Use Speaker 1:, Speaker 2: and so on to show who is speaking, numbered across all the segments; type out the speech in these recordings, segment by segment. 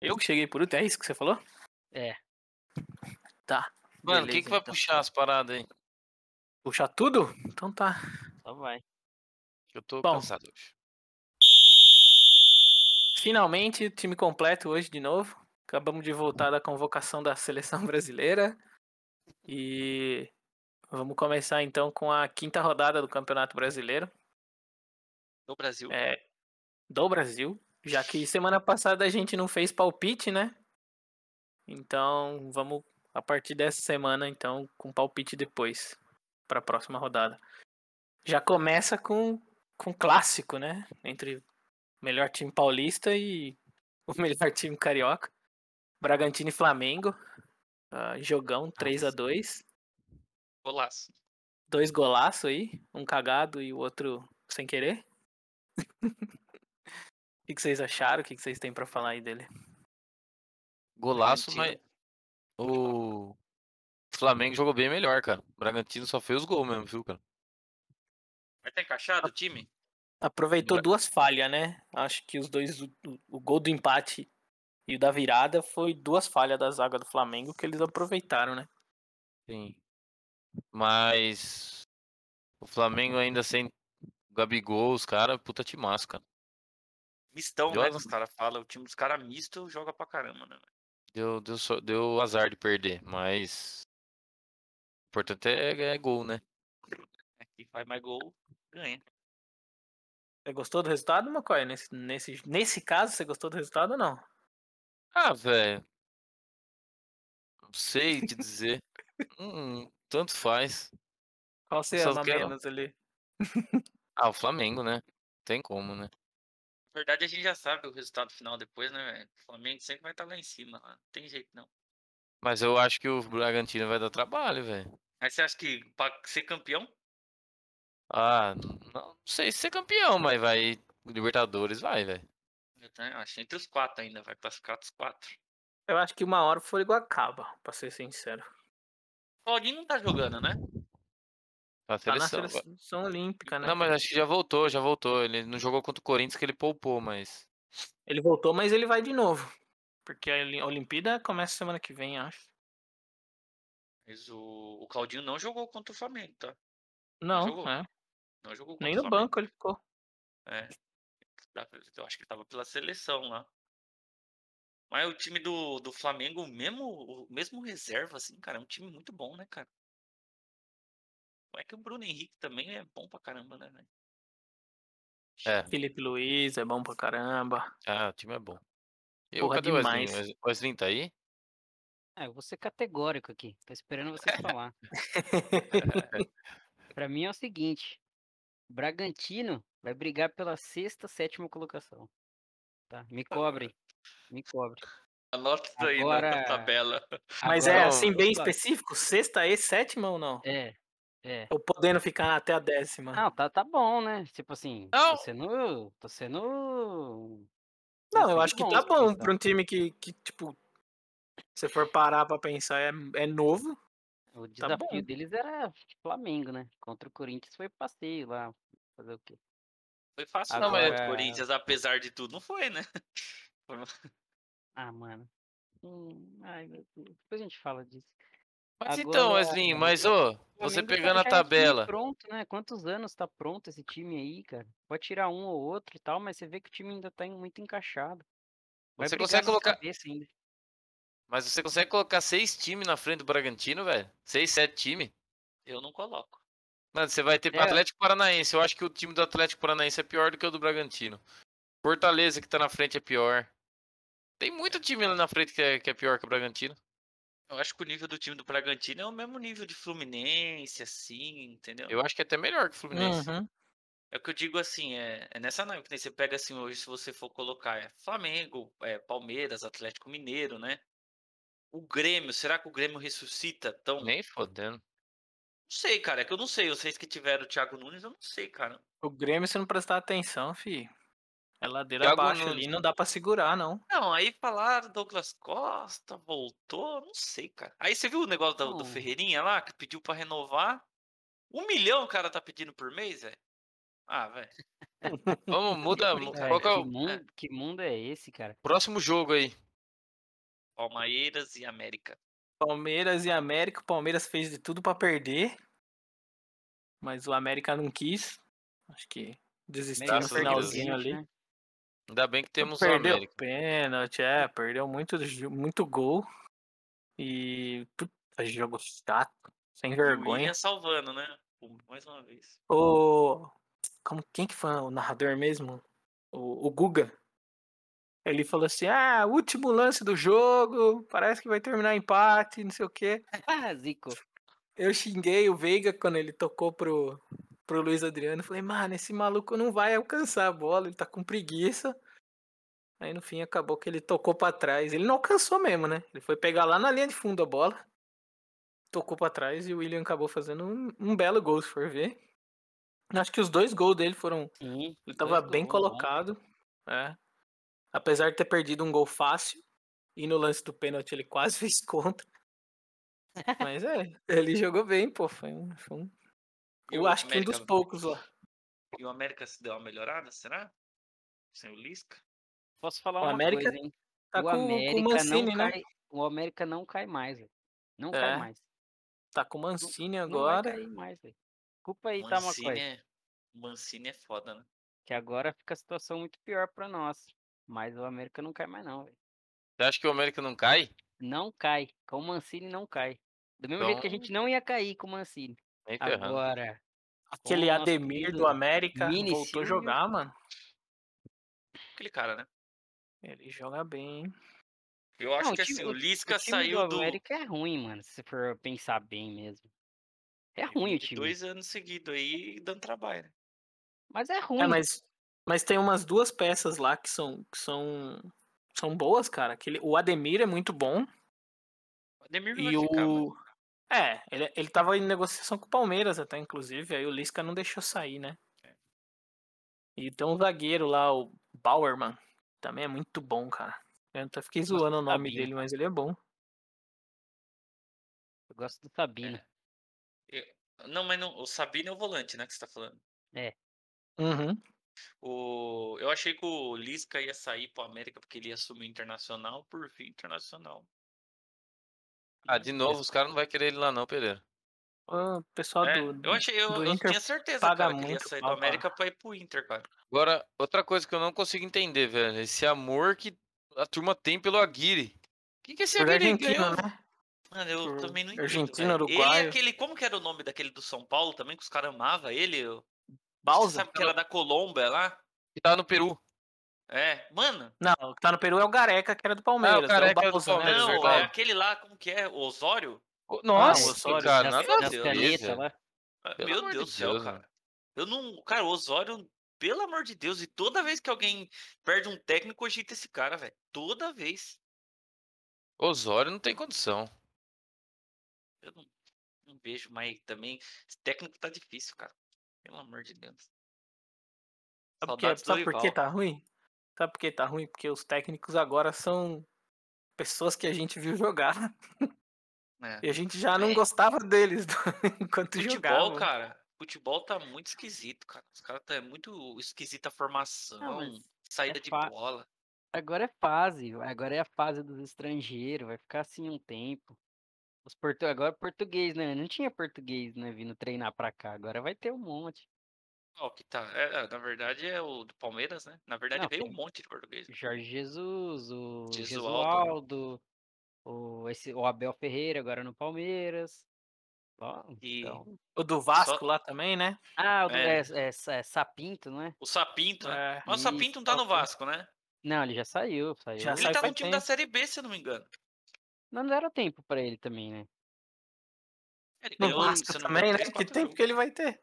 Speaker 1: Eu que cheguei por último, é isso que você falou?
Speaker 2: É.
Speaker 1: Tá.
Speaker 3: Mano,
Speaker 1: beleza,
Speaker 3: quem que vai
Speaker 1: então.
Speaker 3: puxar as paradas aí?
Speaker 1: Puxar tudo? Então tá.
Speaker 2: Só vai.
Speaker 3: Eu tô
Speaker 1: Bom.
Speaker 3: cansado hoje.
Speaker 1: Finalmente, time completo hoje de novo. Acabamos de voltar da convocação da seleção brasileira. E vamos começar então com a quinta rodada do Campeonato Brasileiro
Speaker 2: No Brasil.
Speaker 1: é, do Brasil. Já que semana passada a gente não fez palpite, né? Então vamos a partir dessa semana então com palpite depois para a próxima rodada. Já começa com com clássico, né? Entre o melhor time paulista e o melhor time carioca. Bragantino e Flamengo. Ah, jogão 3 a 2
Speaker 2: Golaço.
Speaker 1: Dois golaços aí. Um cagado e o outro sem querer. O que, que vocês acharam? O que, que vocês têm pra falar aí dele?
Speaker 3: Golaço, mas
Speaker 2: Bragantino.
Speaker 3: o Flamengo jogou bem melhor, cara. O Bragantino só fez os gols mesmo, viu, cara?
Speaker 2: Mas tá encaixado o time?
Speaker 1: Aproveitou
Speaker 3: Bra-
Speaker 1: duas falhas, né? Acho que os dois, o, o- o gol do empate e o da virada foi duas falhas da zaga do Flamengo que eles aproveitaram, né?
Speaker 3: Sim. Mas o Flamengo ainda sem o Gabigol, os caras, puta timaço, cara.
Speaker 2: Mistão, né?
Speaker 3: Joga.
Speaker 2: que Os caras falam. O time dos caras misto joga pra caramba, né?
Speaker 3: Deu, deu, só- deu azar de perder, mas o importante é ganhar gol, né?
Speaker 2: É, Quem faz mais gol, ganha.
Speaker 1: Você gostou do resultado, Macoy? Nesse, nesse, nesse caso, você gostou do resultado ou não?
Speaker 3: Ah, velho. Não sei te dizer. Hum, tanto faz.
Speaker 1: Qual você
Speaker 3: Só
Speaker 1: ama
Speaker 3: quero-
Speaker 1: menos ali?
Speaker 3: Ah, o Flamengo, né? Tem como, né?
Speaker 2: Na verdade, a gente já sabe o resultado final depois, né, velho? O Flamengo sempre vai estar lá em cima. Não tem jeito, não.
Speaker 3: Mas eu acho que o Bragantino vai dar trabalho, velho.
Speaker 2: Aí você acha que pra ser campeão,
Speaker 3: Ah, n- não, sei se é campeão, mas vai. Libertadores vai, velho.
Speaker 2: eu também acho, entre os quatro ainda, vai classificar os quatro.
Speaker 1: Eu acho que uma hora o fôlego acaba, pra ser sincero.
Speaker 2: O Claudinho não tá jogando, né?
Speaker 3: A
Speaker 1: Tá na
Speaker 3: seleção. vai.
Speaker 1: seleção olímpica, né?
Speaker 3: Não, mas acho que já voltou, já voltou. Ele não jogou contra o Corinthians que ele poupou, mas.
Speaker 1: Ele voltou, mas ele vai de novo. Porque a Oli- a Olimpíada começa semana que vem, acho.
Speaker 2: Mas o, o Claudinho não jogou contra o Flamengo, tá?
Speaker 1: Não,
Speaker 2: jogou.
Speaker 1: é.
Speaker 2: Não jogou contra
Speaker 1: Nem
Speaker 2: o
Speaker 1: no
Speaker 2: Flamengo.
Speaker 1: banco ele ficou.
Speaker 2: É. Dá pra- Eu acho que tava pela seleção lá. Mas o time do, do Flamengo, mesmo, o mesmo reserva, assim, cara, é um time muito bom, né, cara? Como é que o Bruno Henrique também é bom pra caramba, né, velho?
Speaker 3: É.
Speaker 1: Felipe Luiz é bom pra caramba.
Speaker 3: Ah, o time é bom. Eu,
Speaker 1: Porra,
Speaker 3: cadê o Wesley?
Speaker 1: demais.
Speaker 3: Wes- Wesley tá aí?
Speaker 4: Ah, eu vou ser categórico aqui. Tô esperando vocês falar. Pra mim é o seguinte: Bragantino vai brigar pela sexta, sétima colocação. Tá? Me cobrem. Me cobrem.
Speaker 2: Anota isso aí na
Speaker 4: Agora-
Speaker 2: tabela.
Speaker 1: Mas é
Speaker 3: Agora,
Speaker 1: assim, bem
Speaker 4: Flávio.
Speaker 1: específico? Sexta e sétima ou não?
Speaker 4: É. É.
Speaker 1: Ou podendo ficar até a décima?
Speaker 4: Não, tá, tá bom, né? Tipo assim,
Speaker 3: Não.
Speaker 4: tô sendo. Tô sendo.
Speaker 1: não, eu
Speaker 4: sendo
Speaker 1: acho que
Speaker 4: bom
Speaker 1: tá
Speaker 4: pra
Speaker 1: bom
Speaker 4: pensar.
Speaker 1: pra um time que, que tipo, se for parar pra pensar, é, é novo.
Speaker 4: O
Speaker 1: tá
Speaker 4: desafio
Speaker 1: bom.
Speaker 4: deles era Flamengo, né? Contra o Corinthians foi passeio lá. Fazer o quê?
Speaker 2: Foi fácil
Speaker 3: Não,
Speaker 2: não,
Speaker 3: mas-
Speaker 2: mas... o Corinthians, apesar de tudo, não foi, né? Foi uma-
Speaker 4: Ah, mano. Hum, ai, meu Deus. Depois a gente fala disso.
Speaker 3: Mas então,
Speaker 4: Agora,
Speaker 3: Wesley, mas ô, você
Speaker 4: Flamengo tá
Speaker 3: pegando a
Speaker 4: já é um time
Speaker 3: tabela.
Speaker 4: Pronto, né? Quantos anos tá pronto esse time aí, cara? Pode tirar um ou outro e tal, mas você vê que o time ainda tá em- muito encaixado. Vai
Speaker 3: Você
Speaker 4: brigar
Speaker 3: consegue
Speaker 4: nas
Speaker 3: colocar-
Speaker 4: cabeças ainda.
Speaker 3: Mas você consegue colocar seis times na frente do Bragantino, velho? Seis, sete times?
Speaker 2: Eu não coloco.
Speaker 3: Mano, você vai ter
Speaker 4: É.
Speaker 3: Atlético Paranaense. Eu acho que o time do Atlético Paranaense é pior do que o do Bragantino. Fortaleza, que tá na frente, é pior. Tem muito time lá na frente que é, que é pior que o Bragantino.
Speaker 2: Eu acho que o nível do time do Bragantino é o mesmo nível de Fluminense, assim, entendeu?
Speaker 3: Eu acho que é até melhor que o Fluminense.
Speaker 1: Uhum.
Speaker 2: É o que eu digo assim, é, é nessa nave que nem você pega assim hoje, se você for colocar é Flamengo, é, Palmeiras, Atlético Mineiro, né? O Grêmio, será que o Grêmio ressuscita?
Speaker 4: Uhum.
Speaker 2: Então, não
Speaker 3: Nem fodendo.
Speaker 2: sei, cara, é que eu não sei. Vocês que tiveram o Thiago Nunes, eu não sei, cara.
Speaker 1: O Grêmio, se não prestar atenção, fi. É ladeira
Speaker 3: Thiago
Speaker 1: abaixo
Speaker 3: Nunes.
Speaker 1: ali, não dá pra segurar, não.
Speaker 2: Não, aí falaram Douglas Costa, voltou, não sei, cara. Aí você viu o negócio do, do
Speaker 4: Não.
Speaker 2: Ferreirinha lá, que pediu pra renovar? Um milhão o cara tá pedindo por mês, velho? Ah, velho.
Speaker 3: Vamos, muda. mu-
Speaker 2: brincadeira.
Speaker 3: Qual que é
Speaker 4: que,
Speaker 3: o
Speaker 4: mundo, que mundo é esse, cara?
Speaker 3: próximo jogo aí?
Speaker 2: Palmeiras e América.
Speaker 1: Palmeiras e América. O Palmeiras fez de tudo pra perder. Mas o América não quis. Acho que desistiu no
Speaker 3: Graças a Deus.
Speaker 1: finalzinho ali.
Speaker 4: né?
Speaker 3: Ainda bem que temos o
Speaker 1: perdeu
Speaker 3: América.
Speaker 1: pênalti, é, perdeu muito, ju- muito gol. E puta, jogo chato, sem vergonha.
Speaker 2: Luinha Um
Speaker 3: assim.
Speaker 2: salvando, né? Pô, Mais uma vez.
Speaker 1: O como quem que foi o narrador mesmo? O, o Guga. Ele falou assim: "Ah, último lance do jogo, parece que vai terminar empate, não sei o quê".
Speaker 4: Ah, Zico.
Speaker 1: Eu xinguei o Veiga quando ele tocou pro, pro Luiz Adriano. Falei, mano, esse maluco não vai alcançar a bola, ele tá com preguiça. Aí no fim acabou que ele tocou pra trás. Ele não alcançou mesmo, né? Ele foi pegar lá na linha de fundo a bola. Tocou pra trás e o William acabou fazendo um, um belo gol, se for ver. Acho que os dois gols dele foram.
Speaker 4: Sim.
Speaker 1: Ele tava
Speaker 4: dois
Speaker 1: bem
Speaker 4: gols, né?
Speaker 1: colocado. É. Apesar de ter perdido um gol fácil. E no lance do pênalti ele quase fez contra. Mas é, ele jogou bem, pô. Foi um. foi um-
Speaker 2: E
Speaker 1: Eu
Speaker 2: o
Speaker 1: acho que um
Speaker 2: América-
Speaker 1: dos poucos lá.
Speaker 2: E o América se deu uma melhorada, será? Sem o Lisca?
Speaker 4: Posso falar
Speaker 1: O
Speaker 4: uma
Speaker 1: América
Speaker 4: coisa, hein?
Speaker 1: Tá
Speaker 4: o
Speaker 1: com, com o
Speaker 4: América
Speaker 1: Mancini,
Speaker 4: não
Speaker 1: né?
Speaker 4: cai, o América não cai mais, velho. Não
Speaker 1: É,
Speaker 4: cai mais.
Speaker 1: Tá com o Mancini
Speaker 4: Não vai
Speaker 1: agora.
Speaker 4: cair mais, velho. Desculpa aí, tá uma
Speaker 2: Mancini
Speaker 4: coisa.
Speaker 2: é... Mancini é foda, né?
Speaker 4: Que agora fica a situação muito pior pra nós. Mas o América não cai mais, não, velho.
Speaker 3: Você acha que o América não cai?
Speaker 4: Não cai. Com o Mancini não cai. Do mesmo jeito que a gente não ia cair com o Mancini.
Speaker 3: Nem ferrando.
Speaker 4: Agora,
Speaker 1: Aquele
Speaker 4: o nosso
Speaker 1: Ademir do
Speaker 4: ídolo,
Speaker 1: América
Speaker 4: Mini
Speaker 1: voltou a
Speaker 4: Silvio.
Speaker 1: jogar, mano.
Speaker 2: Aquele cara, né?
Speaker 1: Ele joga bem. hein?
Speaker 2: Eu acho
Speaker 4: o
Speaker 2: que
Speaker 4: time-
Speaker 2: assim, o
Speaker 4: o
Speaker 2: Lisca
Speaker 4: time
Speaker 2: saiu
Speaker 4: do
Speaker 2: do.
Speaker 4: América é ruim, mano. Se for pensar bem mesmo. É ruim o time.
Speaker 2: Dois anos seguidos aí dando trabalho. né?
Speaker 4: Mas é ruim.
Speaker 1: É, mas, mas tem umas duas peças lá que são, que são, são boas, cara. Aquele, o Ademir é muito bom.
Speaker 2: O Ademir não
Speaker 1: E
Speaker 2: vai ficar, né? mano.
Speaker 1: o. É, ele, ele tava em negociação com o Palmeiras até, inclusive, aí o Lisca não deixou sair, né?
Speaker 2: É.
Speaker 1: E tem um zagueiro lá, o Bauerman, também é muito bom, cara. Eu até fiquei zoando o nome
Speaker 4: Sabino.
Speaker 1: dele, mas ele é bom.
Speaker 4: Eu gosto do Sabino.
Speaker 2: Não, mas não, o Sabino é o volante, né? Que você tá falando.
Speaker 1: Uhum.
Speaker 2: O... Eu achei que o Lisca ia sair pro América porque ele ia assumir o internacional, por fim, internacional.
Speaker 3: Ah,
Speaker 4: é
Speaker 3: de novo, os caras não vão querer ele lá não, Pereira.
Speaker 1: O pessoal
Speaker 2: É,
Speaker 1: do.
Speaker 2: eu achei, eu,
Speaker 1: do
Speaker 2: eu
Speaker 1: Inter
Speaker 2: tinha certeza,
Speaker 1: paga
Speaker 2: cara, que ele ia
Speaker 1: muito
Speaker 2: sair do
Speaker 1: pau, cara.
Speaker 2: América pra ir pro Inter, cara.
Speaker 3: Agora, outra coisa que eu não consigo entender, velho. é Esse amor que a turma tem pelo Aguirre. O que, que esse
Speaker 1: Por
Speaker 3: Aguirre
Speaker 1: Argentina,
Speaker 3: ganhou?
Speaker 2: um
Speaker 1: né?
Speaker 2: Mano, eu
Speaker 1: Por
Speaker 2: também não entendo.
Speaker 1: Argentina,
Speaker 2: velho. Ele
Speaker 1: Uruguaio.
Speaker 2: é aquele. Como que era o nome daquele do São Paulo também? Que os caras amavam ele? Eu- Você
Speaker 1: Bausa?
Speaker 2: sabe que era da Colômbia lá?
Speaker 3: Que tá no Peru.
Speaker 2: É, mano.
Speaker 1: Não, o que tá no Peru é o Gareca, que era do Palmeiras. é
Speaker 3: Careca era do
Speaker 1: Bausa, né?
Speaker 3: Palmeiras,
Speaker 2: Não, Ah, é
Speaker 3: verdade.
Speaker 2: aquele lá, como que é? O Osório?
Speaker 3: Ô,
Speaker 1: Ah, o
Speaker 3: Nossa,
Speaker 1: Osório, né?
Speaker 3: cara,
Speaker 4: Ah, das-
Speaker 3: nada a
Speaker 4: das
Speaker 2: ver,
Speaker 4: canetas
Speaker 3: velho.
Speaker 4: lá.
Speaker 2: Ah,
Speaker 3: Pelo
Speaker 2: Meu
Speaker 3: amor de
Speaker 2: Deus do céu,
Speaker 3: Deus,
Speaker 2: cara. Eu não. Cara, o Osório, pelo amor de Deus, e toda vez que alguém perde um técnico, cogita esse cara, velho. Toda vez.
Speaker 3: Osório não tem condição.
Speaker 2: Eu não, não vejo, mas também. Esse técnico tá difícil, cara. Pelo amor de Deus.
Speaker 1: Sabe, por quê?
Speaker 2: Saudades do
Speaker 1: Sabe por que
Speaker 2: Dorival.
Speaker 1: tá ruim? Sabe por que tá ruim? Porque os técnicos agora são pessoas que a gente viu jogar.
Speaker 2: né?
Speaker 1: E a gente já não
Speaker 2: É.
Speaker 1: gostava deles enquanto
Speaker 2: Futebol,
Speaker 1: jogava.
Speaker 2: cara. Futebol tá muito esquisito, cara. Os caras tá é muito esquisita a formação,
Speaker 4: Ah, mas
Speaker 2: saída
Speaker 4: é
Speaker 2: de
Speaker 4: fa-
Speaker 2: bola.
Speaker 4: Agora é fase, agora é a fase dos estrangeiros, vai ficar assim um tempo. Os portu... Agora é português, né? Não tinha português, né? Vindo treinar pra cá, agora vai ter um monte.
Speaker 2: Ó, que tá. é, é, na verdade é o do Palmeiras, né? Na verdade
Speaker 4: Não,
Speaker 2: veio um
Speaker 4: tem-
Speaker 2: monte de português.
Speaker 4: Jorge Jesus, o
Speaker 2: Jesualdo.
Speaker 4: Jesualdo, o, esse, o Abel Ferreira agora no Palmeiras. Ó,
Speaker 2: E
Speaker 4: então-
Speaker 1: O do Vasco lá também, né?
Speaker 4: Ah, o do,
Speaker 2: É.
Speaker 4: é, é Sa- é Sapinto, não é?
Speaker 2: o Sapinto, né?
Speaker 1: É.
Speaker 2: Mas o Sapinto não tá no
Speaker 4: Isso, é,
Speaker 2: Vasco,
Speaker 4: Sapinto.
Speaker 2: né?
Speaker 4: Não, ele já saiu, saiu.
Speaker 1: Já
Speaker 2: Ele
Speaker 1: sai
Speaker 2: tá no
Speaker 1: faz
Speaker 2: time da Série B, se eu não me engano.
Speaker 4: Não deram tempo pra ele também, né?
Speaker 2: Ele
Speaker 1: No
Speaker 2: ganhou,
Speaker 1: Vasco
Speaker 2: se eu não me
Speaker 1: também,
Speaker 2: engano,
Speaker 1: né?
Speaker 2: três,
Speaker 1: Que
Speaker 2: quatro
Speaker 1: tempo
Speaker 2: jogos.
Speaker 1: que ele vai ter?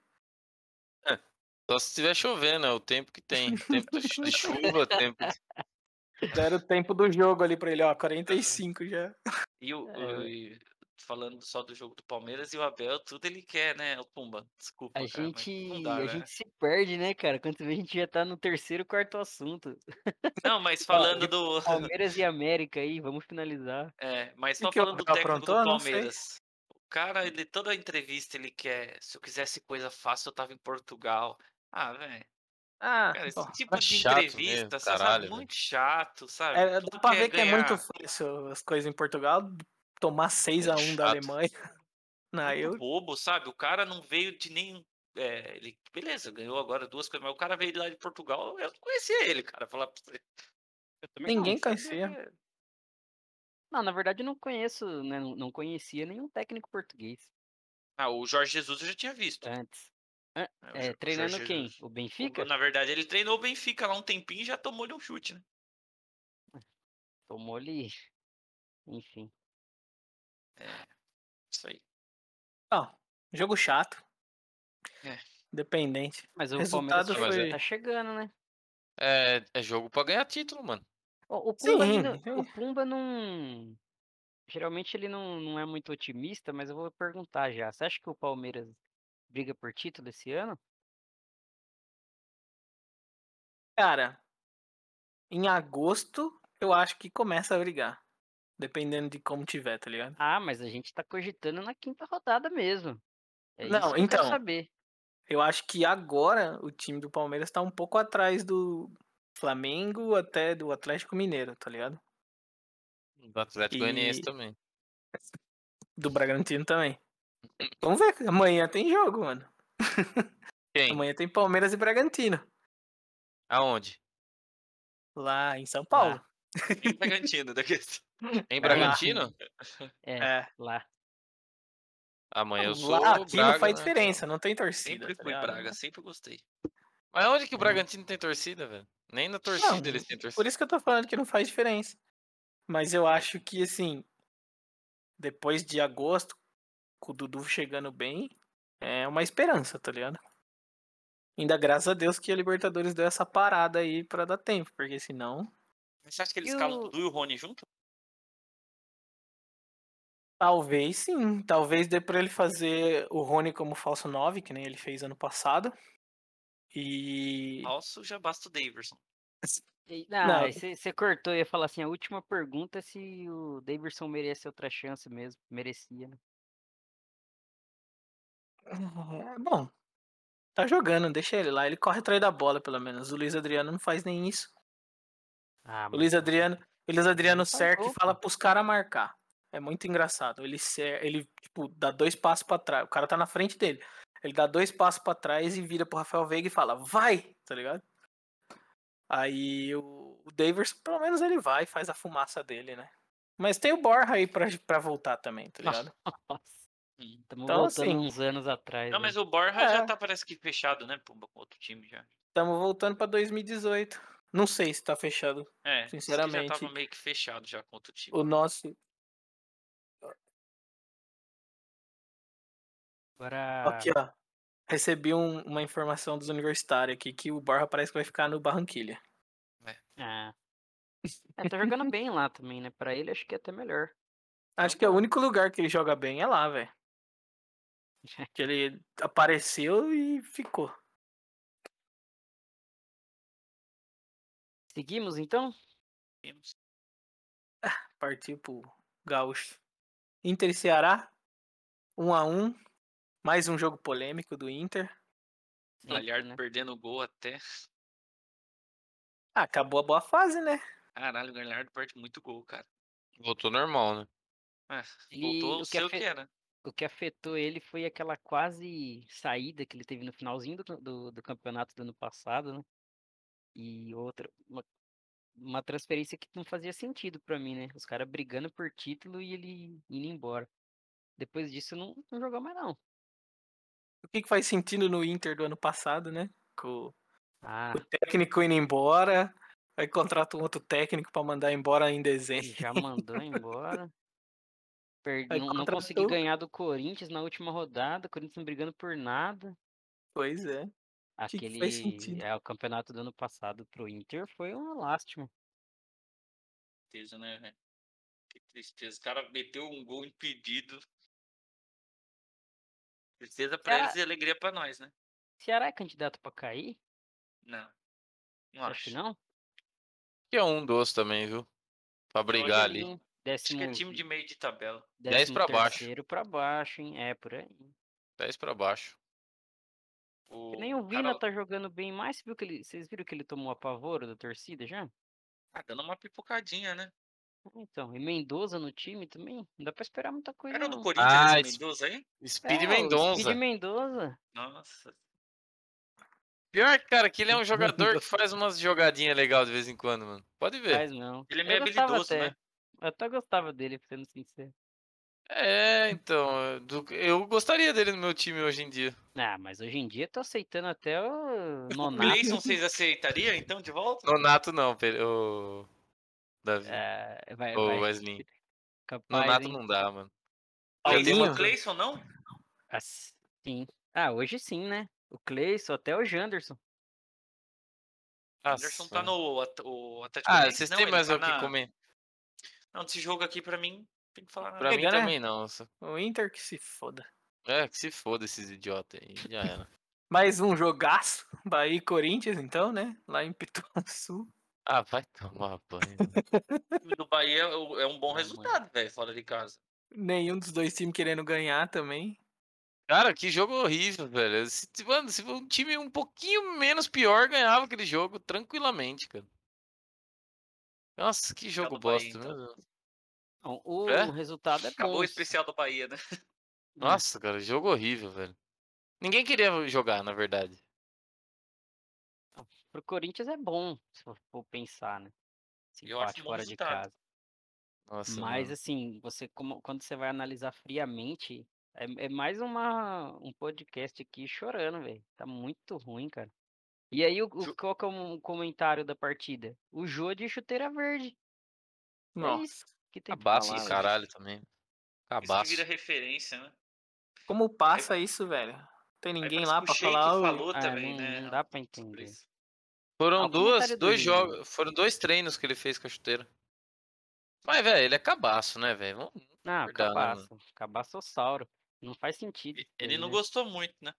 Speaker 3: Só se estiver chovendo, é o tempo que tem. Tempo de chu- de chuva, tempo de...
Speaker 1: Deram o tempo do jogo ali pra ele, ó. 45 já.
Speaker 2: E o,
Speaker 4: É,
Speaker 2: o- e falando só do jogo do Palmeiras e o Abel, tudo ele quer, né? O Pumba, desculpa.
Speaker 4: A
Speaker 2: cara, mas
Speaker 4: gente,
Speaker 2: não dá,
Speaker 4: a
Speaker 2: né?
Speaker 4: gente se perde, né, cara? Quando vê, a gente já tá no terceiro, quarto assunto.
Speaker 2: Não, mas falando
Speaker 4: de
Speaker 2: do.
Speaker 4: Palmeiras e América aí, vamos finalizar.
Speaker 2: É, mas
Speaker 1: E
Speaker 2: só
Speaker 1: que o
Speaker 2: falando do
Speaker 1: Abel
Speaker 2: técnico do
Speaker 1: aprontou, não sei.
Speaker 2: Palmeiras. O cara, ele toda a entrevista ele quer. Se eu quisesse coisa fácil, eu tava em Portugal. Ah, velho.
Speaker 1: Ah,
Speaker 2: Cara, esse
Speaker 1: pô,
Speaker 2: tipo de
Speaker 3: chato mesmo,
Speaker 2: entrevista, você
Speaker 3: caralho,
Speaker 2: sabe,
Speaker 3: velho.
Speaker 2: muito chato, sabe?
Speaker 1: é,
Speaker 2: Tudo
Speaker 1: dá pra
Speaker 2: quer
Speaker 1: ver que é
Speaker 2: ganhar.
Speaker 1: muito fácil as coisas em Portugal. Tomar 6x1 da
Speaker 3: chato.
Speaker 1: Alemanha. Na
Speaker 2: É muito
Speaker 1: né, eu.
Speaker 2: bobo, sabe? O cara não veio de nenhum. é, ele, beleza, ganhou agora duas coisas, mas o cara veio lá de Portugal, eu não conhecia ele, cara. Falar pra você.
Speaker 5: Eu também não, né?
Speaker 1: Ninguém
Speaker 5: sabe?
Speaker 1: conhecia.
Speaker 2: É,
Speaker 4: Não, na verdade eu não conheço, né, não não conhecia nenhum técnico português
Speaker 2: Ah, o Jorge Jesus eu já tinha visto.
Speaker 1: É,
Speaker 4: antes.
Speaker 2: né, o Jo-
Speaker 4: É,
Speaker 2: o
Speaker 4: treinando
Speaker 2: Jorge
Speaker 4: quem?
Speaker 2: Jesus.
Speaker 4: O
Speaker 2: O-
Speaker 4: Benfica?
Speaker 2: Na verdade, ele treinou o Benfica lá um tempinho e já tomou de um chute, né?
Speaker 4: Tomou ali. Enfim.
Speaker 2: Isso aí.
Speaker 1: Jogo chato.
Speaker 2: É.
Speaker 1: Independente.
Speaker 4: Mas o
Speaker 1: Resultado
Speaker 4: Palmeiras
Speaker 1: foi-
Speaker 4: tá chegando, né?
Speaker 3: É, é jogo pra ganhar título, mano.
Speaker 4: O, o Pumba, ali
Speaker 1: Sim,
Speaker 4: não-
Speaker 1: sim.
Speaker 4: o Pumba não. Geralmente ele não, não é muito otimista, mas eu vou perguntar já. Você acha que o Palmeiras briga por título esse ano?
Speaker 1: Cara, em agosto eu acho que começa a brigar. Dependendo de como tiver, tá ligado?
Speaker 4: Ah, mas a gente tá cogitando na quinta rodada mesmo. É
Speaker 1: Não,
Speaker 4: isso que eu quero
Speaker 1: então.
Speaker 4: saber.
Speaker 1: Eu acho que agora o time do Palmeiras tá um pouco atrás do Flamengo até do Atlético Mineiro, tá ligado?
Speaker 3: Do Atlético Goianiense
Speaker 1: E-
Speaker 3: também.
Speaker 1: Do Bragantino também. Vamos ver, amanhã tem jogo, mano.
Speaker 3: Quem?
Speaker 1: Amanhã tem Palmeiras e Bragantino.
Speaker 3: Aonde?
Speaker 1: Lá em São Paulo.
Speaker 2: E o Bragantino, daqui a-
Speaker 3: Em Bragantino?
Speaker 4: É,
Speaker 1: É.
Speaker 4: lá.
Speaker 3: Amanhã eu sou
Speaker 1: Lá
Speaker 3: o
Speaker 1: aqui
Speaker 3: Braga,
Speaker 1: não faz
Speaker 3: né?
Speaker 1: diferença, não tem torcida.
Speaker 2: Sempre
Speaker 1: tá
Speaker 2: fui
Speaker 1: ligado?
Speaker 2: Braga, sempre gostei.
Speaker 3: Mas onde que o Bragantino tem torcida, velho? Nem na torcida eles têm torcida.
Speaker 1: Uhum. Por isso que eu tô falando que não faz diferença. Mas eu acho que, assim, depois de agosto, com o Dudu chegando bem, é uma esperança, tá ligado? Ainda graças a Deus que a Libertadores deu essa parada aí pra dar tempo, porque senão
Speaker 2: Mas você acha que eles
Speaker 4: E
Speaker 2: escalam
Speaker 4: o-
Speaker 2: o Dudu e o Rony junto?
Speaker 1: Talvez sim, talvez dê pra ele fazer o Rony como falso 9, que nem ele fez ano passado. E
Speaker 2: Falso, já basta o Daverson.
Speaker 4: E-
Speaker 1: Não.
Speaker 4: Ah, você cortou, eu ia falar assim, a última pergunta é se o Davidson merece outra chance mesmo. Merecia, né?
Speaker 1: é bom. Tá jogando, deixa ele lá, ele corre atrás da bola pelo menos. O Luiz Adriano não faz nem isso.
Speaker 4: Ah,
Speaker 1: O
Speaker 4: mas
Speaker 1: Luiz Adriano, o Luiz Adriano
Speaker 4: faz
Speaker 1: cerca
Speaker 4: gol,
Speaker 1: e fala pros caras marcar. É muito engraçado. Ele cer- ele tipo dá dois passos pra trás. O cara tá na frente dele. Ele dá dois passos pra trás e vira pro Rafael Veiga e fala: "Vai", tá ligado? Aí o, o Davis, pelo menos ele vai, faz a fumaça dele, né? Mas tem o Borra aí pra, pra voltar também, tá ligado?
Speaker 4: nossa.
Speaker 2: Hum.
Speaker 4: Estamos
Speaker 1: Então,
Speaker 4: voltando
Speaker 1: assim,
Speaker 4: uns anos atrás.
Speaker 2: Não,
Speaker 4: né?
Speaker 2: mas o Borja
Speaker 1: É.
Speaker 2: já tá, parece que fechado, né? Pumba, com outro time já.
Speaker 1: Estamos voltando pra 2018. Não sei se tá fechado
Speaker 2: É, disse que
Speaker 1: Sinceramente.
Speaker 2: Já tava meio que fechado já com outro time.
Speaker 1: o nosso.
Speaker 4: Agora,
Speaker 1: Aqui, ó. Recebi um- uma informação dos universitários aqui que o Borja parece que vai ficar no Barranquilha.
Speaker 4: Ah. É, tá jogando bem lá também, né? Pra ele acho que é até melhor.
Speaker 1: Acho que é o único lugar que ele joga bem é lá, velho. Que ele apareceu e ficou.
Speaker 4: Seguimos então?
Speaker 2: Temos.
Speaker 1: Partiu pro Gaúcho. Inter e Ceará. 1 a 1 Mais um jogo polêmico do Inter.
Speaker 4: Sempre,
Speaker 2: Galhardo
Speaker 4: né?
Speaker 2: perdendo o gol até.
Speaker 1: Ah, acabou a boa fase, né?
Speaker 2: Caralho, o Galhardo perde muito gol, cara.
Speaker 3: Voltou normal, né?
Speaker 2: É,
Speaker 4: E
Speaker 2: voltou
Speaker 4: o
Speaker 2: o
Speaker 4: que
Speaker 2: seu
Speaker 4: afe-
Speaker 2: que era.
Speaker 4: O que afetou ele foi aquela quase saída que ele teve no finalzinho do, do, do campeonato do ano passado, né? E outra, uma, uma transferência que não fazia sentido pra mim, né? Os caras brigando por título e ele indo embora. Depois disso, não, não jogou mais, não.
Speaker 1: O que, que faz sentido no Inter do ano passado, né? Com o
Speaker 4: Ah,
Speaker 1: técnico indo embora. Aí contrata um outro técnico pra mandar embora em dezembro.
Speaker 4: já mandou embora. Per-
Speaker 1: Aí
Speaker 4: não, não consegui
Speaker 1: contratou.
Speaker 4: ganhar do Corinthians na última rodada. Corinthians não brigando por nada.
Speaker 1: Pois é. que que
Speaker 4: Aquele
Speaker 1: faz sentido?
Speaker 4: é o campeonato do ano passado pro Inter foi uma lástima.
Speaker 2: Tristeza, né, velho? Que tristeza. O cara meteu um gol impedido. Tristeza pra
Speaker 4: Cara-
Speaker 2: eles e alegria pra nós, né?
Speaker 4: Ceará é candidato pra cair?
Speaker 2: Não. Não
Speaker 4: Acho,
Speaker 2: acho.
Speaker 4: que não.
Speaker 3: Que é um doce também, viu? Pra brigar ali.
Speaker 4: Sim,
Speaker 2: Acho
Speaker 4: Décimo,
Speaker 2: que é time de meio de tabela.
Speaker 3: dez pra baixo.
Speaker 4: Terceiro pra baixo, hein? É por aí.
Speaker 3: 10 pra baixo.
Speaker 2: O
Speaker 4: Que nem o Vina
Speaker 2: cara
Speaker 4: tá jogando bem mais. Você viu que ele, vocês viram que ele tomou apavoro da torcida já?
Speaker 2: tá dando uma pipocadinha, né?
Speaker 4: Então, e Mendoza no time também? Não dá pra esperar muita coisa.
Speaker 2: Era do
Speaker 4: não.
Speaker 2: Corinthians
Speaker 3: Ah,
Speaker 2: esse
Speaker 3: esse-
Speaker 2: Mendoza aí?
Speaker 3: Speed
Speaker 4: É, o
Speaker 3: Mendonça.
Speaker 4: Speed Mendoza.
Speaker 2: Nossa.
Speaker 3: Pior, cara, que ele é um jogador que faz umas jogadinhas legais de vez em quando, mano. Pode ver.
Speaker 4: Faz não.
Speaker 2: Ele é meio
Speaker 4: eu gostava
Speaker 2: habilidoso,
Speaker 4: até.
Speaker 2: né?
Speaker 4: Eu até gostava dele, sendo sincero.
Speaker 3: É, então. é, do- Eu gostaria dele no meu time hoje em dia.
Speaker 4: Ah, mas hoje em dia eu tô aceitando até o
Speaker 2: O
Speaker 4: Nonato.
Speaker 2: Gleison vocês aceitariam então de volta?
Speaker 3: Nonato não, pe- o. Davi.
Speaker 4: É, vai,
Speaker 3: Ô,
Speaker 4: vai.
Speaker 3: Wesley.
Speaker 4: Capaz,
Speaker 3: Nonato
Speaker 4: hein?
Speaker 3: não dá, mano.
Speaker 2: Ele tem o
Speaker 1: Paulinho?
Speaker 2: Gleison, não?
Speaker 4: Ah, Sim. Ah, hoje sim, né? O Cleison, até o Janderson.
Speaker 2: O Anderson tá
Speaker 3: Nossa.
Speaker 2: no at- o Atlético
Speaker 3: Ah,
Speaker 2: Paranaense,
Speaker 3: vocês
Speaker 2: não,
Speaker 3: têm
Speaker 2: ele
Speaker 3: mais
Speaker 2: tá
Speaker 3: o que
Speaker 2: na-
Speaker 3: comer?
Speaker 2: Não, desse jogo aqui pra mim, tem que falar nada.
Speaker 3: Pra mim
Speaker 1: Pega, né?
Speaker 3: também não. só-
Speaker 1: O Inter que se foda.
Speaker 3: É, que se foda esses idiotas aí. Já era.
Speaker 1: Mais um jogaço. Bahia e Corinthians, então, né? Lá em Pituaçu.
Speaker 3: Ah, vai tomar banho.
Speaker 2: O time do Bahia é o- é um bom
Speaker 3: mano.
Speaker 2: resultado, velho, fora de casa.
Speaker 1: Nenhum dos dois times querendo ganhar também.
Speaker 3: Cara, que jogo horrível, velho. Se, se- mano, se um time um pouquinho menos pior ganhava aquele jogo tranquilamente, cara.
Speaker 4: Tá
Speaker 3: Nossa, que jogo
Speaker 2: do Bahia,
Speaker 3: bosta,
Speaker 2: então.
Speaker 3: meu
Speaker 4: Uhum.
Speaker 3: Deus.
Speaker 4: Então, o
Speaker 3: É?
Speaker 4: resultado é bom.
Speaker 2: Acabou o especial do Bahia, né?
Speaker 3: Nossa, cara, jogo horrível, velho. Ninguém queria jogar, na verdade.
Speaker 4: Pro Corinthians é bom, se for for pensar, né? Esse
Speaker 2: Eu acho
Speaker 4: empate
Speaker 2: um bom
Speaker 4: fora de
Speaker 2: resultado.
Speaker 4: casa.
Speaker 3: Nossa,
Speaker 4: Mas
Speaker 3: mano.
Speaker 4: assim, você como- quando você vai analisar friamente, é, é mais uma um podcast aqui chorando, velho. Tá muito ruim, cara. E aí, o, o-
Speaker 2: Ju-
Speaker 4: qual que é um comentário da partida? O Jô de chuteira verde. É isso
Speaker 1: Nossa.
Speaker 4: que tem que
Speaker 3: Cabaço
Speaker 4: falar, né?
Speaker 3: do
Speaker 4: velho.
Speaker 3: caralho também.
Speaker 2: Isso que
Speaker 3: Cabaço.
Speaker 2: vira referência, né?
Speaker 1: Como passa isso, velho? Tem
Speaker 2: Aí
Speaker 1: ninguém
Speaker 2: parece
Speaker 1: lá
Speaker 2: que
Speaker 1: pra
Speaker 2: o Sheik
Speaker 1: falar. "Ui,
Speaker 2: falou
Speaker 4: Ah,
Speaker 2: também,
Speaker 4: não,
Speaker 2: né?
Speaker 4: não dá pra
Speaker 2: sobre
Speaker 4: entender.
Speaker 2: isso.
Speaker 3: Foram
Speaker 4: Ah, o
Speaker 3: duas,
Speaker 4: comentário do
Speaker 3: dois
Speaker 4: Júnior.
Speaker 3: jogos, foram dois treinos que ele fez com a chuteira. Mas, velho, ele é cabaço, né, velho? Vamos-
Speaker 4: Não,
Speaker 3: Verdade, né, mano?
Speaker 4: cabaço. Cabaçossauro. Não faz sentido.
Speaker 2: E-
Speaker 4: isso
Speaker 2: Ele
Speaker 4: daí,
Speaker 2: não
Speaker 4: né?
Speaker 2: gostou muito, né?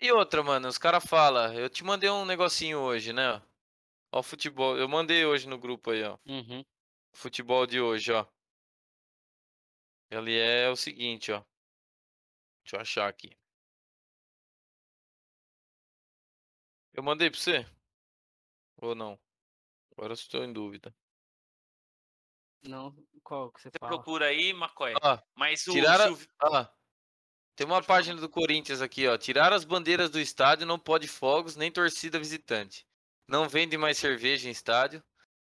Speaker 3: E outra, mano, os caras falam, eu te mandei um negocinho hoje, né? Ó, o futebol, eu mandei hoje no grupo aí, ó.
Speaker 4: Uhum.
Speaker 3: O futebol de hoje, ó. Ele é o seguinte, ó. Deixa eu achar aqui. Eu mandei pra você? Ou não? Agora eu estou em dúvida.
Speaker 4: Não, qual que você
Speaker 2: Você
Speaker 4: fala?
Speaker 2: procura aí, Macoé.
Speaker 3: Ó,
Speaker 2: Mas o
Speaker 3: tiraram-
Speaker 2: Silvi-
Speaker 3: Olha lá. Tem uma
Speaker 2: Pode falar.
Speaker 3: página do Corinthians aqui, ó. Tirar as bandeiras do estádio, não pode fogos, nem torcida visitante. Não vende mais cerveja em estádio.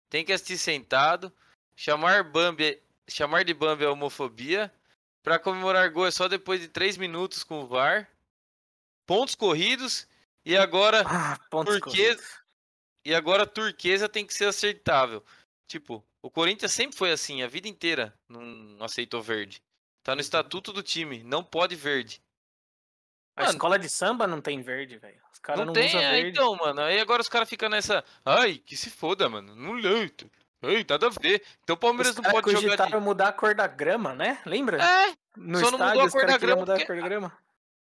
Speaker 3: Tem que assistir sentado. Chamar Bambi, chamar de Bambi é homofobia. Pra comemorar gol é só depois de 3 minutos com o VAR. Pontos corridos. E agora
Speaker 1: Ah, pontos
Speaker 3: Por que-
Speaker 1: corridos.
Speaker 3: e agora a turquesa tem que ser aceitável. Tipo, o Corinthians sempre foi assim, a vida inteira não aceitou verde. Tá no estatuto do time, não pode verde.
Speaker 1: A
Speaker 3: Mano.
Speaker 1: escola de samba não tem verde, velho. Os caras
Speaker 3: não,
Speaker 1: não,
Speaker 3: tem,
Speaker 1: usam
Speaker 3: é,
Speaker 1: verde.
Speaker 3: então, mano. Aí agora os caras ficam nessa. Ai, que se foda, mano. Não leito. Ai, nada a ver. Então o Palmeiras
Speaker 1: Os
Speaker 3: não
Speaker 1: caras
Speaker 3: pode jogar
Speaker 1: cogitaram
Speaker 3: de.
Speaker 1: mudar a cor da grama, né? Lembra?
Speaker 3: É,
Speaker 1: no
Speaker 3: só não mudou a
Speaker 1: estádio, os
Speaker 3: cor
Speaker 1: caras
Speaker 3: da
Speaker 1: queriam
Speaker 3: grama
Speaker 1: mudar a
Speaker 3: porque-
Speaker 1: cor da grama.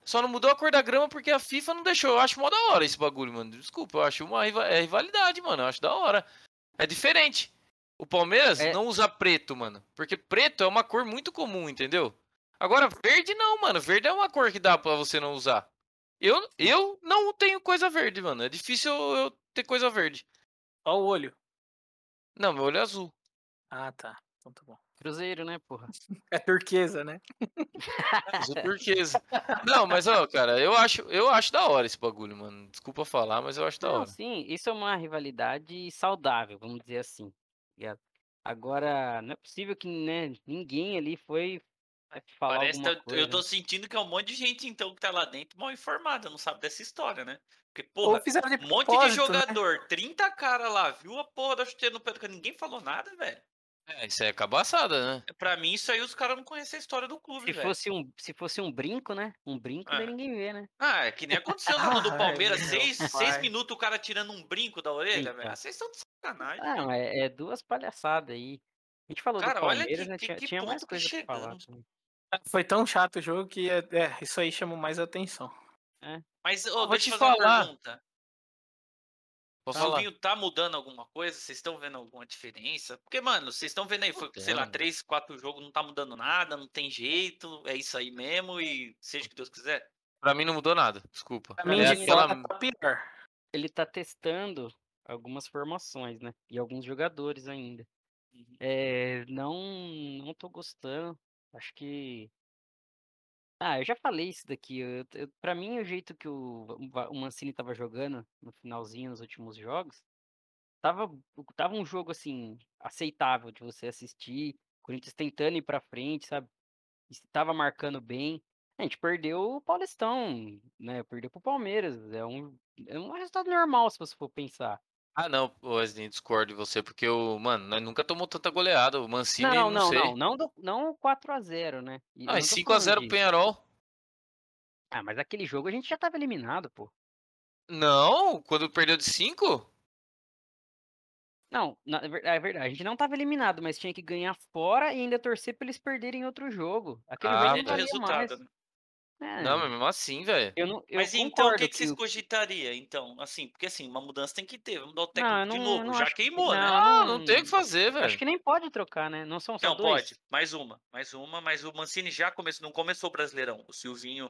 Speaker 3: só não mudou a cor da grama porque a FIFA não deixou. Eu acho mó da hora esse bagulho, mano. Desculpa, eu acho uma riva- é rivalidade, mano. Eu acho da hora. É diferente. O Palmeiras
Speaker 4: É.
Speaker 3: não usa preto, mano. Porque preto é uma cor muito comum, entendeu? Agora, verde não, mano. Verde é uma cor que dá pra você não usar. Eu, eu não tenho coisa verde, mano. É difícil eu eu ter coisa verde.
Speaker 1: Só o olho.
Speaker 3: Não, meu olho é azul.
Speaker 1: Ah, tá. Então tá bom.
Speaker 4: Cruzeiro, né, porra?
Speaker 1: É turquesa, né?
Speaker 3: Azul turquesa. Não, mas ó, cara, eu acho, eu acho da hora esse bagulho, mano. Desculpa falar, mas eu acho da
Speaker 4: Não,
Speaker 3: hora.
Speaker 4: sim, isso é uma rivalidade saudável, vamos dizer assim. tá ligado? Agora, não é possível que né, ninguém ali foi vai falar
Speaker 2: Parece que
Speaker 4: alguma
Speaker 2: eu,
Speaker 4: coisa.
Speaker 2: eu tô sentindo que é um monte de gente, então, que tá lá dentro mal informada, não sabe dessa história, né? Porque,
Speaker 1: Ou
Speaker 2: porra,
Speaker 1: fizeram de
Speaker 2: um monte de
Speaker 1: propósito, né?
Speaker 2: jogador, 30 cara lá, viu a porra da chuteira no pé do cara, ninguém falou nada, velho.
Speaker 3: É, isso aí é cabaçada, né?
Speaker 2: Pra mim, isso aí os caras não conhecem a história do
Speaker 4: Se
Speaker 2: clube, velho.
Speaker 4: fosse, um, se fosse um brinco, né? Um brinco,
Speaker 2: Ah.
Speaker 4: daí ninguém vê, né?
Speaker 2: Ah, é que nem aconteceu no gol do
Speaker 1: Ai,
Speaker 2: Palmeiras,
Speaker 1: meu
Speaker 2: seis, seis
Speaker 1: pai.
Speaker 2: minutos o cara tirando um brinco da orelha, velho.
Speaker 4: Então.
Speaker 2: Ah, Vocês estão de sacanagem.
Speaker 4: Ah, mas é, duas palhaçadas aí. A gente falou
Speaker 2: Cara,
Speaker 4: do
Speaker 2: olha
Speaker 4: Palmeiras,
Speaker 2: que-
Speaker 4: né?
Speaker 2: que-
Speaker 4: tinha,
Speaker 2: que
Speaker 4: tinha mais
Speaker 2: ponto que né?
Speaker 4: coisa pra falar.
Speaker 2: chegamos.
Speaker 4: também.
Speaker 1: Foi tão chato o jogo que é, é, isso aí chamou mais atenção.
Speaker 2: Mas, ô,
Speaker 3: vou
Speaker 2: deixa
Speaker 3: te
Speaker 2: eu fazer
Speaker 3: falar.
Speaker 2: uma pergunta.
Speaker 3: Vou
Speaker 2: O
Speaker 3: falar.
Speaker 2: Silvinho tá mudando alguma coisa? Vocês estão vendo alguma diferença? Porque, mano, vocês estão vendo aí, foi, sei lá,
Speaker 3: Mudando.
Speaker 2: três, quatro jogos, não tá mudando nada, não tem jeito, é isso aí mesmo e seja o que Deus quiser.
Speaker 3: Pra mim não mudou nada, desculpa.
Speaker 1: Pra mim,
Speaker 3: é
Speaker 1: de
Speaker 3: aquela...
Speaker 1: fora tá pior.
Speaker 4: ele tá testando algumas formações, né? E alguns jogadores ainda. É, não, não tô gostando. Acho que. Ah, eu já falei isso daqui. Eu, eu, pra mim, o jeito que o, Va- o Mancini tava jogando no finalzinho, nos últimos jogos, tava, tava um jogo, assim, aceitável de você assistir. O Corinthians tentando ir pra frente, sabe? E se Tava marcando bem. A gente perdeu o Paulistão, né? Perdeu pro Palmeiras. É um, é um resultado normal, se você for pensar.
Speaker 3: Ah, não, Wesley, discordo de você, porque o. Mano, nós nunca tomou tanta goleada. O Mancini, não,
Speaker 4: não, não,
Speaker 3: sei.
Speaker 4: não, não, do- não o 4x0, né? E
Speaker 3: Ah,
Speaker 4: não
Speaker 3: e
Speaker 4: tô
Speaker 3: 5x0
Speaker 4: falando
Speaker 3: pro
Speaker 4: disso.
Speaker 3: Penharol.
Speaker 4: Ah, mas aquele jogo a gente já tava eliminado, pô.
Speaker 3: Não, quando perdeu de 5?
Speaker 4: Não, na, é ver- é verdade, a gente não tava eliminado, mas tinha que ganhar fora e ainda torcer pra eles perderem outro jogo. Aquele
Speaker 3: Ah,
Speaker 4: jogo
Speaker 2: Depende
Speaker 4: não
Speaker 2: do
Speaker 3: tá.
Speaker 4: valia mais.
Speaker 2: resultado. né?
Speaker 4: É,
Speaker 3: Não, mas mesmo assim, velho.
Speaker 4: eu não, eu
Speaker 2: Mas então o
Speaker 4: concordo
Speaker 2: que, que vocês
Speaker 4: o-
Speaker 2: cogitariam, então? Assim, porque assim, uma mudança tem que ter. Vamos mudar o técnico
Speaker 4: Não, eu
Speaker 2: de
Speaker 4: não-
Speaker 2: novo.
Speaker 4: não
Speaker 2: Já
Speaker 4: acho que-
Speaker 2: queimou, né?
Speaker 3: Ah, não tem o que fazer,
Speaker 4: Acho
Speaker 3: velho.
Speaker 4: que nem pode trocar, né? Não são só
Speaker 2: É. Não,
Speaker 4: dois.
Speaker 2: pode. Mais uma, mais uma, mas o Mancini já começou, não começou o Brasileirão. O Silvinho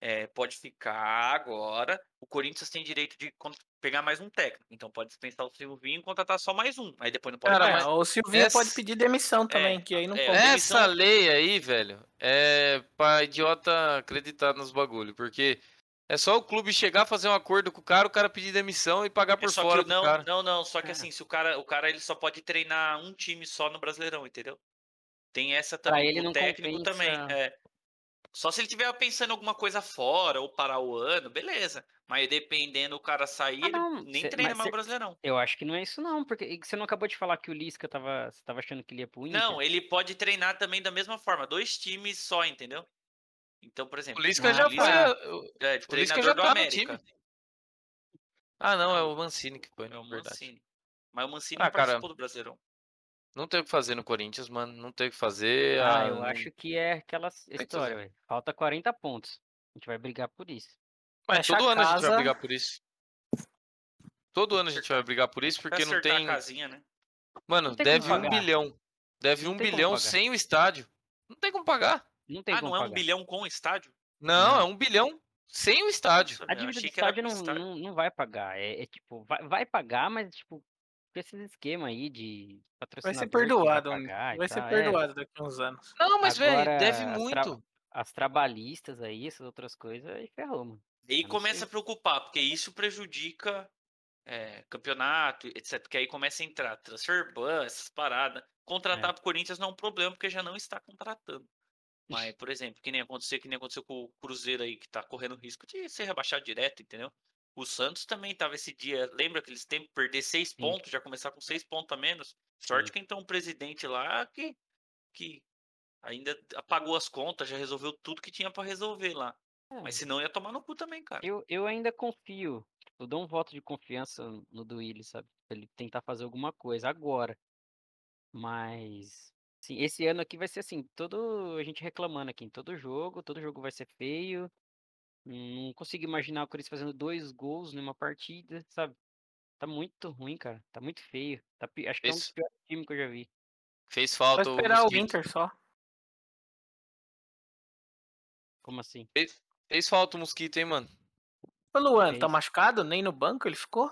Speaker 2: é, pode ficar agora. O Corinthians tem direito de con- pegar mais um técnico. Então pode dispensar o Silvinho e contratar só mais um. Aí depois não pode
Speaker 1: Cara,
Speaker 2: mais.
Speaker 3: mas
Speaker 1: o Silvinho
Speaker 3: essa-
Speaker 1: pode pedir demissão também, que aí não
Speaker 2: é,
Speaker 1: conta.
Speaker 2: é.
Speaker 3: Essa
Speaker 2: demissão-
Speaker 3: lei aí, velho, é pra idiota acreditar nos bagulho, porque é só o clube chegar, fazer um acordo com o cara, o cara pedir demissão e pagar
Speaker 2: É
Speaker 3: por
Speaker 2: só
Speaker 3: fora
Speaker 2: que
Speaker 3: do
Speaker 2: não,
Speaker 3: cara.
Speaker 2: não, não, só que
Speaker 4: É.
Speaker 2: assim, se o cara, o cara ele só pode treinar um time só no Brasileirão, entendeu? Tem essa
Speaker 4: Pra
Speaker 2: também,
Speaker 4: ele
Speaker 2: o
Speaker 4: não
Speaker 2: técnico
Speaker 4: compensa.
Speaker 2: também, é. Só se ele tiver pensando em alguma coisa fora ou parar o ano, beleza. Mas dependendo o cara sair,
Speaker 4: Ah,
Speaker 2: ele
Speaker 4: não,
Speaker 2: nem
Speaker 4: cê-
Speaker 2: treina
Speaker 4: mas
Speaker 2: mais
Speaker 4: cê-
Speaker 2: o Brasileirão.
Speaker 4: Eu acho que não é isso, não, porque e você não acabou de falar que o Lisca tava, você tava achando que ele ia pro Inter?
Speaker 2: Não, ele pode treinar também da mesma forma, dois times só, entendeu? Então, por
Speaker 3: O
Speaker 2: exemplo,
Speaker 3: Lisca
Speaker 4: Ah,
Speaker 3: já
Speaker 2: o
Speaker 3: foi.
Speaker 2: Lisca-
Speaker 3: a- o-
Speaker 2: é, de
Speaker 3: O Lisca já
Speaker 2: treinador do
Speaker 3: tá no time.
Speaker 2: América.
Speaker 3: Ah, não, é
Speaker 2: Não.
Speaker 3: o Mancini que foi,
Speaker 2: É
Speaker 3: na
Speaker 2: o
Speaker 3: verdade.
Speaker 2: Mancini. Mas o Mancini
Speaker 3: Ah,
Speaker 2: não
Speaker 3: cara.
Speaker 2: participou do Brasileirão.
Speaker 3: Não tem o que fazer no Corinthians, mano. Não tem o que fazer.
Speaker 4: Ah,
Speaker 3: ah,
Speaker 4: eu
Speaker 3: não-
Speaker 4: acho que é aquela s-
Speaker 3: que
Speaker 4: história, velho. Falta 40 pontos. A gente vai brigar por isso.
Speaker 3: Mas
Speaker 1: Fechar
Speaker 3: todo ano a gente vai
Speaker 1: casa.
Speaker 3: brigar por isso. Todo ano a gente vai brigar por isso,
Speaker 2: Pra
Speaker 3: porque não
Speaker 2: acertar
Speaker 3: tem.
Speaker 2: a casinha, né?
Speaker 3: Mano,
Speaker 4: Não tem como
Speaker 3: deve um
Speaker 4: pagar.
Speaker 3: bilhão. Deve
Speaker 4: Não
Speaker 3: um
Speaker 4: tem como
Speaker 3: bilhão
Speaker 4: pagar.
Speaker 3: sem o estádio. Não tem como pagar.
Speaker 4: Não tem
Speaker 2: Ah,
Speaker 4: como
Speaker 2: não é um
Speaker 4: pagar.
Speaker 2: bilhão com o estádio?
Speaker 3: Não,
Speaker 4: Não.
Speaker 3: é um bilhão sem o estádio.
Speaker 4: A
Speaker 2: Eu
Speaker 4: dívida do
Speaker 2: achei que era
Speaker 4: estádio
Speaker 2: com
Speaker 4: não, não, não vai pagar. É, é tipo, vai, vai pagar, mas tipo, com esses esquemas aí de
Speaker 1: Vai
Speaker 4: patrocinador
Speaker 1: ser
Speaker 4: que vai
Speaker 1: perdoado, amigo.
Speaker 4: pagar e
Speaker 1: vai ser
Speaker 4: tal, é,
Speaker 1: perdoado daqui a uns anos.
Speaker 3: Não, mas, velho, deve
Speaker 4: Agora,
Speaker 3: muito.
Speaker 4: tra- as trabalhistas aí, essas outras coisas, aí ferrou, mano.
Speaker 2: Aí
Speaker 4: Ah, não
Speaker 2: começa
Speaker 4: sei.
Speaker 2: a preocupar, porque isso prejudica é, campeonato, etc. Porque aí começa a entrar transfer ban, essas
Speaker 4: É.
Speaker 2: paradas. Contratar pro Corinthians não é um problema, porque já não está contratando. Mas, por exemplo, que nem aconteceu, que nem aconteceu com o Cruzeiro aí, que tá correndo risco de ser rebaixado direto, entendeu? O Santos também tava esse dia, lembra aqueles tempos, perder seis pontos, já começar com seis pontos a menos. Sorte que então o presidente lá que, que ainda apagou as contas, já resolveu tudo que tinha pra resolver lá.
Speaker 4: É,
Speaker 2: Mas senão ia tomar no cu também, cara.
Speaker 4: eu, eu ainda confio. Eu dou um voto de confiança no Duílio, sabe? Pra ele tentar fazer alguma coisa agora. Mas. Sim, esse ano aqui vai ser assim, todo a gente reclamando aqui em todo jogo, todo jogo vai ser feio. Não consigo imaginar o Corinthians fazendo dois gols numa partida, sabe? Tá muito ruim, cara. Tá muito feio. Tá, pi- acho que é um dos
Speaker 3: Esse-
Speaker 4: piores times que eu já vi.
Speaker 3: Fez
Speaker 1: Só
Speaker 3: falta o
Speaker 1: esperar o
Speaker 3: Mosquito.
Speaker 1: Inter só.
Speaker 4: Como assim?
Speaker 3: Fez falta o Mosquito, hein, mano.
Speaker 4: Né,
Speaker 1: O Luan tá
Speaker 4: Fez.
Speaker 1: machucado? Nem no banco ele ficou?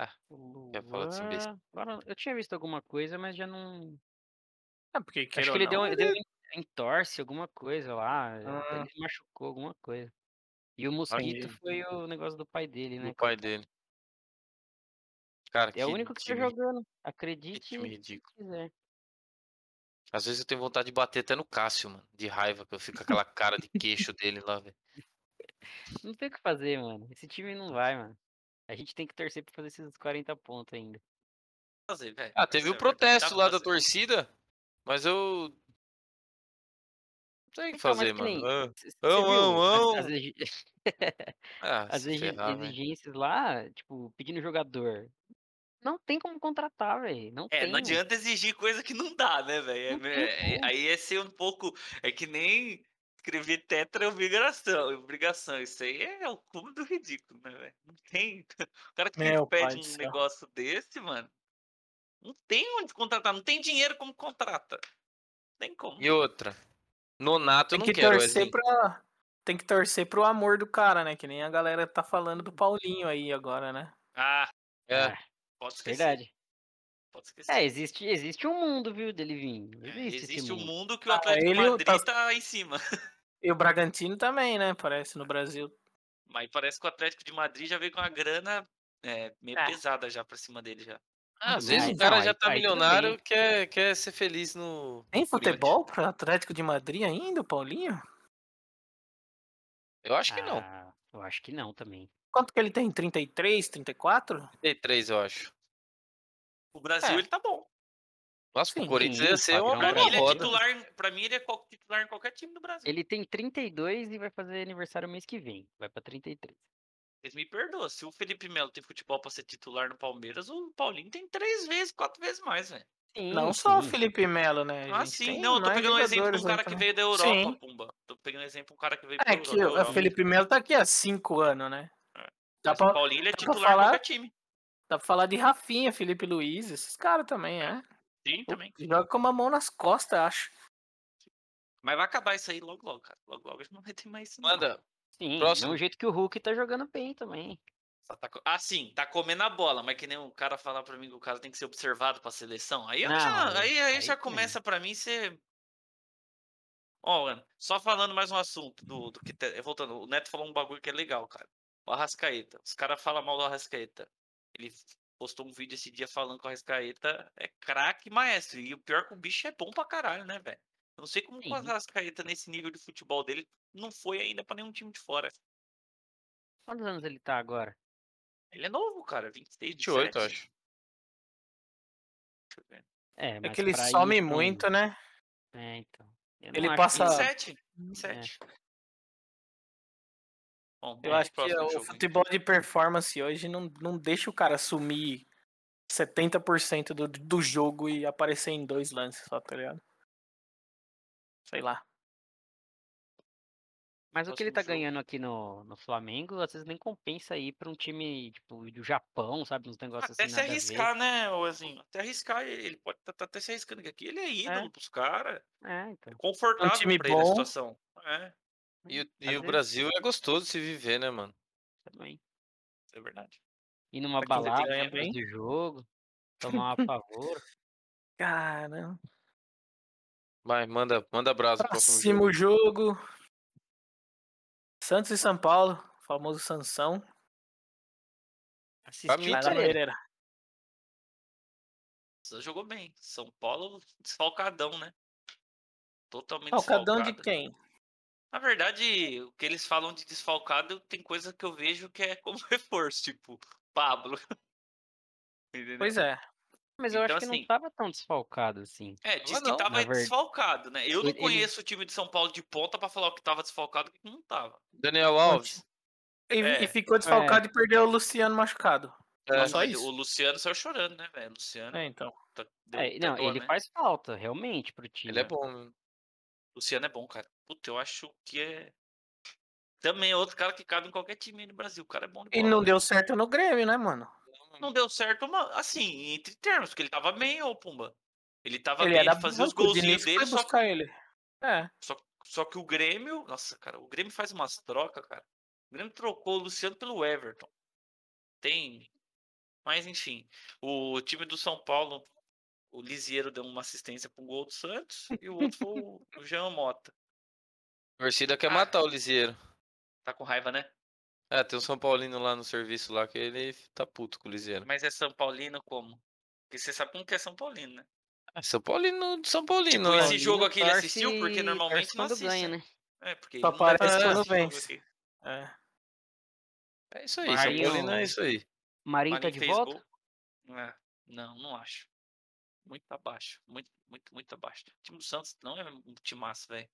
Speaker 3: Já fala desse imbecil.
Speaker 4: Luan- Agora, eu tinha visto alguma coisa, mas já não.
Speaker 1: É, porque queira
Speaker 4: acho que
Speaker 1: ou
Speaker 4: ele
Speaker 1: não,
Speaker 4: deu, um- ele deu en- entorse, alguma coisa lá.
Speaker 1: Ah.
Speaker 4: Ele machucou alguma coisa. E o mosquito
Speaker 1: Entendi.
Speaker 4: foi o negócio do pai dele, né?
Speaker 3: O pai
Speaker 4: coitado?
Speaker 3: dele. Cara,
Speaker 4: É o único que tá
Speaker 3: time-
Speaker 4: jogando.
Speaker 3: que
Speaker 4: Acredite
Speaker 3: time
Speaker 4: se
Speaker 3: ridículo.
Speaker 4: quiser.
Speaker 3: Às vezes eu tenho vontade de bater até no Cássio, mano. De raiva, que eu fico com aquela cara de queixo dele lá, velho.
Speaker 4: Não tem o que fazer, mano. Esse time não vai, mano. A gente tem que torcer pra fazer esses 40 pontos ainda.
Speaker 2: fazer, velho.
Speaker 3: Ah, teve
Speaker 2: Essa
Speaker 3: o
Speaker 2: é a
Speaker 3: protesto
Speaker 4: Tá
Speaker 2: verdade,
Speaker 3: lá
Speaker 2: dá pra
Speaker 3: da
Speaker 2: fazer.
Speaker 3: torcida, mas eu. Não tem o que
Speaker 4: Então, mas
Speaker 3: fazer,
Speaker 4: que
Speaker 3: mano.
Speaker 4: nem-
Speaker 3: Ah,
Speaker 4: C- c-
Speaker 3: Ão,
Speaker 4: Você viu
Speaker 3: ão,
Speaker 4: as,
Speaker 3: ão.
Speaker 4: as exi-
Speaker 3: Ah,
Speaker 4: as
Speaker 3: se
Speaker 4: exi-
Speaker 3: ferrar, velho.
Speaker 4: exigências lá, tipo, pedindo jogador. Não tem como contratar, velho. Não
Speaker 2: É,
Speaker 4: tem.
Speaker 2: não
Speaker 4: mano.
Speaker 2: adianta exigir coisa que não dá, né,
Speaker 4: Não
Speaker 2: velho? É,
Speaker 4: tem
Speaker 2: é- é-
Speaker 4: como.
Speaker 2: aí é ser um pouco. É que nem escrever tetra é obrigação. é obrigação. Isso aí é o cúmulo do ridículo, né, velho? Não tem. O cara que
Speaker 1: Meu pai
Speaker 2: pede
Speaker 1: do
Speaker 2: um
Speaker 1: céu.
Speaker 2: negócio desse, mano, não tem onde contratar, não tem dinheiro como contrata. Não tem como.
Speaker 3: E outra. Nonato eu
Speaker 1: Tem
Speaker 3: não
Speaker 1: que
Speaker 3: quero, é assim,
Speaker 1: torcer
Speaker 3: Wesley.
Speaker 1: pra. tem que torcer pro amor do cara, né? Que nem a galera tá falando do Paulinho aí agora, né?
Speaker 2: Ah,
Speaker 3: É,
Speaker 4: Ah,
Speaker 2: pode esquecer.
Speaker 4: verdade.
Speaker 2: Pode esquecer.
Speaker 4: É, existe, existe um mundo, viu, dele vir.
Speaker 2: É,
Speaker 4: Existe, esse
Speaker 2: existe um
Speaker 4: mundo.
Speaker 2: mundo que o
Speaker 1: Ah,
Speaker 2: Atlético
Speaker 1: ele e o
Speaker 2: Madrid
Speaker 1: Tas-
Speaker 2: tá em cima.
Speaker 1: E o Bragantino também, né? Parece no Brasil.
Speaker 2: Mas parece que o Atlético de Madrid já veio com uma grana é, meio
Speaker 1: É.
Speaker 2: pesada já pra cima dele já.
Speaker 3: Ah, às
Speaker 1: Ah,
Speaker 3: vezes o
Speaker 1: então,
Speaker 3: cara
Speaker 4: aí-
Speaker 3: já tá
Speaker 4: aí tudo
Speaker 3: milionário,
Speaker 4: bem.
Speaker 3: quer, quer ser feliz no.
Speaker 1: Tem
Speaker 3: é Curioso.
Speaker 1: futebol pro Atlético de Madrid ainda, o Paulinho?
Speaker 3: Eu acho que não.
Speaker 4: Ah, eu acho que não também.
Speaker 1: Quanto que ele tem? 33, 34?
Speaker 3: 33, eu acho.
Speaker 2: O Brasil,
Speaker 1: É.
Speaker 2: ele tá bom.
Speaker 3: Nossa, o
Speaker 1: Sim,
Speaker 3: Corinthians
Speaker 4: sim,
Speaker 3: ia ser Tá uma
Speaker 4: padrão
Speaker 2: Pra
Speaker 4: Não,
Speaker 2: mim,
Speaker 3: boa
Speaker 2: ele é
Speaker 4: Brasil.
Speaker 3: roda.
Speaker 2: titular, em- pra mim, ele é qual- titular em qualquer time do Brasil.
Speaker 4: Ele tem 32 e vai fazer aniversário mês que vem. Vai pra 33.
Speaker 2: Vocês me perdoam. Se o Felipe Melo tem futebol pra ser titular no Palmeiras, o Paulinho tem três vezes, quatro vezes mais, velho.
Speaker 4: Sim,
Speaker 1: Não só o
Speaker 4: sim.
Speaker 1: Felipe Melo, né?
Speaker 2: Ah,
Speaker 1: gente?
Speaker 2: sim.
Speaker 1: Tem
Speaker 2: Não, eu tô
Speaker 1: mais
Speaker 2: pegando um exemplo de um
Speaker 1: jogadores aí
Speaker 2: cara que
Speaker 1: também.
Speaker 2: veio da Europa,
Speaker 1: Sim.
Speaker 2: Pumba. Tô pegando um exemplo de um cara que veio
Speaker 1: É
Speaker 2: da
Speaker 1: que
Speaker 2: Euro-
Speaker 1: o
Speaker 2: Europa.
Speaker 1: Felipe Melo tá aqui há 5 anos, né?
Speaker 2: É.
Speaker 1: Dá
Speaker 2: Mas o
Speaker 1: pra,
Speaker 2: Paulinho, ele é
Speaker 1: dá pra
Speaker 2: titular em
Speaker 1: falar?
Speaker 2: qualquer time.
Speaker 1: dá pra falar de Rafinha, Felipe Luiz, esses caras também, é.
Speaker 2: Sim, também.
Speaker 1: Joga com uma mão nas costas, acho.
Speaker 2: Mas vai acabar isso aí logo, logo, cara. Logo, logo a gente não vai ter mais isso. não.
Speaker 3: Manda.
Speaker 4: Sim,
Speaker 3: Próximo.
Speaker 4: é um jeito que o Hulk tá jogando bem também.
Speaker 2: Só tá co- Ah, sim, tá comendo a bola, mas que nem o cara falar pra mim que o cara tem que ser observado pra seleção. Aí eu
Speaker 4: Não,
Speaker 2: já,
Speaker 4: aí-
Speaker 2: aí, aí
Speaker 4: aí
Speaker 2: já
Speaker 4: também.
Speaker 2: começa pra mim ser. Ó, mano, só falando mais um assunto do, do que. te- Voltando, o Neto falou um bagulho que é legal, cara. O Arrascaeta. Os caras falam mal do Arrascaeta. Ele postou um vídeo esse dia falando que o Arrascaeta é craque maestro. E o pior é que o bicho é bom pra caralho, né, velho? Eu não sei como que o
Speaker 4: Sim.
Speaker 2: Arrascaeta, nesse nível de futebol dele, não foi ainda pra nenhum time de fora.
Speaker 4: Quantos anos ele tá agora?
Speaker 2: Ele é novo, cara, 26,
Speaker 3: 28,
Speaker 2: 27.
Speaker 3: eu acho.
Speaker 2: Deixa eu ver.
Speaker 4: É,
Speaker 1: É
Speaker 4: mas
Speaker 1: que ele
Speaker 4: pra ir
Speaker 1: some
Speaker 4: pra um-
Speaker 1: muito, né?
Speaker 4: É, então. Eu
Speaker 1: Ele
Speaker 4: não acho
Speaker 1: passa-
Speaker 4: que-
Speaker 2: 27. 27. Bom,
Speaker 1: Eu
Speaker 2: vamos
Speaker 1: acho
Speaker 2: pro
Speaker 1: que é
Speaker 2: é próximo
Speaker 1: o
Speaker 2: jogo, hein?
Speaker 1: futebol de performance hoje não, não deixa o cara sumir 70% do, do jogo e aparecer em dois lances só, tá ligado? Sei lá.
Speaker 4: Mas o que ele tá
Speaker 2: Próximo jogo.
Speaker 4: ganhando aqui no, no Flamengo, às vezes nem compensa ir pra um time, tipo, do Japão, sabe? Uns
Speaker 1: um
Speaker 4: negócios
Speaker 2: Até
Speaker 4: assim,
Speaker 2: se
Speaker 4: nada a
Speaker 2: arriscar, né, ô, assim, até arriscar, ele ele pode estar até se arriscando que aqui. Ele é ídolo pros caras.
Speaker 4: ver. É, então.
Speaker 2: Confortável
Speaker 1: um time
Speaker 2: pra ele a
Speaker 1: bom.
Speaker 2: situação. É, isso
Speaker 3: E o, e
Speaker 4: Às
Speaker 3: o
Speaker 4: vezes-
Speaker 3: Brasil é gostoso de se viver, né, mano?
Speaker 4: Também.
Speaker 2: é verdade.
Speaker 4: Ir numa
Speaker 1: Pra quem tá
Speaker 4: balada
Speaker 1: ganhando
Speaker 4: depois
Speaker 1: bem.
Speaker 4: do jogo, tomar um uma pavor.
Speaker 1: Caramba.
Speaker 3: Vai, manda, manda abraço pro próximo jogo.
Speaker 1: Próximo jogo. Santos e São Paulo. Famoso Sansão.
Speaker 4: Assistir
Speaker 1: Vai lá,
Speaker 3: tá
Speaker 1: né?
Speaker 4: cara,
Speaker 1: Pereira.
Speaker 2: Só jogou bem. São Paulo desfalcadão, né? Totalmente
Speaker 1: Falcadão de
Speaker 2: desfalcado.
Speaker 1: quem?
Speaker 2: Na verdade, o que eles falam de desfalcado, tem coisa que eu vejo que é como reforço, tipo, Pablo. Entendeu?
Speaker 1: Pois é.
Speaker 4: mas eu
Speaker 2: Então,
Speaker 4: acho que
Speaker 2: assim-
Speaker 4: não tava tão desfalcado assim.
Speaker 2: É, diz
Speaker 3: não,
Speaker 2: que tava
Speaker 4: na verdade.
Speaker 2: desfalcado, né? Eu não
Speaker 4: Ele- ele-
Speaker 2: conheço o time de São Paulo de ponta pra falar o que tava desfalcado e o que não tava.
Speaker 3: Daniel Alves.
Speaker 1: E,
Speaker 2: É.
Speaker 1: e ficou desfalcado e perdeu o Luciano machucado.
Speaker 3: É,
Speaker 1: Mas só
Speaker 2: Mas
Speaker 1: isso.
Speaker 2: O Luciano saiu chorando, né, velho? O Luciano.
Speaker 1: É, então.
Speaker 2: tá- deu
Speaker 4: É,
Speaker 2: muita
Speaker 4: não,
Speaker 2: dor,
Speaker 4: ele
Speaker 2: né?
Speaker 4: faz falta, realmente, pro time.
Speaker 3: ele é bom, mano.
Speaker 2: Luciano é bom, cara. Puta, eu acho que é. Também é outro cara que cabe em qualquer time aí no Brasil. O cara é bom de
Speaker 1: E
Speaker 2: bola,
Speaker 1: não
Speaker 2: velho.
Speaker 1: deu certo no Grêmio, né, mano?
Speaker 2: Não deu certo, uma- assim, entre termos, porque ele tava bem, ô Pumba. Ele tava
Speaker 1: Ele
Speaker 2: bem,
Speaker 1: era
Speaker 2: ele fazia os
Speaker 1: banco, o
Speaker 2: golzinhos
Speaker 1: Diniz foi
Speaker 2: dele, só,
Speaker 1: buscar ele. É.
Speaker 2: só, só que o Grêmio. Nossa, cara, o Grêmio faz umas trocas, cara. O Grêmio trocou o Luciano pelo Everton. Tem. Mas enfim, o time do São Paulo, o Lisieiro deu uma assistência para um gol do Santos e o outro foi o o Jean Mota.
Speaker 3: A torcida quer
Speaker 2: Ah.
Speaker 3: matar o Lisieiro.
Speaker 2: Tá com raiva, né?
Speaker 3: É, tem um São Paulino lá no serviço lá que ele tá puto com o Lisieiro.
Speaker 2: Mas é São Paulino como? Porque você sabe como que é São Paulino, né?
Speaker 3: Ah, São Paulino, São Paulino,
Speaker 4: Tipo
Speaker 3: né?
Speaker 2: esse jogo aqui ele
Speaker 4: Torce-
Speaker 2: assistiu? Porque normalmente
Speaker 4: torce
Speaker 2: não
Speaker 4: quando
Speaker 2: assiste,
Speaker 4: ganha,
Speaker 2: né?
Speaker 4: né?
Speaker 2: É, porque
Speaker 1: Só
Speaker 2: ele não deve
Speaker 1: aparece
Speaker 2: ter
Speaker 3: quando
Speaker 2: assistido esse jogo
Speaker 1: vence.
Speaker 2: aqui.
Speaker 1: é.
Speaker 3: É isso aí,
Speaker 4: Marinho-
Speaker 3: São Paulino é isso aí.
Speaker 4: Marinho tá
Speaker 2: Marinho
Speaker 4: de
Speaker 2: fez
Speaker 4: volta?
Speaker 2: gol. É, não, não acho. Muito abaixo. Muito, muito, muito abaixo. O time do Santos não é um time massa, velho.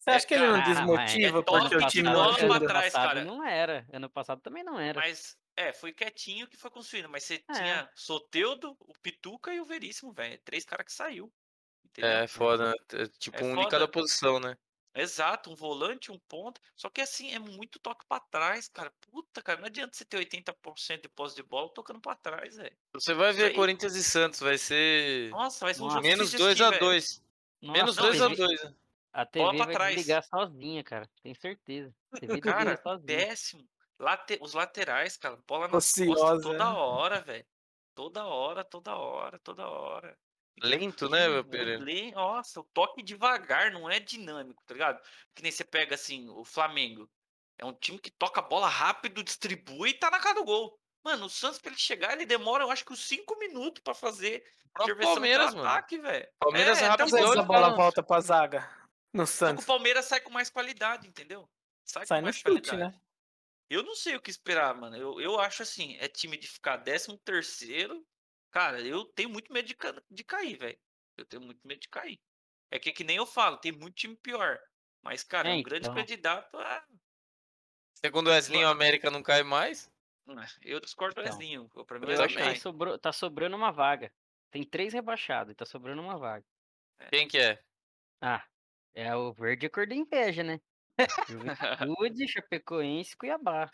Speaker 1: Você acha que ele não
Speaker 4: Ah, mas
Speaker 1: desmotiva
Speaker 2: é
Speaker 1: porque o time
Speaker 2: top de
Speaker 1: não
Speaker 2: bola pra
Speaker 1: ajuda?
Speaker 2: trás.
Speaker 4: passado
Speaker 2: cara.
Speaker 4: não era. Ano passado também não era.
Speaker 2: Mas, é, foi quietinho que foi construindo. Mas
Speaker 3: É.
Speaker 2: você tinha Soteudo, o Pituca e o Veríssimo, velho. Três caras que saiu. Entendeu?
Speaker 3: É foda, né? É tipo
Speaker 2: É
Speaker 3: um de
Speaker 2: foda.
Speaker 3: cada posição, né?
Speaker 2: Exato, um volante, um ponto. Só que assim, é muito toque pra trás, cara. Puta, cara, não adianta você ter 80% de posse de bola tocando pra trás, velho.
Speaker 3: Você vai ver
Speaker 2: aí.
Speaker 3: Corinthians e Santos, vai ser
Speaker 2: Nossa, vai ser um
Speaker 4: Nossa.
Speaker 2: jogo
Speaker 3: menos
Speaker 2: difícil de assistir, velho.
Speaker 3: 2x2.
Speaker 4: Nossa,
Speaker 3: Menos
Speaker 2: não,
Speaker 3: 2
Speaker 4: teve-
Speaker 3: a 2
Speaker 4: A
Speaker 2: Bola
Speaker 4: TV
Speaker 2: pra
Speaker 4: vai
Speaker 2: trás.
Speaker 4: desligar sozinha, cara. Tenho certeza. A TV desliga
Speaker 2: Cara,
Speaker 4: sozinha.
Speaker 2: péssimo. Late- Os laterais, cara, bola na costa
Speaker 1: Ociosa,
Speaker 2: toda
Speaker 1: né?
Speaker 2: hora, velho. Toda hora, toda hora, toda hora.
Speaker 3: Lento, né, meu
Speaker 2: Sim,
Speaker 3: Pereira?
Speaker 2: le- Nossa, o toque devagar não é dinâmico, tá ligado? Que nem você pega assim, o Flamengo. É um time que toca a bola rápido, distribui e tá na cara do gol. Mano, o Santos, pra ele chegar, ele demora, eu acho que uns 5 minutos pra fazer
Speaker 3: Próprio
Speaker 2: intervenção
Speaker 3: Palmeiras,
Speaker 2: de
Speaker 3: mano.
Speaker 2: ataque, velho.
Speaker 3: Palmeiras
Speaker 2: é,
Speaker 3: é
Speaker 2: até
Speaker 3: rápido,
Speaker 2: o
Speaker 1: Às vezes
Speaker 3: olho,
Speaker 1: a
Speaker 2: Palmeiras-
Speaker 1: bola
Speaker 3: não.
Speaker 1: volta pra zaga no
Speaker 2: só que O
Speaker 1: Santos.
Speaker 2: Palmeiras sai com mais qualidade, entendeu? Sai,
Speaker 1: Sai
Speaker 2: com
Speaker 1: no
Speaker 2: mais
Speaker 1: chute,
Speaker 2: qualidade.
Speaker 1: né?
Speaker 2: Eu não sei o que esperar, mano. Eu, eu acho assim, é time de ficar 13 terceiro. Cara, eu tenho muito medo de, ca- de cair, velho. Eu tenho muito medo de cair. É que, é que nem eu falo, tem muito time pior. Mas, cara, é um grande
Speaker 4: Então.
Speaker 2: candidato é, a...
Speaker 3: Segundo o Wesley, o América não cai mais.
Speaker 2: né, Eu discordo do
Speaker 4: Então.
Speaker 2: Wesley. eu- Pra mim, o
Speaker 4: Eu
Speaker 3: Mas
Speaker 4: acho
Speaker 2: Wesley
Speaker 4: que
Speaker 3: também.
Speaker 2: cai.
Speaker 4: aí sobrou, tá sobrando uma vaga. Tem três rebaixados e tá sobrando uma vaga.
Speaker 3: Quem que é?
Speaker 4: Ah, é o verde a cor da inveja, né? Juventude, Chapecoense e Cuiabá.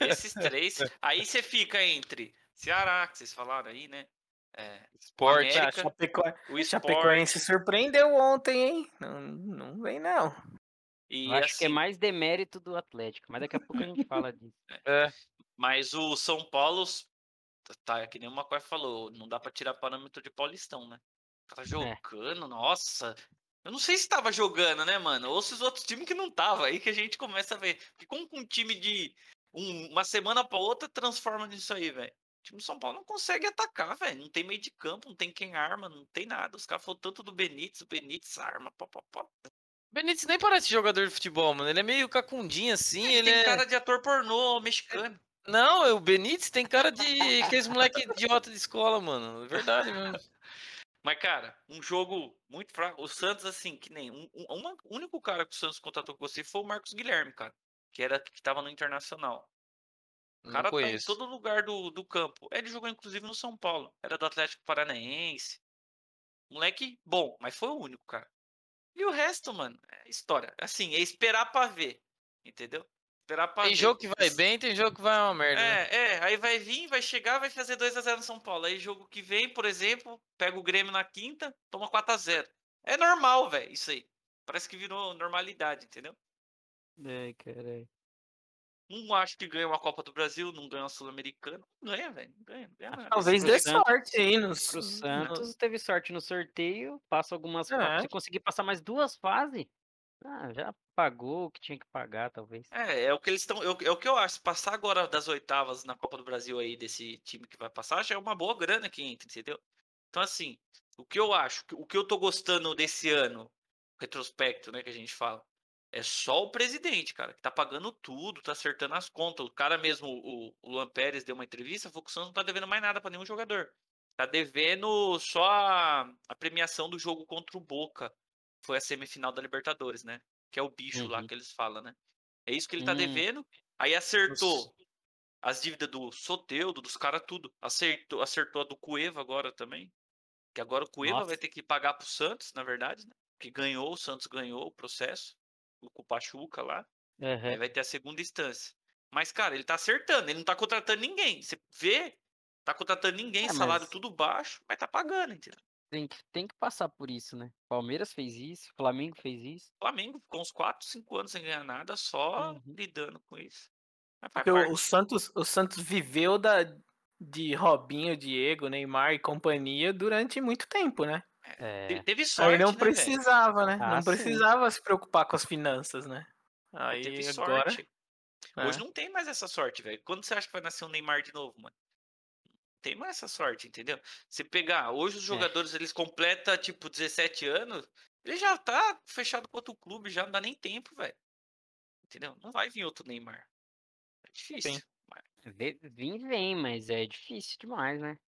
Speaker 2: Esses três. Aí você fica entre Ceará, que vocês falaram aí, né? É,
Speaker 3: Sport.
Speaker 1: Ah,
Speaker 2: América,
Speaker 1: Chapeco...
Speaker 2: o Sport.
Speaker 1: Chapecoense surpreendeu ontem, hein? Não, não vem, não.
Speaker 2: E
Speaker 4: Eu acho que é
Speaker 2: assim,
Speaker 4: mais demérito do Atlético, mas daqui a pouco a gente fala disso.
Speaker 3: É.
Speaker 2: Mas o São Paulo, s- tá- tá, é que nem o Macoy falou, não dá pra tirar parâmetro de Paulistão, né? Tava
Speaker 3: É.
Speaker 2: jogando, nossa. Eu não sei se tava jogando, né, mano? Ou se os outros times que não tava, aí que a gente começa a ver. Porque como que um time de um- uma semana pra outra transforma nisso aí, velho? O time do São Paulo não consegue atacar, velho. Não tem meio de campo, não tem quem arma, não tem nada. Os caras falam tanto do Benítez, o Benítez arma, pó, pó, pó.
Speaker 3: Benítez nem parece jogador de futebol, mano. Ele é meio cacundinho assim.
Speaker 2: Ele
Speaker 3: Ele
Speaker 2: tem
Speaker 3: é...
Speaker 2: cara de ator pornô mexicano.
Speaker 3: Não, é, o Benítez tem cara de aqueles moleque idiota de escola, mano. É verdade mesmo.
Speaker 2: Mas, cara, um jogo muito fraco. O Santos, assim, que nem. Um, um- uma- o único cara que o Santos contratou com você foi o Marcos Guilherme, cara. Que era que tava no Internacional. O
Speaker 3: Não
Speaker 2: cara tá em
Speaker 3: conheço.
Speaker 2: todo lugar do, do campo. Ele jogou, inclusive, no São Paulo. Era do Atlético Paranaense. Moleque bom, mas foi o único, cara. E o resto, mano, é história. Assim, é esperar pra ver. Entendeu? Esperar pra
Speaker 3: Tem
Speaker 2: ver.
Speaker 3: jogo que vai bem, tem jogo que vai uma merda. né?
Speaker 2: É, é, aí vai vir, vai chegar, vai fazer 2x0 no São Paulo. Aí jogo que vem, por exemplo, pega o Grêmio na quinta, toma 4x0. É normal, velho, isso aí. Parece que virou normalidade, entendeu?
Speaker 4: Ai, caralho.
Speaker 2: Não acho que ganha uma Copa do Brasil, não ganha uma Sul-Americana. Não ganha, velho, não ganha. Não ganha nada.
Speaker 1: Talvez
Speaker 4: pro
Speaker 1: dê
Speaker 4: Santos-
Speaker 1: sorte aí no
Speaker 4: Pro Santos teve sorte no sorteio, passa algumas.
Speaker 1: É.
Speaker 4: fases. Se conseguir passar mais duas fases, ah, já pagou o que tinha que pagar, talvez.
Speaker 2: É, é o que eles estão. É, o- é o que eu acho. Se passar agora das oitavas na Copa do Brasil aí, desse time que vai passar, já é uma boa grana que entra, entendeu? Então, assim, o que eu acho, o que eu tô gostando desse ano, retrospecto, né, que a gente fala, é só o presidente, cara, que tá pagando tudo, tá acertando as contas. O cara mesmo, o, o Luan Pérez, deu uma entrevista, falou que o Santos não tá devendo mais nada pra nenhum jogador. Tá devendo só a, a premiação do jogo contra o Boca. Foi a semifinal da Libertadores, né? Que é o bicho lá
Speaker 4: Uhum.
Speaker 2: que eles falam, né? É isso que ele tá
Speaker 4: Hum.
Speaker 2: devendo. Aí acertou as dívidas do Soteudo, dos caras, tudo. Acertou, acertou a do Cueva agora também. Que agora o Cueva
Speaker 4: Nossa.
Speaker 2: vai ter que pagar pro Santos, na verdade, né? Que ganhou, o Santos ganhou o processo. Com o Pachuca lá.
Speaker 4: Aham.
Speaker 2: Aí vai ter a segunda instância. Mas, cara, ele tá acertando, ele não tá contratando ninguém. Você vê, tá contratando ninguém,
Speaker 4: É,
Speaker 2: salário
Speaker 4: mas-
Speaker 2: tudo baixo, mas tá pagando, entendeu?
Speaker 4: Tem que, tem que passar por isso, né? Palmeiras fez isso, Flamengo fez isso.
Speaker 2: O Flamengo ficou uns 4, 5 anos sem ganhar nada, só
Speaker 4: Uhum.
Speaker 2: lidando com isso. Mas faz
Speaker 1: Porque o,
Speaker 2: parte.
Speaker 1: o Santos, o Santos viveu da, de Robinho, Diego, Neymar e companhia durante muito tempo, né?
Speaker 2: Te-
Speaker 4: É,
Speaker 2: Teve sorte,
Speaker 1: Aí não
Speaker 2: né, velho?
Speaker 1: precisava, né?
Speaker 4: Ah,
Speaker 1: não
Speaker 4: sim.
Speaker 1: precisava se preocupar com as finanças, né? Aí
Speaker 2: Teve
Speaker 1: agora.
Speaker 2: sorte. Hoje
Speaker 1: né?
Speaker 2: não tem mais essa sorte, velho. Quando você acha que vai nascer um Neymar de novo, mano? Não Tem mais essa sorte, entendeu? Você pegar, hoje os
Speaker 1: É.
Speaker 2: jogadores, eles completam, tipo, 17 anos, ele já tá fechado com outro clube, já não dá nem tempo, velho. Entendeu? Não vai vir outro Neymar. É difícil.
Speaker 4: vê- vem, vem, mas é difícil demais, né?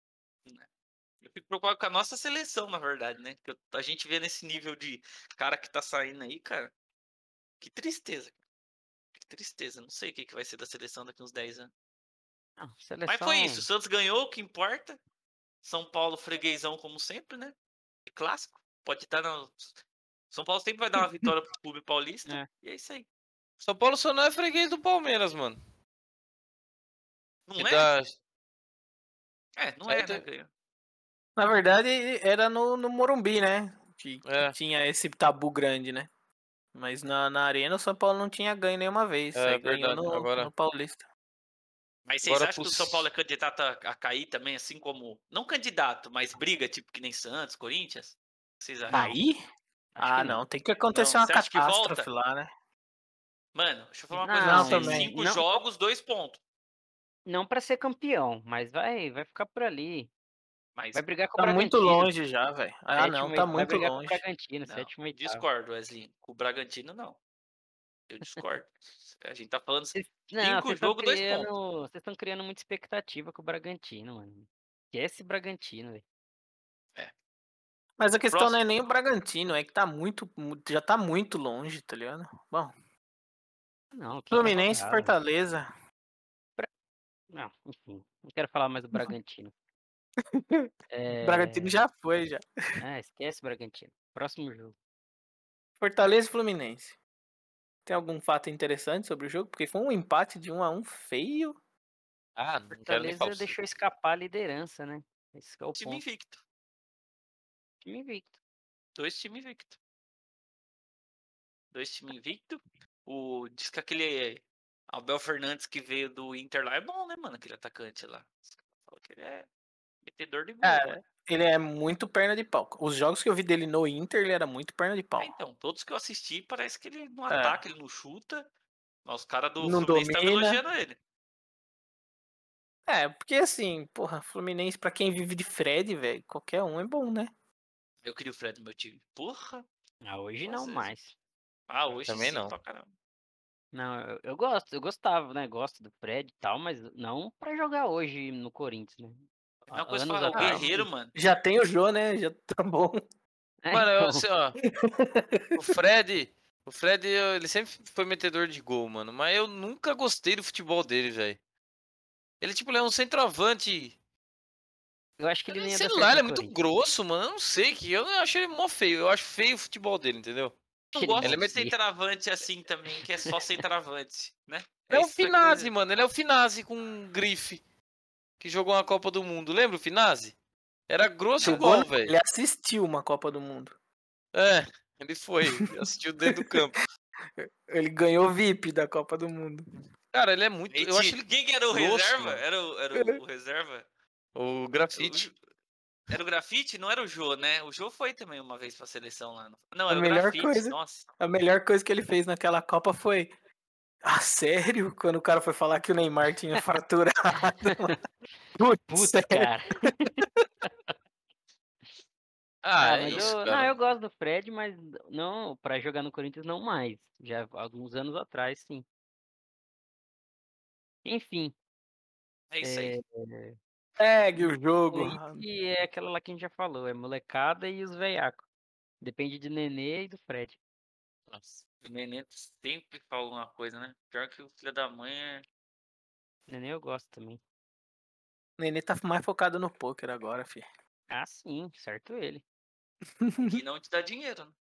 Speaker 2: Eu fico preocupado com a nossa seleção, na verdade, né? Que eu- a gente vê nesse nível de cara que tá saindo aí, cara. Que tristeza. cara. Que tristeza. Não sei o que, que vai ser da seleção daqui uns 10 anos.
Speaker 4: Ah,
Speaker 2: Mas foi isso.
Speaker 4: seleção-
Speaker 2: O Santos ganhou, o que importa. São Paulo freguesão, como sempre, né? É clássico. Pode estar na. São Paulo sempre vai dar uma vitória pro clube paulista.
Speaker 4: É.
Speaker 2: E é isso aí.
Speaker 3: São Paulo só não é freguês do Palmeiras, mano.
Speaker 2: Não
Speaker 3: Que
Speaker 2: é?
Speaker 3: dá-
Speaker 2: É, não
Speaker 3: Aí
Speaker 2: é, né?
Speaker 3: tem-
Speaker 2: Ganhou.
Speaker 1: Na verdade, era no, no Morumbi, né? Que, que
Speaker 3: É.
Speaker 1: tinha esse tabu grande, né? Mas na, na arena o São Paulo não tinha ganho nenhuma vez.
Speaker 3: É,
Speaker 1: só ganhou
Speaker 3: verdade,
Speaker 1: no,
Speaker 3: agora-
Speaker 1: no Paulista.
Speaker 2: Mas vocês
Speaker 3: Agora
Speaker 2: acham que o
Speaker 3: pros-
Speaker 2: São Paulo é candidato a, a cair também, assim como. Não candidato, mas briga, tipo que nem Santos, Corinthians? O que Vocês acham?
Speaker 1: Tá Aí?
Speaker 4: Acho que
Speaker 1: Ah, não. Tem que acontecer
Speaker 2: é. Não,
Speaker 1: uma
Speaker 2: você acha que volta?
Speaker 1: catástrofe lá, né?
Speaker 2: Mano, deixa eu falar uma
Speaker 4: Não,
Speaker 2: coisa pra vocês.
Speaker 1: também.
Speaker 2: Cinco
Speaker 4: Não.
Speaker 2: jogos, dois pontos.
Speaker 4: Não pra ser campeão, mas vai, vai ficar por ali.
Speaker 2: Mas
Speaker 4: Vai brigar com o
Speaker 1: Tá muito
Speaker 4: Bragantino,
Speaker 1: longe já, velho. Ah,
Speaker 4: sétimo
Speaker 1: não.
Speaker 4: e-
Speaker 1: Tá
Speaker 4: vai
Speaker 1: muito
Speaker 4: brigar com o
Speaker 1: longe.
Speaker 4: Bragantino,
Speaker 2: Não,
Speaker 4: sétimo e oitavo.
Speaker 2: discordo, Wesley. Com o Bragantino, não. Eu discordo. A gente tá falando.
Speaker 4: Não,
Speaker 2: Cinco
Speaker 4: vocês estão
Speaker 2: jogo, dois
Speaker 4: criando, vocês estão criando muita expectativa com o Bragantino, mano. Esquece Bragantino, velho.
Speaker 1: Mas a questão
Speaker 2: Próximo.
Speaker 1: não é nem o Bragantino, é que tá muito. mu- Já tá muito longe, tá ligado? Bom,
Speaker 4: Não, que
Speaker 1: Fluminense e
Speaker 4: impagável.
Speaker 1: Fortaleza.
Speaker 4: Não, enfim, não quero falar mais do Bragantino. É,
Speaker 1: Bragantino já foi, já.
Speaker 4: Ah, esquece Bragantino. Próximo jogo.
Speaker 1: Fortaleza e Fluminense. Tem algum fato interessante sobre o jogo? Porque foi um empate de um a um feio.
Speaker 3: Ah, não quero nem
Speaker 4: Fortaleza
Speaker 3: falar. pra você.
Speaker 4: deixou escapar a liderança, né? Esse que é o
Speaker 2: Time
Speaker 4: ponto.
Speaker 2: invicto.
Speaker 4: Time invicto.
Speaker 2: Dois times invicto. Dois times invicto. O... Diz que aquele Abel Fernandes que veio do Inter lá é bom, né, mano? Aquele atacante lá. Os caras falam que ele é metedor de gol.
Speaker 1: É,
Speaker 2: né?
Speaker 1: Ele é muito perna de pau. Os jogos que eu vi dele no Inter, ele era muito perna de pau.
Speaker 2: Ah, então, todos que eu assisti, parece que ele não
Speaker 1: É.
Speaker 2: ataca, ele não chuta. Mas os caras do
Speaker 1: Não
Speaker 2: Fluminense estavam
Speaker 1: domina.
Speaker 2: elogiando ele.
Speaker 1: É, porque assim, porra, Fluminense, pra quem vive de Fred, velho, qualquer um é bom, né?
Speaker 2: Eu queria o Fred no meu time. Porra!
Speaker 4: Ah, hoje
Speaker 2: Com
Speaker 4: não
Speaker 2: certeza.
Speaker 4: mais.
Speaker 2: Ah, hoje
Speaker 3: também
Speaker 2: sim,
Speaker 3: não.
Speaker 2: pra caramba.
Speaker 4: Não, eu, eu gosto, eu gostava, né? Gosto do Fred e tal, mas não pra jogar hoje no Corinthians, né?
Speaker 2: É uma
Speaker 4: Há
Speaker 2: coisa
Speaker 4: anos
Speaker 2: falar, o
Speaker 4: atrás,
Speaker 2: Guerreiro,
Speaker 4: sim.
Speaker 2: mano.
Speaker 1: Já tem o Jô, né? Já tá bom.
Speaker 4: É,
Speaker 3: Mano, eu,
Speaker 4: então,
Speaker 3: assim, ó, o Fred, o Fred, eu- ele sempre foi metedor de gol, mano, mas eu nunca gostei do futebol dele, velho. Ele, tipo, ele é um centroavante.
Speaker 4: eu acho que ele nem ia
Speaker 3: sei
Speaker 4: dar
Speaker 3: lá,
Speaker 4: certo
Speaker 3: ele é
Speaker 4: no
Speaker 3: muito
Speaker 4: Corinthians.
Speaker 3: grosso, mano. Eu não sei que. Eu acho ele mó feio. Eu acho feio o futebol dele, entendeu?
Speaker 2: Eu
Speaker 4: Ele
Speaker 2: não gosto
Speaker 3: não
Speaker 2: de
Speaker 3: sei.
Speaker 2: centroavante assim também, que é só centroavante, né?
Speaker 3: É o
Speaker 2: isso que eu quis
Speaker 3: Finazzi,
Speaker 2: dizer.
Speaker 3: mano. Ele é o Finazzi com um grife. Que jogou uma Copa do Mundo. Lembra o Finazzi? Era grosso igual,
Speaker 1: Jogou, né?
Speaker 3: velho.
Speaker 1: Ele assistiu uma Copa do Mundo.
Speaker 3: É, ele foi. Assistiu dentro do campo.
Speaker 1: Ele ganhou VIP da Copa do Mundo.
Speaker 3: Cara, ele é muito. Eu
Speaker 2: Mentira.
Speaker 3: acho ele.
Speaker 2: Quem que era o
Speaker 3: grosso,
Speaker 2: reserva?
Speaker 3: mano.
Speaker 2: Era o, era o- o reserva?
Speaker 3: O
Speaker 2: Era o
Speaker 3: grafite.
Speaker 2: Ju- Era o grafite? Não era o Jô, né? O Jô foi também uma vez pra seleção lá. não- Não,
Speaker 1: A
Speaker 2: era o
Speaker 1: melhor
Speaker 2: grafite,
Speaker 1: coisa-
Speaker 2: nossa.
Speaker 1: A melhor coisa que ele fez naquela Copa foi. Ah, sério? Quando o cara foi falar que o Neymar tinha fraturado. mano. Putz,
Speaker 4: Puta,
Speaker 1: sério?
Speaker 4: cara.
Speaker 3: Ah,
Speaker 4: Ah,
Speaker 3: é
Speaker 4: mas
Speaker 3: isso,
Speaker 4: eu, não,
Speaker 3: cara.
Speaker 4: eu gosto do Fred, mas não, pra jogar no Corinthians não mais. Já há alguns anos atrás, sim. Enfim,
Speaker 2: É isso aí.
Speaker 1: Segue o jogo.
Speaker 4: e é aquela lá que a gente já falou, é molecada e os veiacos. Depende de Nenê e do Fred.
Speaker 2: Nossa, o Nenê sempre fala uma coisa, né? Pior que o filho da mãe é.
Speaker 4: Nenê eu gosto também.
Speaker 1: O Nenê tá mais focado no poker agora, fi.
Speaker 4: Ah, sim, certo ele.
Speaker 2: que não te dá dinheiro, né?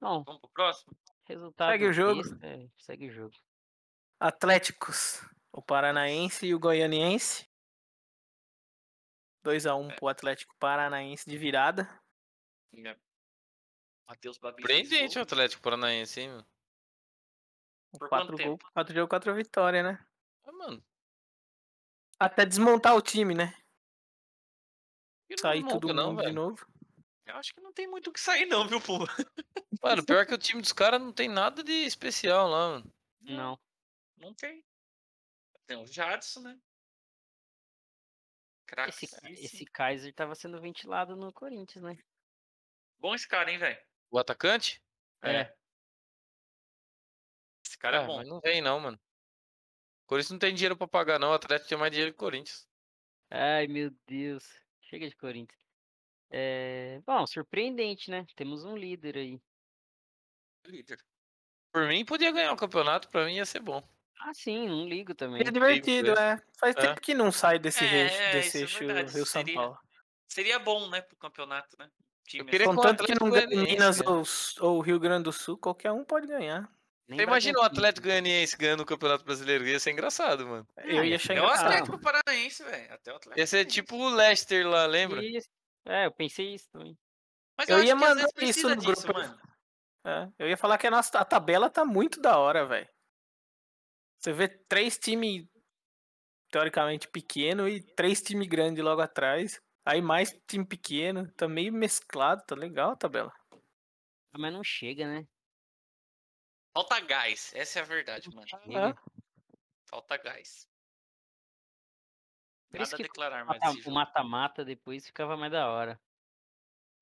Speaker 4: Bom,
Speaker 2: Vamos pro próximo?
Speaker 4: resultado.
Speaker 1: Segue o jogo.
Speaker 4: besta, é, segue o jogo.
Speaker 1: Atléticos, o Paranaense e o Goianiense.
Speaker 2: É.
Speaker 1: 2x1 pro Atlético Paranaense de virada.
Speaker 2: Minha- Né? Matheus Babi. fez
Speaker 3: Surpreendente o
Speaker 2: gol.
Speaker 3: Atlético Paranaense, hein, mano.
Speaker 2: Por quanto
Speaker 1: 4
Speaker 2: tempo?
Speaker 1: gols, 4 jogos, 4 vitórias, né?
Speaker 3: Ah, mano.
Speaker 1: Até desmontar o time, né?
Speaker 3: que não
Speaker 1: Sair
Speaker 3: monta,
Speaker 1: Tá todo mundo
Speaker 3: não,
Speaker 1: de
Speaker 3: velho.
Speaker 1: novo.
Speaker 2: Eu acho que não tem muito o que sair, não, viu, pô?
Speaker 3: Mano, pior é que o time dos caras não tem nada de especial lá, mano.
Speaker 2: Hum,
Speaker 4: Não,
Speaker 2: Não tem. Tem o Jadson, né?
Speaker 4: esse,
Speaker 2: Craque.
Speaker 4: esse Kaiser tava sendo ventilado no Corinthians, né?
Speaker 2: Bom esse cara, hein, velho?
Speaker 3: O atacante?
Speaker 4: É.
Speaker 2: Esse cara é
Speaker 3: Ah,
Speaker 2: bom.
Speaker 3: mas não vem, não, mano. O Corinthians não tem dinheiro pra pagar, não. O Atlético tem mais dinheiro que o Corinthians.
Speaker 4: Ai, meu Deus. Chega de Corinthians. É, Bom, surpreendente, né? Temos um líder aí.
Speaker 2: Líder.
Speaker 3: Por mim, podia ganhar o campeonato. Pra mim, ia ser bom.
Speaker 4: Ah, sim, não ligo também.
Speaker 1: É divertido, é. Faz
Speaker 3: É.
Speaker 1: tempo que não sai desse
Speaker 2: É,
Speaker 1: recho,
Speaker 2: é,
Speaker 1: desse
Speaker 2: isso é
Speaker 1: eixo
Speaker 2: verdade,
Speaker 1: Rio-São
Speaker 2: seria- né,
Speaker 1: Paulo. um
Speaker 2: um né?
Speaker 1: né?
Speaker 2: É, assim.
Speaker 3: tipo,
Speaker 4: É,
Speaker 1: É, eu ia falar que a, nossa, a tabela tá muito da hora, velho. Você vê três times teoricamente pequeno e três times grandes logo atrás. Aí mais time pequeno. Tá meio mesclado, tá legal a tabela.
Speaker 4: Ah, Mas não chega, né?
Speaker 2: Falta gás, essa é a verdade, mano.
Speaker 4: Chega.
Speaker 1: Ah,
Speaker 2: Falta gás.
Speaker 4: Por isso
Speaker 2: Nada a
Speaker 4: que
Speaker 2: declarar
Speaker 4: o
Speaker 2: mais.
Speaker 4: mata-
Speaker 2: desse
Speaker 4: o
Speaker 2: jogo.
Speaker 4: mata-mata depois ficava mais da hora.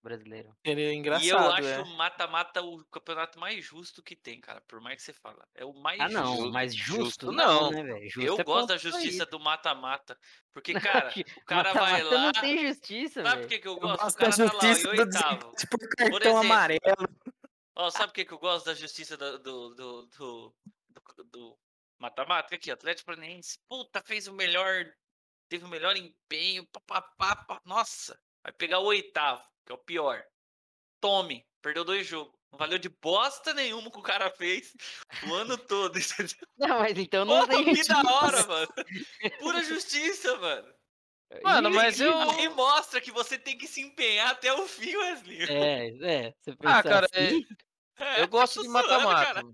Speaker 4: Brasileiro.
Speaker 1: ele é engraçado,
Speaker 2: E eu acho
Speaker 1: é.
Speaker 2: o mata-mata o campeonato mais justo que tem, cara. Por mais que você fala. É o mais
Speaker 4: Ah, não,
Speaker 2: justo.
Speaker 4: mas
Speaker 3: justo
Speaker 4: justo,
Speaker 3: não.
Speaker 4: não, né, velho? Justo
Speaker 2: Eu
Speaker 4: é
Speaker 2: gosto da
Speaker 4: ponto corrido.
Speaker 2: justiça do mata-mata. Porque, cara, o cara vai
Speaker 4: Mata-mata
Speaker 2: lá.
Speaker 4: Não tem justiça,
Speaker 2: Sabe
Speaker 4: velho.
Speaker 2: por que, que eu
Speaker 1: Eu
Speaker 2: gosto? O
Speaker 1: gosto
Speaker 2: cara
Speaker 1: da
Speaker 2: tá lá,
Speaker 1: justiça
Speaker 2: ó, em
Speaker 1: do
Speaker 2: oitavo.
Speaker 1: Tipo
Speaker 2: Por
Speaker 1: cartão
Speaker 2: exemplo.
Speaker 1: amarelo.
Speaker 2: Ó, sabe por que, que eu gosto da justiça do. do. do. do. do- do mata-mata? Aqui, Atlético Paranaense. Puta, fez o melhor. Teve o melhor empenho. Pá, pá, pá, pá. Nossa. Vai pegar o oitavo, que é o pior. Tome. Perdeu dois jogos. Não valeu de bosta nenhuma o que o cara fez o ano todo, entendeu?
Speaker 4: Não, mas então não
Speaker 2: Pô,
Speaker 4: tem
Speaker 2: que
Speaker 4: justiça.
Speaker 2: da hora, mano. Pura justiça, mano.
Speaker 3: Mano, mas eu.
Speaker 2: Aí mostra que você tem que se empenhar até o fim, Wesley.
Speaker 4: É, é. Você
Speaker 3: Ah,
Speaker 4: pensar
Speaker 3: cara, é-
Speaker 4: assim,
Speaker 2: É,
Speaker 3: eu gosto de
Speaker 2: zoando,
Speaker 3: mata-mata.
Speaker 2: cara.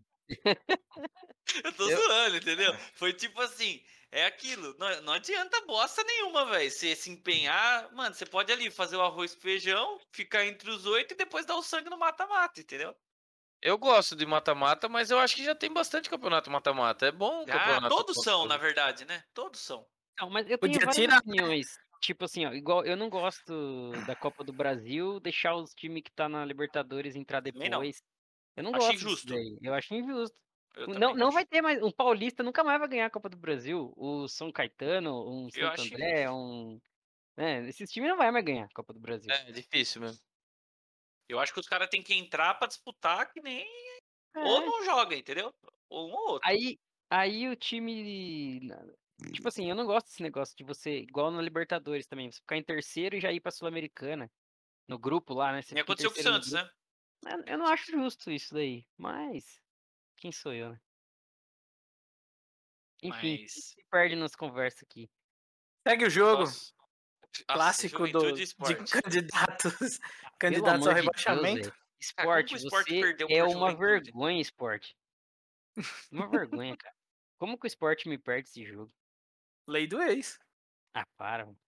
Speaker 2: Eu tô
Speaker 3: Eu- É.
Speaker 2: zoando, entendeu? Foi tipo assim, é aquilo. Não, não adianta bosta nenhuma, velho. Você se empenhar, mano, você pode ali fazer o arroz com feijão, ficar entre os oito e depois dar o sangue no mata-mata, entendeu?
Speaker 3: Eu gosto de mata-mata, mas eu acho que já tem bastante campeonato mata-mata. É bom o
Speaker 2: Ah,
Speaker 3: campeonato.
Speaker 2: todos são, na
Speaker 3: mata-mata.
Speaker 2: verdade, né? Todos são.
Speaker 4: Não, Então, mas eu
Speaker 1: Podia
Speaker 4: tenho várias
Speaker 1: tirar, né?
Speaker 4: opiniões. Tipo assim, ó, igual eu não gosto da Copa do Brasil deixar os times que tá na Libertadores entrar
Speaker 2: Também não.
Speaker 4: depois. Eu não
Speaker 2: Acho
Speaker 4: gosto. disso
Speaker 2: injusto.
Speaker 4: daí, Eu acho injusto.
Speaker 2: Eu
Speaker 4: não
Speaker 2: também
Speaker 4: não
Speaker 2: acho.
Speaker 4: vai ter mais. Um paulista nunca mais vai ganhar a Copa do Brasil. O São Caetano, um Santo
Speaker 2: acho
Speaker 4: André,
Speaker 2: injusto.
Speaker 4: um. né, esses times não vai mais ganhar a Copa do Brasil.
Speaker 3: É difícil mesmo.
Speaker 2: Eu acho que os caras têm que entrar pra disputar que nem Ou
Speaker 4: É.
Speaker 2: não joga, entendeu? Ou um ou outro.
Speaker 4: Aí, aí o time. na- Tipo assim, eu não gosto desse negócio de você, igual na Libertadores também, você ficar em terceiro e já ir pra Sul-Americana. No grupo lá, né?
Speaker 2: E
Speaker 4: Você fica em
Speaker 2: aconteceu com o
Speaker 4: terceiro no
Speaker 2: Santos, né?
Speaker 4: Eu, eu não acho justo isso daí, mas quem sou eu, né? Enfim,
Speaker 2: Mas.
Speaker 4: se perde nas conversas aqui.
Speaker 1: Segue o jogo.
Speaker 2: Nossa. Nossa,
Speaker 1: clássico do,
Speaker 2: juventude e
Speaker 1: de
Speaker 2: esporte.
Speaker 1: candidatos,
Speaker 4: Pelo
Speaker 1: candidatos
Speaker 4: amor
Speaker 1: ao
Speaker 4: de Deus,
Speaker 1: rebaixamento.
Speaker 4: velho,
Speaker 2: Cara, Tá, como que
Speaker 4: esporte,
Speaker 2: o esporte
Speaker 4: você
Speaker 2: perdeu
Speaker 4: é
Speaker 2: pra
Speaker 4: uma
Speaker 2: juventude?
Speaker 4: vergonha, esporte. Uma vergonha, cara. Como que o esporte me perde esse jogo?
Speaker 1: Lei do ex.
Speaker 4: Ah, para, mano.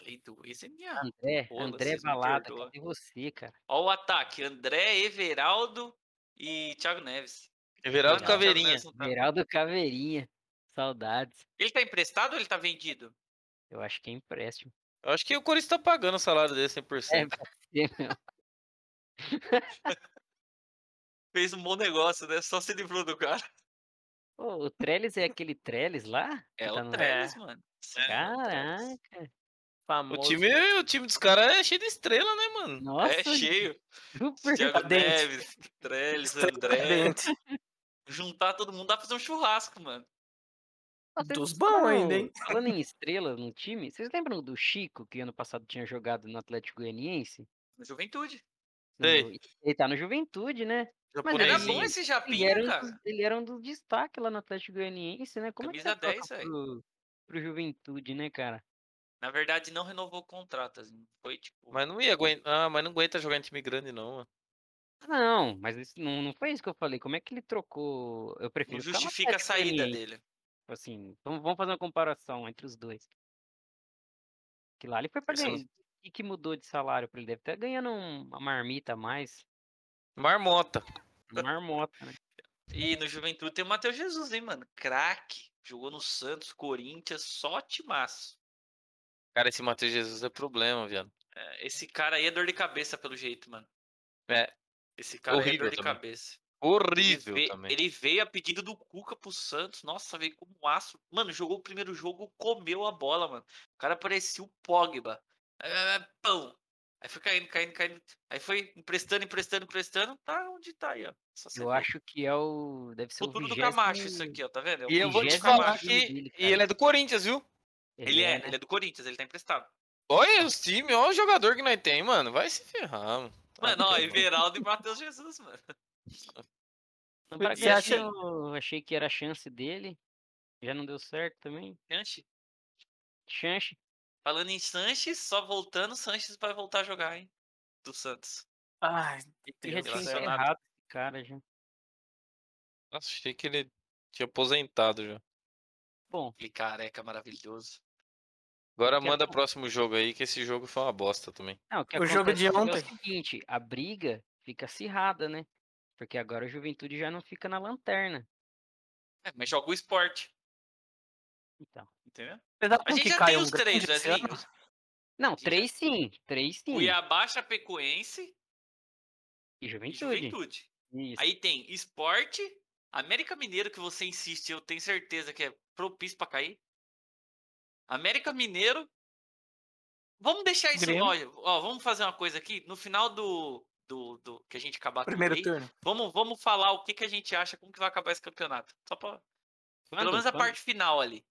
Speaker 2: Lei do ex é minha.
Speaker 4: André,
Speaker 2: rola,
Speaker 4: André
Speaker 2: vocês me
Speaker 4: Balada,
Speaker 2: perdoam.
Speaker 4: cadê você, cara?
Speaker 2: Ó o ataque. André, Everaldo e Thiago Neves.
Speaker 3: Everaldo
Speaker 2: Ah, não, Thiago
Speaker 3: Caveirinha.
Speaker 2: Neves não tá.
Speaker 4: Geraldo Caveirinha, saudades.
Speaker 2: Ele tá emprestado ou ele tá vendido?
Speaker 4: Eu acho que é empréstimo.
Speaker 3: Eu acho que o Corinthians tá pagando o salário dele 100%.
Speaker 4: É, pode ser, meu.
Speaker 2: Fez um bom negócio, né? Só se livrou do cara.
Speaker 4: Ô, o Trellis é aquele Trellis lá? que
Speaker 2: É
Speaker 4: tá
Speaker 2: o
Speaker 4: no-
Speaker 2: Trellis, mano. Sim, é o Trellis.
Speaker 4: Caraca.
Speaker 3: O
Speaker 1: Famoso.
Speaker 3: time, o time dos caras é cheio de estrela, né, mano?
Speaker 4: Nossa,
Speaker 2: É cheio.
Speaker 4: super
Speaker 2: Thiago
Speaker 1: cadente.
Speaker 2: Neves, Trellis,
Speaker 1: Estrela
Speaker 2: André.
Speaker 1: cadente.
Speaker 2: Juntar todo mundo dá pra fazer um churrasco, mano.
Speaker 4: Ah, vocês
Speaker 1: Dos bons ainda, hein?
Speaker 4: falaram- Falando em estrela no time, vocês lembram do Chico, que ano passado tinha jogado no Atlético Goianiense?
Speaker 2: Juventude.
Speaker 3: Sei.
Speaker 4: No- Ele tá no Juventude, né? Mas
Speaker 3: Por
Speaker 4: ele
Speaker 2: Era
Speaker 3: aí,
Speaker 2: bom esse
Speaker 4: Ele
Speaker 2: Japinha,
Speaker 4: era, um
Speaker 2: Tá cara.
Speaker 4: dos, ele era um dos destaques lá no Atlético Goianiense, né? Como
Speaker 2: Camisa
Speaker 4: é que você
Speaker 2: 10,
Speaker 4: troca
Speaker 2: velho.
Speaker 4: pro, pro Juventude, né, cara?
Speaker 2: Na verdade, não renovou o contrato. Assim. Foi tipo.
Speaker 3: Mas não ia aguentar. Ah, mas não aguenta jogar em time grande, não, mano.
Speaker 4: Não, mas isso não, não foi isso que eu falei. Como é que ele trocou? Eu
Speaker 2: Não
Speaker 4: prefiro ficar no
Speaker 2: justifica a
Speaker 4: Atlético
Speaker 2: saída
Speaker 4: Goianiense.
Speaker 2: dele.
Speaker 4: Tipo assim, vamos, vamos fazer uma comparação entre os dois. Que lá ele foi pra
Speaker 3: Sim.
Speaker 4: ganhar. E que mudou de salário pra ele? Deve estar ganhando um- uma marmita a mais.
Speaker 3: Marmota.
Speaker 4: Uma marmota, né?
Speaker 2: E no Juventude tem o Matheus Jesus, hein, mano? Craque. Jogou no Santos, Corinthians, só timaço.
Speaker 3: Cara, esse Matheus Jesus é problema, viado.
Speaker 2: É, Esse cara aí é dor de cabeça, pelo jeito, mano.
Speaker 3: É.
Speaker 2: Esse cara aí é
Speaker 3: Horrível
Speaker 2: dor de
Speaker 3: também.
Speaker 2: cabeça. Ele
Speaker 3: Horrível
Speaker 2: ve-
Speaker 3: também.
Speaker 2: Ele veio a pedido do Cuca pro Santos. Nossa, veio como um aço. Mano, jogou o primeiro jogo, comeu a bola, mano. O cara parecia o Pogba. É, pão. Aí foi caindo, caindo, caindo. Aí foi emprestando, emprestando, emprestando. Tá onde tá aí, ó. Só você
Speaker 4: Eu
Speaker 2: ver.
Speaker 4: acho que é o. Deve ser
Speaker 2: Futuro
Speaker 4: o
Speaker 2: do
Speaker 4: 20º
Speaker 2: Camacho, isso aqui, ó. Tá vendo? É o
Speaker 3: E eu vou te
Speaker 4: vigésimo
Speaker 3: falar
Speaker 4: time
Speaker 3: que.
Speaker 4: dele,
Speaker 3: E
Speaker 4: cara.
Speaker 3: ele é do Corinthians, viu?
Speaker 2: Ele é,
Speaker 4: né?
Speaker 2: ele é do Corinthians, ele tá emprestado.
Speaker 3: Olha os times, olha o jogador que nós tem, mano. Vai se ferrar, mano.
Speaker 2: Mano, ó,
Speaker 3: Ah,
Speaker 2: Everaldo e Matheus Jesus, mano.
Speaker 4: No
Speaker 1: Você
Speaker 4: Bragantino
Speaker 2: acha-
Speaker 4: eu achei que era a chance dele. Já não deu certo também.
Speaker 2: Sanches.
Speaker 4: Chance.
Speaker 2: Falando em Sanches, só voltando, Sanches vai voltar a jogar, hein? Do Santos.
Speaker 1: Ai,
Speaker 4: Eu já tinha
Speaker 2: Relacionado.
Speaker 4: encerrado cara já.
Speaker 3: Nossa, achei que ele tinha aposentado já.
Speaker 4: Bom,
Speaker 2: Aquele careca maravilhoso.
Speaker 3: Agora
Speaker 4: Que
Speaker 3: manda
Speaker 4: bom.
Speaker 3: próximo jogo aí, que esse jogo foi uma bosta também.
Speaker 4: não, o que
Speaker 1: O jogo
Speaker 4: acontece
Speaker 1: de
Speaker 4: agora É
Speaker 1: ontem.
Speaker 4: o seguinte, a briga fica acirrada, né? Porque agora a juventude já não fica na lanterna.
Speaker 2: É, mas joga o esporte,
Speaker 4: Então.
Speaker 2: entendeu?
Speaker 1: Apesar
Speaker 2: A
Speaker 1: de
Speaker 2: gente
Speaker 1: que
Speaker 2: já
Speaker 1: caiu
Speaker 2: tem
Speaker 1: um
Speaker 2: os três,
Speaker 1: grande assim? esse
Speaker 2: assim.
Speaker 1: ano,
Speaker 4: Não,
Speaker 2: Gente, já-
Speaker 4: três sim. Três sim.
Speaker 2: Cuiabá, Chapecoense
Speaker 4: E
Speaker 2: e
Speaker 4: juventude.
Speaker 2: Juventude.
Speaker 4: Isso.
Speaker 2: Aí tem esporte, América Mineiro, que você insiste, eu tenho certeza que é propício pra cair. América Mineiro. Vamos deixar isso. Ó,
Speaker 1: Grêmio.
Speaker 2: ó, vamos fazer uma coisa aqui. No final do. do, do- que a gente acabar tudo
Speaker 1: primeiro
Speaker 2: aí,
Speaker 1: turno.
Speaker 2: vamos, vamos falar o que, que a gente acha, como que vai acabar esse campeonato. Só pra, pelo
Speaker 4: Quando?
Speaker 2: menos a
Speaker 4: Quando?
Speaker 2: parte final ali.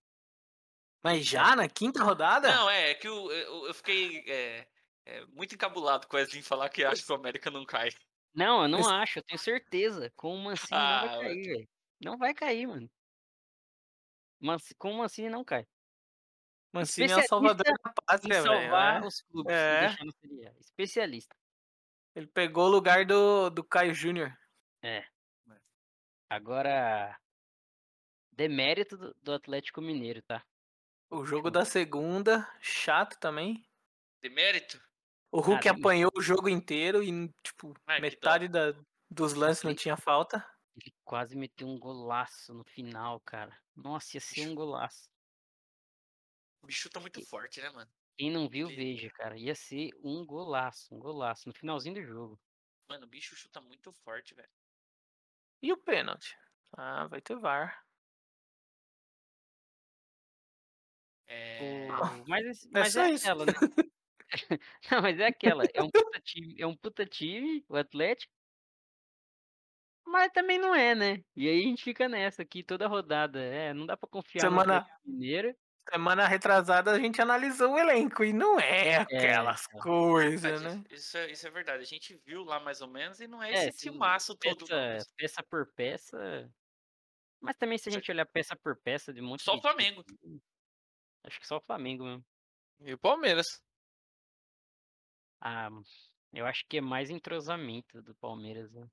Speaker 1: Mas já na quinta rodada?
Speaker 2: Não, é, é que eu, eu, eu fiquei é, é, muito encabulado com o Wesley em falar que acha que o América não cai.
Speaker 4: Não, eu não
Speaker 1: Mas-
Speaker 4: acho, eu tenho certeza. Com o Mancini não
Speaker 2: Ah,
Speaker 4: vai cair, velho. Não vai cair, mano. Manci- com o Mancini assim não cai.
Speaker 1: Mancini é o
Speaker 4: especialista
Speaker 1: salvador da
Speaker 4: Em
Speaker 1: pátria, velho.
Speaker 2: ah,
Speaker 4: salvar
Speaker 1: é.
Speaker 4: os clubes e
Speaker 1: É.
Speaker 4: deixar na Série A. Especialista.
Speaker 1: Ele pegou o lugar do, do Caio Júnior.
Speaker 4: Agora, demérito do, do Atlético Mineiro, tá?
Speaker 1: O jogo da segunda, chato também.
Speaker 2: Demérito?
Speaker 1: O Hulk
Speaker 4: Cara, e-
Speaker 1: apanhou o jogo inteiro e, tipo,
Speaker 2: Ai, Ah, que dó.
Speaker 1: metade da, dos lances não tinha falta.
Speaker 4: Ele quase meteu um golaço no final, cara. Nossa, ia ser um golaço.
Speaker 2: O bicho tá muito forte, né, mano?
Speaker 4: Quem não viu,
Speaker 2: Ele-
Speaker 4: veja, cara. Ia ser um golaço, um golaço. No finalzinho do jogo.
Speaker 2: Mano, o bicho chuta muito forte, velho.
Speaker 1: E o pênalti? Ah, vai ter VAR.
Speaker 2: É...
Speaker 4: O- Mas, esse-
Speaker 1: É
Speaker 4: mas
Speaker 1: só
Speaker 4: é
Speaker 1: isso.
Speaker 4: aquela, né? Não, mas é aquela. É um puta time, é um puta time, o Atlético. Mas também não é, né? E aí a gente fica nessa aqui toda rodada. É, não dá pra confiar no
Speaker 1: Semana-
Speaker 4: Atlético Mineiro.
Speaker 1: Semana retrasada a gente analisou o elenco e não é aquelas
Speaker 4: cara.
Speaker 1: coisas,
Speaker 2: Mas
Speaker 1: né?
Speaker 2: isso, isso é, isso é verdade. A gente viu lá mais ou menos e não é,
Speaker 4: É,
Speaker 2: esse
Speaker 4: sim,
Speaker 2: timaço todo. não,
Speaker 4: Peça,
Speaker 2: mas-
Speaker 4: peça por peça. Mas também se a
Speaker 2: Sim.
Speaker 4: gente olhar peça por peça de um monte
Speaker 2: Só
Speaker 4: de
Speaker 2: o Flamengo.
Speaker 4: time, Acho que só o Flamengo mesmo.
Speaker 3: E o Palmeiras.
Speaker 4: Ah, eu acho que é mais entrosamento do Palmeiras, né?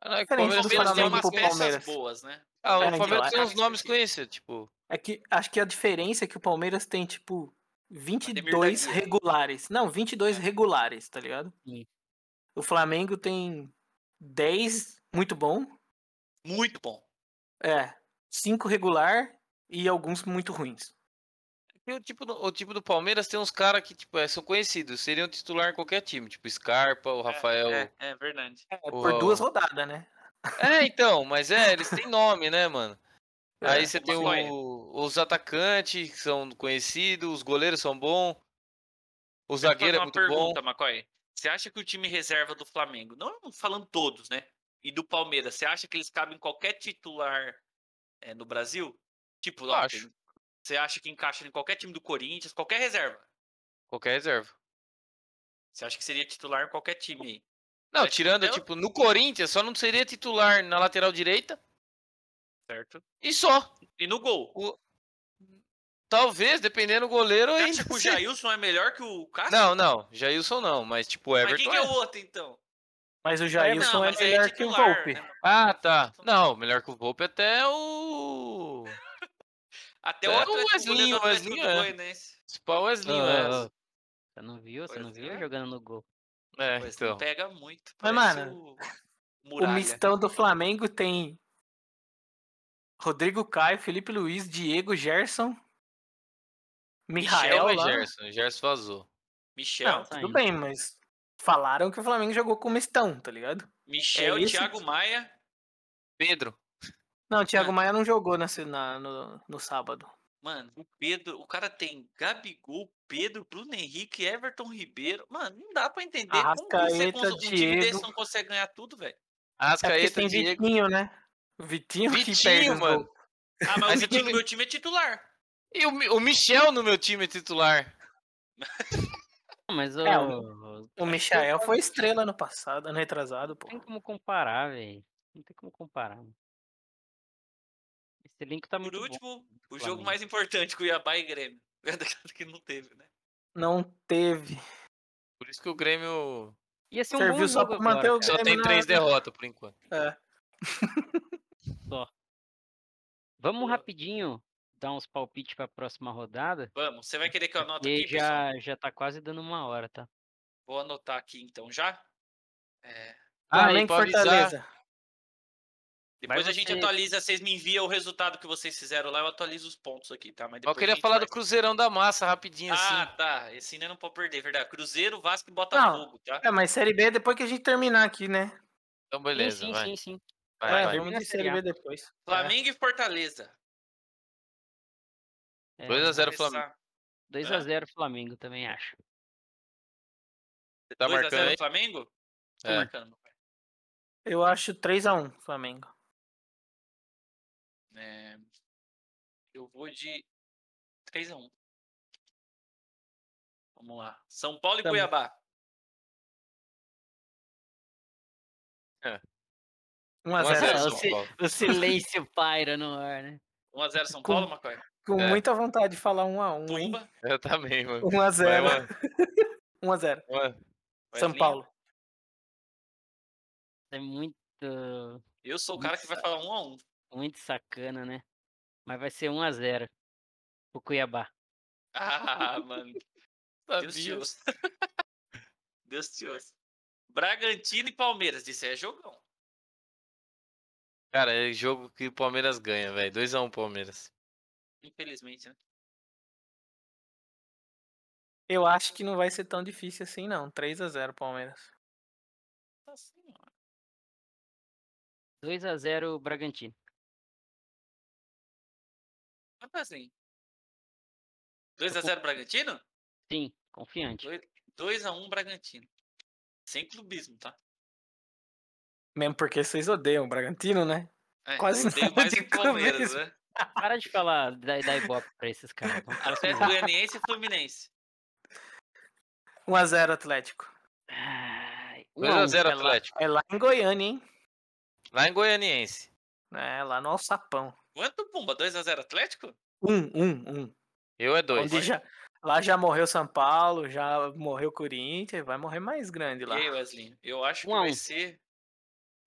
Speaker 3: Ah, não, é que o
Speaker 1: Diferente
Speaker 3: Palmeiras
Speaker 1: do
Speaker 3: tem uns
Speaker 1: Flamengo
Speaker 2: Palmeiras tem
Speaker 3: nomes
Speaker 2: umas
Speaker 1: pro
Speaker 2: peças
Speaker 1: Palmeiras.
Speaker 2: boas, né?
Speaker 3: Ah,
Speaker 1: É,
Speaker 3: o
Speaker 1: então,
Speaker 3: Palmeiras
Speaker 1: é-
Speaker 3: tem uns
Speaker 2: é-
Speaker 3: nomes conhecidos, tipo.
Speaker 1: É que acho que a diferença é que o Palmeiras tem, tipo, 22
Speaker 2: Guia.
Speaker 1: regulares. Não, 22
Speaker 2: É.
Speaker 1: regulares, tá ligado?
Speaker 4: Sim.
Speaker 1: O Flamengo tem 10 muito bom,
Speaker 2: Muito bom.
Speaker 1: é, 5 regular e alguns muito ruins.
Speaker 3: E o tipo do, o tipo do Palmeiras tem uns caras que, tipo, é, são conhecidos, seriam titular em qualquer time, tipo Scarpa, o Rafael. É,
Speaker 2: É, é verdade.
Speaker 1: É, por duas rodadas, né?
Speaker 3: então, mas é, eles têm nome, né, mano? Aí
Speaker 1: É.
Speaker 3: você tem
Speaker 2: Maguire.
Speaker 3: o- os atacantes que são conhecidos, os goleiros são bons, o
Speaker 2: Deixa eu
Speaker 3: zagueiro é
Speaker 2: fazer uma
Speaker 3: muito bom.
Speaker 2: pergunta, Macoy. Você acha que o time reserva do Flamengo, não falando todos, né? E do Palmeiras, você acha que eles cabem em qualquer titular é, no Brasil? Tipo, ó,
Speaker 3: Acho.
Speaker 2: tem- Você acha que encaixa em qualquer time do Corinthians, qualquer reserva?
Speaker 3: Qualquer reserva.
Speaker 2: Você acha que seria titular em qualquer time aí?
Speaker 3: Não,
Speaker 2: Mas
Speaker 3: tirando,
Speaker 2: entendeu?
Speaker 3: tipo, no Corinthians só não seria titular na lateral direita
Speaker 2: Certo.
Speaker 3: e só.
Speaker 2: E no gol.
Speaker 3: Talvez, dependendo do goleiro,
Speaker 2: Você
Speaker 3: ainda.
Speaker 2: acha que o
Speaker 3: seja-
Speaker 2: Jailson é melhor que o Cássio?
Speaker 3: Não, não, Jailson não, mas tipo,
Speaker 2: Mas quem
Speaker 3: Everton.
Speaker 2: que é
Speaker 3: é.
Speaker 2: o outro, então?
Speaker 1: Mas o
Speaker 2: Não,
Speaker 1: Jailson
Speaker 2: mas
Speaker 1: é
Speaker 2: aí
Speaker 1: melhor que o
Speaker 2: titular,
Speaker 1: Volpe.
Speaker 2: né?
Speaker 3: Ah, tá. Não, melhor que o Volpe até é o.
Speaker 2: Até o
Speaker 3: É o
Speaker 2: Atlético,
Speaker 3: Wesley,
Speaker 2: goleiro do
Speaker 3: o
Speaker 2: Atlético
Speaker 3: Wesley é.
Speaker 2: Goianiense.
Speaker 3: Spaw Wesley,
Speaker 4: Ô,
Speaker 1: Ah,
Speaker 3: né?
Speaker 4: ô, Você não viu? Você não
Speaker 2: Pois
Speaker 4: viu
Speaker 2: é.
Speaker 4: jogando no gol?
Speaker 3: É,
Speaker 2: Wesley
Speaker 3: então.
Speaker 2: pega muito.
Speaker 1: Mas,
Speaker 2: parece
Speaker 1: mano,
Speaker 2: o
Speaker 1: O
Speaker 2: Muralha.
Speaker 1: mistão do Flamengo tem Rodrigo Caio, Felipe Luiz, Diego, Gerson,
Speaker 3: Michel
Speaker 1: Michael
Speaker 3: é
Speaker 1: lá.
Speaker 3: Gerson, Gerson vazou. é
Speaker 2: Michel,
Speaker 1: Não,
Speaker 4: Tá
Speaker 1: tudo
Speaker 3: assim.
Speaker 4: indo.
Speaker 1: bem, mas falaram que o Flamengo jogou com o mistão, tá ligado?
Speaker 2: Michel,
Speaker 1: é esse
Speaker 2: Thiago Maia.
Speaker 3: Pedro.
Speaker 1: Não, o
Speaker 3: É.
Speaker 1: Thiago
Speaker 2: Ah.
Speaker 1: Maia não jogou na, se- na- no, no sábado.
Speaker 2: Mano, o Pedro, o cara tem Gabigol, Pedro, Bruno Henrique, Everton Ribeiro. Mano, não dá pra entender
Speaker 1: Arrascaeta,
Speaker 2: um time desse
Speaker 1: Diego.
Speaker 2: não consegue ganhar tudo, velho.
Speaker 1: É porque
Speaker 3: Ascaeta,
Speaker 1: tem
Speaker 3: Diego.
Speaker 1: Vitinho, né? Vitinho, que perde
Speaker 3: Vitinho,
Speaker 1: os
Speaker 3: mano.
Speaker 1: gols.
Speaker 2: Ah, mas,
Speaker 3: Mas
Speaker 2: o
Speaker 3: você
Speaker 2: Vitinho do
Speaker 3: tem-
Speaker 2: meu time é titular.
Speaker 3: E o, Mi- o Michel no meu time titular.
Speaker 4: Não, mas
Speaker 1: É,
Speaker 4: ô,
Speaker 1: O Michael foi estrela no passado, ano retrasado, pô.
Speaker 4: não tem como comparar, velho. Não tem como comparar. mano. Esse elenco tá
Speaker 2: Por
Speaker 4: muito bom.
Speaker 2: último, o jogo
Speaker 4: Flamengo.
Speaker 2: mais importante, Cuiabá e Grêmio. É Verdade que não teve, né?
Speaker 1: Não teve.
Speaker 3: Por isso que o Grêmio
Speaker 4: Ia ser um
Speaker 1: Serviu
Speaker 4: bom
Speaker 1: só
Speaker 4: jogo
Speaker 1: pra manter
Speaker 4: agora,
Speaker 1: o
Speaker 4: cara.
Speaker 3: Só tem
Speaker 1: Terminar-
Speaker 3: três derrotas por enquanto.
Speaker 4: Vamos
Speaker 2: Boa.
Speaker 4: rapidinho dar uns palpites pra próxima rodada.
Speaker 2: Vamos, você vai querer que eu anote
Speaker 4: E
Speaker 2: Então, aqui, pessoal?
Speaker 4: já, já tá quase dando uma hora, tá?
Speaker 2: Vou anotar aqui então já. É,
Speaker 3: Ah, e
Speaker 1: Flamengo
Speaker 3: pra avisar-
Speaker 1: Fortaleza.
Speaker 2: depois a gente
Speaker 4: você-
Speaker 2: atualiza, vocês me enviam o resultado que vocês fizeram lá, eu atualizo os pontos aqui, tá? Mas
Speaker 3: Mas eu
Speaker 2: depois a
Speaker 3: queria
Speaker 2: gente
Speaker 3: falar do
Speaker 2: faz.
Speaker 3: Cruzeirão da Massa rapidinho
Speaker 2: Ah,
Speaker 3: assim.
Speaker 2: tá. Esse ainda não pode perder, verdade. Cruzeiro, Vasco e Botafogo, tá?
Speaker 1: É, mas Série B é depois que a gente terminar aqui, né?
Speaker 3: Então beleza,
Speaker 4: sim, sim,
Speaker 3: vai.
Speaker 4: sim, sim.
Speaker 3: vai,
Speaker 1: é, vamos
Speaker 3: vai.
Speaker 1: de
Speaker 4: Termina a Série
Speaker 1: Série
Speaker 4: A.
Speaker 1: B depois. É,
Speaker 2: Flamengo e Fortaleza.
Speaker 4: É,
Speaker 3: 2 a 0
Speaker 2: Começar.
Speaker 3: Flamengo.
Speaker 4: 2 a 0 Flamengo, também acho.
Speaker 3: Você tá
Speaker 2: 2 a 0
Speaker 3: marcando aí?
Speaker 2: Flamengo? Tô
Speaker 3: É.
Speaker 2: marcando.
Speaker 1: É. Eu acho 3x1 Flamengo.
Speaker 2: É, Eu vou de 3x1. Vamos lá. São Paulo e
Speaker 1: Também.
Speaker 2: Cuiabá.
Speaker 3: 1 a 0
Speaker 1: 1x0.
Speaker 4: Não,
Speaker 3: São Paulo.
Speaker 4: O silêncio paira no ar, né?
Speaker 2: 1x0 São
Speaker 1: Com-
Speaker 2: Paulo, Macoy.
Speaker 1: Com
Speaker 3: É.
Speaker 1: muita vontade de falar 1x1, hein?
Speaker 2: Tumba.
Speaker 3: Eu também, mano. Vai,
Speaker 1: 1x0.
Speaker 3: mano.
Speaker 1: 1x0.
Speaker 3: Mano,
Speaker 1: São
Speaker 2: Wesley.
Speaker 1: Paulo.
Speaker 4: É muito,
Speaker 2: Eu sou o cara que vai falar 1x1.
Speaker 4: muito sacana, né? Mas vai ser 1 a 0 pro Cuiabá.
Speaker 2: Ah, mano. Deus te
Speaker 3: sabia.
Speaker 2: ouça. Deus te ouça. Bragantino e Palmeiras. Isso aí é jogão.
Speaker 3: Cara, é jogo que o Palmeiras ganha, velho. 2x1 Palmeiras.
Speaker 2: Infelizmente, né?
Speaker 1: Eu acho que não vai ser tão difícil assim, não. 3x0 Palmeiras.
Speaker 2: Tá assim, ó.
Speaker 4: 2 a 0 Bragantino.
Speaker 2: Mas tá assim. 2x0 Bragantino?
Speaker 4: Sim, confiante.
Speaker 2: 2x1 Bragantino. Sem clubismo, tá?
Speaker 1: Mesmo porque vocês odeiam o Bragantino, né?
Speaker 2: É,
Speaker 1: Quase
Speaker 2: odeio
Speaker 1: nada
Speaker 2: mais
Speaker 1: de
Speaker 2: o Palmeiras,
Speaker 1: clubismo.
Speaker 2: né?
Speaker 4: Para de falar da, da Ibope pra esses caras. Vamos um pra cima
Speaker 2: Atlético
Speaker 4: deles.
Speaker 2: Goianiense e Fluminense.
Speaker 1: 1x0 Atlético.
Speaker 4: Ai, um a um.
Speaker 3: 2x0
Speaker 1: é lá.
Speaker 3: Atlético.
Speaker 1: É lá em Goiânia, hein?
Speaker 3: Lá em Goianiense.
Speaker 1: É, lá no Alçapão.
Speaker 2: Quanto, Pumba? 2x0 Atlético?
Speaker 1: 1, 1, 1.
Speaker 3: Eu é 2.
Speaker 1: Onde já, lá já morreu São Paulo, já morreu Corinthians, vai morrer mais grande
Speaker 2: E
Speaker 1: lá.
Speaker 2: aí, Wesley? Eu acho que
Speaker 4: Um a
Speaker 2: vai
Speaker 4: um.
Speaker 2: ser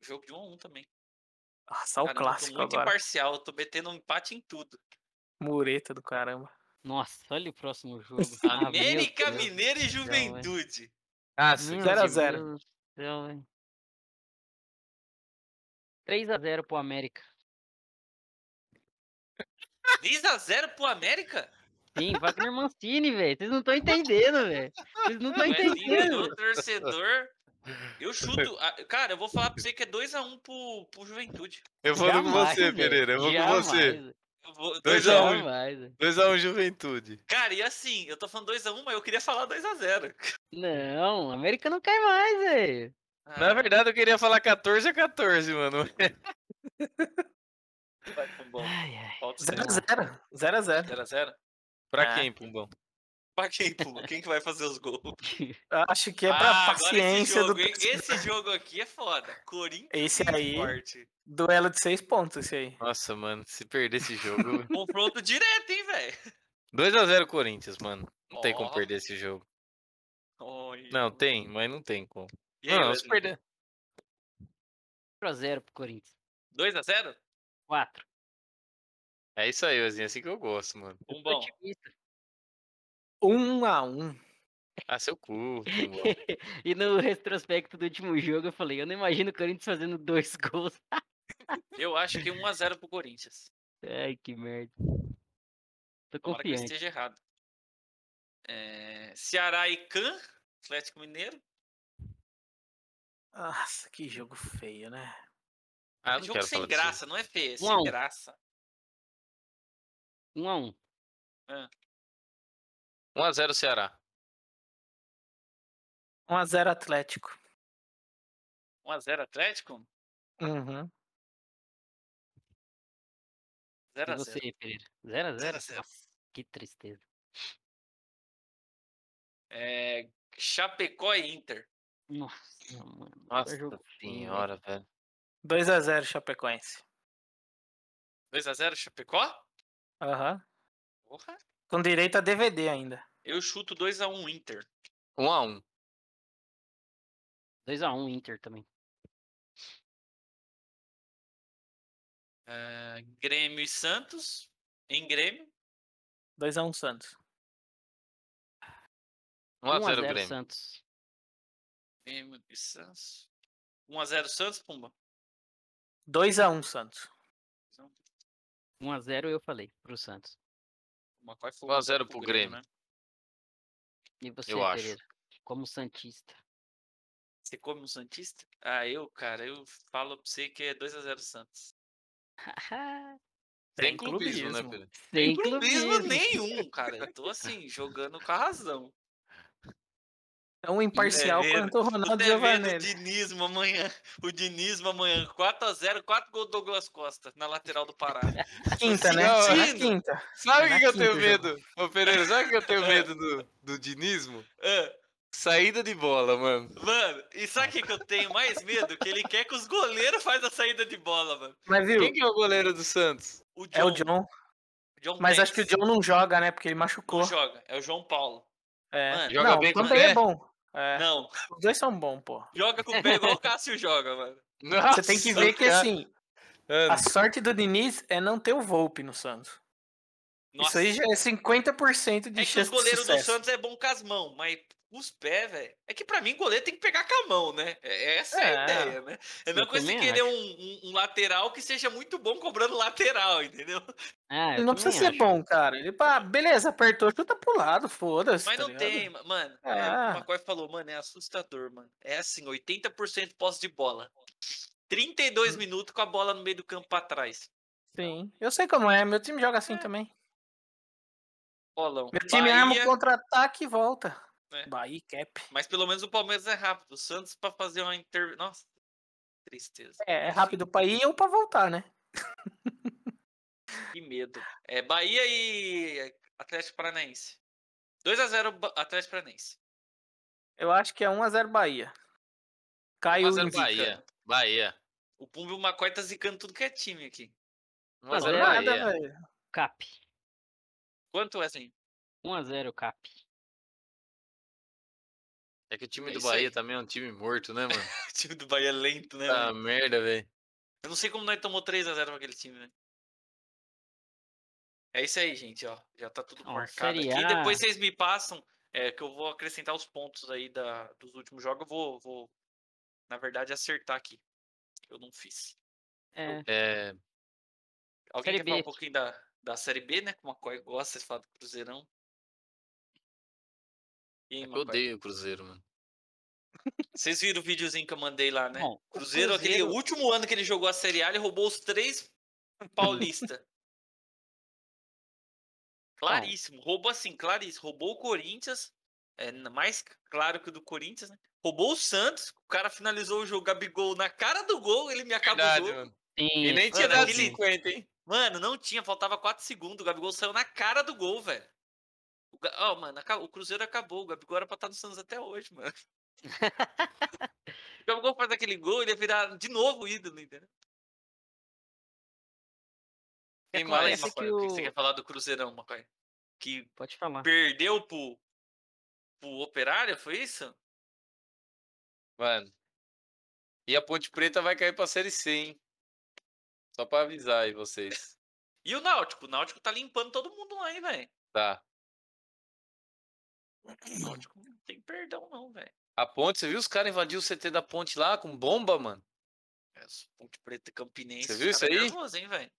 Speaker 2: jogo de 1x1 também.
Speaker 1: Ah,
Speaker 4: É
Speaker 1: só o
Speaker 2: Caramba, eu
Speaker 1: clássico
Speaker 2: tô muito
Speaker 1: agora.
Speaker 2: imparcial, eu tô metendo um empate em tudo.
Speaker 1: Mureta do caramba.
Speaker 4: Nossa, olha o próximo jogo. Ah, meu
Speaker 2: América,
Speaker 4: Deus do
Speaker 2: Mineiro e
Speaker 4: céu, velho.
Speaker 2: Juventude.
Speaker 3: Ah,
Speaker 4: Meu
Speaker 1: 0 a 0.
Speaker 4: Deus do céu, velho. 3 a 0 pro América.
Speaker 2: 3x0 pro América?
Speaker 4: Sim, Wagner Mancini, velho. Vocês não estão entendendo, velho. Vocês não estão
Speaker 2: Wesley,
Speaker 4: entendendo.
Speaker 2: meu é torcedor. Eu chuto. ah, Cara, eu vou falar pra você que é 2x1 pro, pro Juventude.
Speaker 3: Eu vou com
Speaker 4: Jamais,
Speaker 3: você,
Speaker 4: velho.
Speaker 3: Pereira. Eu vou com
Speaker 4: Jamais,
Speaker 3: você.
Speaker 4: velho.
Speaker 2: Eu vou-
Speaker 3: Dois
Speaker 2: 2 a 1.
Speaker 3: um.
Speaker 4: Jamais, velho.
Speaker 3: 2x1 Juventude.
Speaker 2: Cara, e assim, eu tô falando 2x1, mas eu queria falar 2x0.
Speaker 4: Não, América não cai mais, velho.
Speaker 2: Ah.
Speaker 3: Na verdade, eu queria falar 14 a 14, mano.
Speaker 2: Vai, Pumbão.
Speaker 4: Ai, ai.
Speaker 2: Falta 0x0.
Speaker 1: 0x0. 0x0.
Speaker 2: 0x0?
Speaker 3: Pra
Speaker 1: Ah.
Speaker 3: quem, Pumbão?
Speaker 2: Pra quem, Puma? Quem que vai fazer os gols?
Speaker 1: Acho que é pra
Speaker 2: Ah, agora
Speaker 1: paciência
Speaker 2: esse jogo,
Speaker 1: do
Speaker 2: hein?
Speaker 3: um.
Speaker 1: torcedor.
Speaker 2: Esse jogo aqui é foda. Corinthians
Speaker 1: Esse
Speaker 2: e
Speaker 1: aí-
Speaker 2: Sport.
Speaker 1: Duelo de seis pontos, esse aí.
Speaker 3: Nossa, mano, se perder esse jogo.
Speaker 2: Confronto direto, hein, velho?
Speaker 3: 2x0 Corinthians, mano. Não tem como
Speaker 2: Ó.
Speaker 3: perder esse jogo.
Speaker 2: Olha.
Speaker 3: Não, tem, mas não tem como.
Speaker 2: E aí,
Speaker 3: não, se
Speaker 2: Wesley?
Speaker 3: perder.
Speaker 4: 4x0 pro Corinthians.
Speaker 2: 2x0?
Speaker 4: 4.
Speaker 3: É isso aí, Ozinho. Assim que eu gosto, mano.
Speaker 2: Pumbão.
Speaker 4: Otimista.
Speaker 1: Um a um.
Speaker 3: Ah, seu cu, Pumbão.
Speaker 4: E no retrospecto do último jogo, eu falei, eu não imagino o Corinthians fazendo dois gols.
Speaker 2: Eu acho que 1x0 pro Corinthians.
Speaker 4: Ai, que merda. Tô
Speaker 2: Tomara que eu
Speaker 4: confiante.
Speaker 2: esteja errado. É, Ceará e Can, Atlético Mineiro.
Speaker 1: Nossa, que jogo feio, né?
Speaker 3: Ah,
Speaker 2: É
Speaker 3: não
Speaker 2: jogo
Speaker 3: quero
Speaker 2: sem
Speaker 3: falar desse jogo.
Speaker 2: graça, não é feio, é
Speaker 4: Um a
Speaker 2: sem
Speaker 4: um.
Speaker 2: graça.
Speaker 4: 1 a 1
Speaker 3: 1x0 Ceará.
Speaker 1: 1x0 Atlético.
Speaker 2: 1x0 Atlético?
Speaker 1: Uhum.
Speaker 4: E
Speaker 2: 0x0.
Speaker 4: você, Pereira? 0 a 0
Speaker 2: 0 a 0.
Speaker 4: Nossa, que tristeza.
Speaker 2: É, Chapecó e Inter.
Speaker 4: Nossa, mano.
Speaker 3: Nossa
Speaker 4: jogo feio, velho.
Speaker 3: senhora, velho.
Speaker 1: 2x0 Chapecoense.
Speaker 2: 2x0 Chapecó?
Speaker 1: Aham.
Speaker 2: Porra.
Speaker 1: Com direito a DVD ainda.
Speaker 2: um, Eu chuto 2x1 Inter.
Speaker 3: 1x1.
Speaker 4: 2x1 Inter também.
Speaker 2: É, Grêmio e Santos. Em Grêmio.
Speaker 1: 2x1 Santos.
Speaker 3: 1x0
Speaker 4: 1x0
Speaker 3: Grêmio.
Speaker 4: Santos.
Speaker 2: Grêmio e Santos. 1x0 Santos, Pumba.
Speaker 1: 2x1 Santos.
Speaker 2: Então,
Speaker 4: 1x0 eu falei pro Santos.
Speaker 2: uma quase foi
Speaker 3: 1 a 0 pro Grêmio.
Speaker 2: né?
Speaker 4: E você,
Speaker 3: Eu acho.
Speaker 4: Pereira? Como Santista.
Speaker 2: Você come um Santista? Ah, eu, cara, eu falo pra você que é 2x0 Santos.
Speaker 3: Sem clubismo, né, Pedro?
Speaker 4: Sem
Speaker 2: clubismo
Speaker 4: clubismo.
Speaker 2: nenhum, cara. Eu tô assim, jogando com a razão.
Speaker 1: Tão É um imparcial
Speaker 2: Deveram.
Speaker 1: quanto o
Speaker 2: Tô
Speaker 1: Ronaldo
Speaker 2: devendo o
Speaker 1: Giovanelli.
Speaker 2: dinismo amanhã. O dinismo amanhã. 4x0, 4 gols do Douglas Costa na lateral do Pará. tipo
Speaker 1: Quinta, né?
Speaker 3: Não,
Speaker 1: Na
Speaker 2: é.
Speaker 1: quinta.
Speaker 3: Sabe o
Speaker 1: Na
Speaker 3: que, que eu
Speaker 1: quinta
Speaker 3: tenho
Speaker 1: o
Speaker 3: medo? Ô Pereira, sabe o que eu tenho medo do, do dinismo?
Speaker 2: Ah,
Speaker 3: Saída de bola, mano.
Speaker 2: mano, e sabe o que que eu tenho mais medo? Que ele quer que os goleiros façam a saída de bola, mano.
Speaker 1: Mas viu,
Speaker 3: Quem que é o goleiro do Santos?
Speaker 2: O John,
Speaker 1: é o John.
Speaker 2: John
Speaker 1: Mas acho que o
Speaker 2: Pérez.
Speaker 1: John não joga, né? Porque ele
Speaker 2: não
Speaker 1: machucou.
Speaker 2: joga. É o João Paulo.
Speaker 1: É.
Speaker 2: Mano,
Speaker 3: Joga
Speaker 1: não,
Speaker 3: bem com o
Speaker 1: também
Speaker 3: pé?
Speaker 1: é bom. É,
Speaker 2: Não,
Speaker 1: os dois são bons, pô.
Speaker 2: joga com o pé igual o Cássio joga, mano.
Speaker 1: Você tem que ver que,
Speaker 3: Nossa,
Speaker 1: assim,
Speaker 3: cara.
Speaker 1: a sorte do Diniz é não ter o Volpe no Santos. Isso
Speaker 2: Nossa.
Speaker 1: aí já é 50% de
Speaker 2: É que os
Speaker 1: chance de
Speaker 2: goleiros do
Speaker 1: sucesso.
Speaker 2: Santos é bom com as mãos, mas os pés, velho. É que pra mim goleiro tem que pegar com a mão, né? É- Essa é, a
Speaker 1: É.
Speaker 2: ideia, né? É a mesma
Speaker 4: Eu
Speaker 2: coisa que
Speaker 4: também
Speaker 2: querer um, um- um lateral que seja muito bom cobrando lateral, entendeu? É,
Speaker 4: Ah, eu
Speaker 1: Ele não precisa ser
Speaker 4: também acho.
Speaker 1: bom, cara. Ele, pá, beleza, apertou, chuta pro lado, foda-se.
Speaker 2: Mas
Speaker 1: tá
Speaker 2: não
Speaker 1: ligado?
Speaker 2: tem, ma- mano. É,
Speaker 1: Ah.
Speaker 2: o Macoy falou, mano, é assustador, mano. É assim, 80% posse de bola.
Speaker 1: Hum.
Speaker 2: 32 minutos com a bola no meio do campo pra trás.
Speaker 1: Sim. Eu sei como é, meu time joga assim
Speaker 2: É.
Speaker 1: também.
Speaker 2: Bolão.
Speaker 1: Meu time
Speaker 2: Bahia,
Speaker 1: arma o contra-ataque e volta.
Speaker 2: É.
Speaker 1: Bahia, cap.
Speaker 2: Mas pelo menos o Palmeiras é rápido. O Santos pra fazer uma inter... Nossa, tristeza.
Speaker 1: É, é rápido pra ir ou pra voltar, né?
Speaker 2: Que medo. É Bahia e Atlético Paranaense. 2x0 Atlético Paranaense.
Speaker 1: Eu acho que é 1x0 Bahia.
Speaker 2: Um
Speaker 1: Caiu
Speaker 3: 1 a 0
Speaker 1: indica.
Speaker 3: Bahia. Bahia.
Speaker 2: O Pumba e o Macoy tá zicando tudo que é time aqui.
Speaker 3: 1x0
Speaker 4: é
Speaker 1: Nada,
Speaker 3: Bahia.
Speaker 1: velho.
Speaker 4: Cap.
Speaker 2: Quanto é assim?
Speaker 4: 1x0 Cap.
Speaker 3: É que o time
Speaker 2: É
Speaker 3: do
Speaker 2: isso aí.
Speaker 3: Bahia também é um time morto, né, mano?
Speaker 2: O time do Bahia é lento,
Speaker 1: Ah,
Speaker 2: né?
Speaker 3: Tá
Speaker 2: mano?
Speaker 3: merda, velho.
Speaker 2: Eu não sei como nós tomou 3x0 pra aquele time, né? É isso aí, gente, ó. Já tá tudo
Speaker 4: Ó,
Speaker 2: marcado
Speaker 4: Série
Speaker 2: aqui. Depois
Speaker 4: A.
Speaker 2: vocês me passam, é, que eu vou acrescentar os pontos aí da, dos últimos jogos. Eu vou, vou, na verdade, acertar aqui. Eu não fiz.
Speaker 4: É,
Speaker 3: É,
Speaker 2: Alguém
Speaker 4: Série
Speaker 2: quer falar um
Speaker 4: B.
Speaker 2: pouquinho da, da Série B, né? Como a Coy gosta de falar do Cruzeirão. E aí,
Speaker 3: eu
Speaker 2: Macoy?
Speaker 3: odeio o Cruzeiro, mano.
Speaker 2: Vocês viram o videozinho que eu mandei lá, né?
Speaker 4: Bom, o
Speaker 2: Cruzeiro, aquele último ano que ele jogou a Série A, ele roubou os três paulistas. claríssimo. Roubou assim, claríssimo. Roubou o Corinthians, é, n- mais claro que o do Corinthians, né? Roubou o Santos, o cara finalizou o jogo, Gabigol na cara do gol, ele me acabou o
Speaker 3: Verdade,
Speaker 2: jogo.
Speaker 3: mano. é
Speaker 4: Sim,
Speaker 3: E nem
Speaker 2: tinha
Speaker 3: tinha
Speaker 2: dado
Speaker 3: dado
Speaker 2: aquele-
Speaker 3: 50, hein?
Speaker 2: Mano, não tinha, faltava 4 segundos. O Gabigol saiu na cara do gol, velho. O Ga- Ó, mano, aca- o Cruzeiro acabou. O Gabigol era pra estar no Santos até hoje, mano. o Gabigol faz aquele gol, ele ia virar de novo o ídolo, entendeu?
Speaker 3: Tem
Speaker 2: Fala aí,
Speaker 3: mais.
Speaker 4: Parece
Speaker 2: Macoy,
Speaker 4: que
Speaker 2: o que que você
Speaker 4: o-
Speaker 2: quer falar do Cruzeirão, Macoy? Que
Speaker 4: pode
Speaker 3: Ah.
Speaker 4: falar.
Speaker 2: perdeu pro, pro Operário, foi isso?
Speaker 3: Mano. E a Ponte Preta vai cair pra Série C, hein? Só pra avisar aí vocês.
Speaker 2: E o Náutico? O Náutico tá limpando todo mundo lá, hein, velho?
Speaker 3: Tá.
Speaker 2: O Náutico não tem perdão, não, velho.
Speaker 3: A Ponte, você viu os caras invadiu o CT da Ponte lá com bomba, mano?
Speaker 2: Essa É, Ponte Preta e Campinense.
Speaker 3: Você
Speaker 2: os
Speaker 3: viu isso
Speaker 2: cara
Speaker 3: aí?
Speaker 2: Nervoso, hein, velho?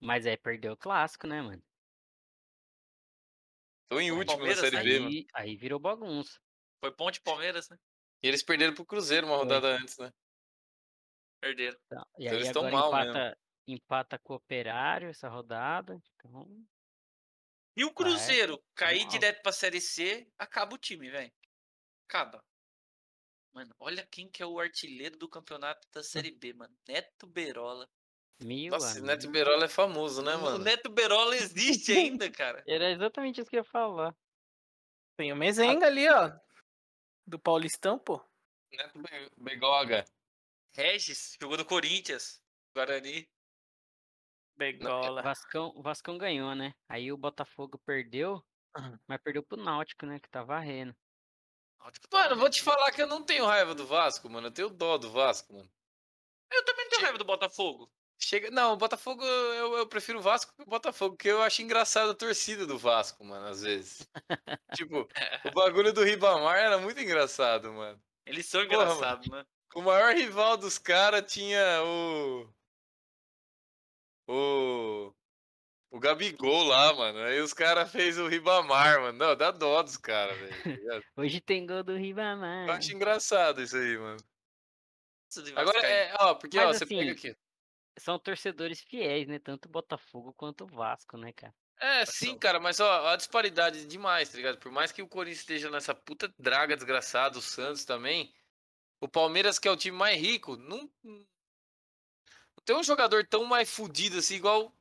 Speaker 4: Mas é, perdeu o clássico, né, mano?
Speaker 3: Tô em
Speaker 2: O
Speaker 3: último na
Speaker 2: Palmeiras
Speaker 3: Série B, mano.
Speaker 4: Aí, aí virou bagunça.
Speaker 2: Foi Ponte e Palmeiras, né?
Speaker 3: E eles perderam pro Cruzeiro uma
Speaker 4: Foi.
Speaker 3: rodada antes, né?
Speaker 2: Perderam.
Speaker 4: Então, e
Speaker 3: Então
Speaker 4: aí
Speaker 3: eles tão
Speaker 4: agora
Speaker 3: mal mesmo.
Speaker 4: empata, empata com o Operário essa rodada. Então,
Speaker 2: E
Speaker 3: É,
Speaker 2: o Cruzeiro cair
Speaker 4: mal.
Speaker 2: direto pra Série C, acaba o time, velho. Acaba. Mano, olha quem que é o artilheiro do campeonato
Speaker 3: Hum.
Speaker 2: da Série B, mano. Neto Berola.
Speaker 4: mil
Speaker 3: Nossa, o
Speaker 4: amigo.
Speaker 3: Neto Berola é famoso, né,
Speaker 2: O
Speaker 3: mano?
Speaker 2: Neto Berola existe ainda, cara.
Speaker 4: Era exatamente isso que eu ia falar.
Speaker 1: Tem o Mezenga ali, ó. Do Paulistão, pô.
Speaker 3: Neto Be- Begoga.
Speaker 2: Regis jogou no Corinthians. Guarani. é.
Speaker 1: Begola.
Speaker 4: Vascão, o Vascão ganhou, né? Aí o Botafogo perdeu,
Speaker 1: Aham.
Speaker 4: mas perdeu pro Náutico, né? Que tá varrendo.
Speaker 2: Tipo, tá
Speaker 3: Mano,
Speaker 2: bom.
Speaker 3: vou te falar que eu não tenho raiva do Vasco, mano. Eu tenho dó do Vasco, mano.
Speaker 2: Eu também não tenho raiva do Botafogo.
Speaker 3: Chega... Não, o Botafogo, eu, eu prefiro o Vasco que o Botafogo, porque eu acho engraçado a torcida do Vasco, mano, às vezes. tipo, o bagulho do Ribamar era muito engraçado, mano.
Speaker 2: Eles são
Speaker 3: Porra, mano.
Speaker 2: engraçados, né?
Speaker 3: O maior rival dos caras tinha o. O. O Gabigol lá, mano. Aí os caras fez o Ribamar, mano. Não, dá dó dos caras, velho. tá ligado?
Speaker 4: Hoje tem gol do Ribamar.
Speaker 3: Eu acho engraçado isso aí, mano.
Speaker 2: Esses
Speaker 3: Agora
Speaker 2: vascaínos.
Speaker 3: é, ó, porque, ó,
Speaker 4: Mas
Speaker 3: você
Speaker 4: assim,
Speaker 3: pega aqui.
Speaker 4: São torcedores fiéis, né? Tanto o Botafogo quanto o Vasco, né, cara?
Speaker 3: É, sim,
Speaker 2: só.
Speaker 3: cara, mas ó, a disparidade é demais, tá ligado? Por mais que o Corinthians esteja nessa puta draga desgraçada, o Santos também, o Palmeiras, que é o time mais rico, não, não tem um jogador tão mais fudido assim, igual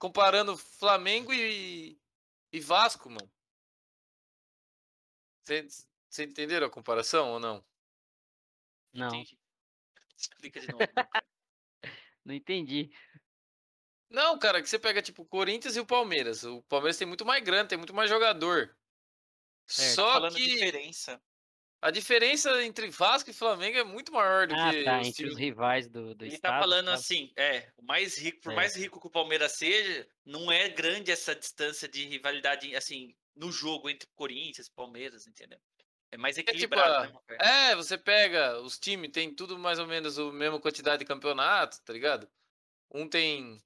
Speaker 3: comparando Flamengo e, e Vasco, mano. Vocês entenderam a comparação ou não?
Speaker 4: Não,
Speaker 2: Entendi. Explica de novo. né? cara.
Speaker 4: não entendi.
Speaker 3: Não, cara, que você pega tipo o Corinthians e o Palmeiras. O Palmeiras tem muito mais grana, tem muito mais jogador.
Speaker 4: Certo,
Speaker 3: Só
Speaker 2: Falando
Speaker 3: que
Speaker 2: diferença.
Speaker 3: A diferença entre Vasco e Flamengo é muito maior do
Speaker 4: Ah,
Speaker 3: que
Speaker 4: tá,
Speaker 3: os
Speaker 4: entre os
Speaker 3: times.
Speaker 4: rivais do, do
Speaker 2: Ele
Speaker 4: estado.
Speaker 2: tá falando
Speaker 4: tá?
Speaker 2: assim, é, o mais rico, por
Speaker 4: É.
Speaker 2: mais rico que o Palmeiras seja, não é grande essa distância de rivalidade, assim, no jogo entre Corinthians e Palmeiras, entendeu? É mais
Speaker 3: tipo,
Speaker 2: equilibrado,
Speaker 3: a-
Speaker 2: né, Mafé?
Speaker 3: É, você pega os times, tem tudo mais ou menos a mesma quantidade de campeonato, tá ligado? Um tem.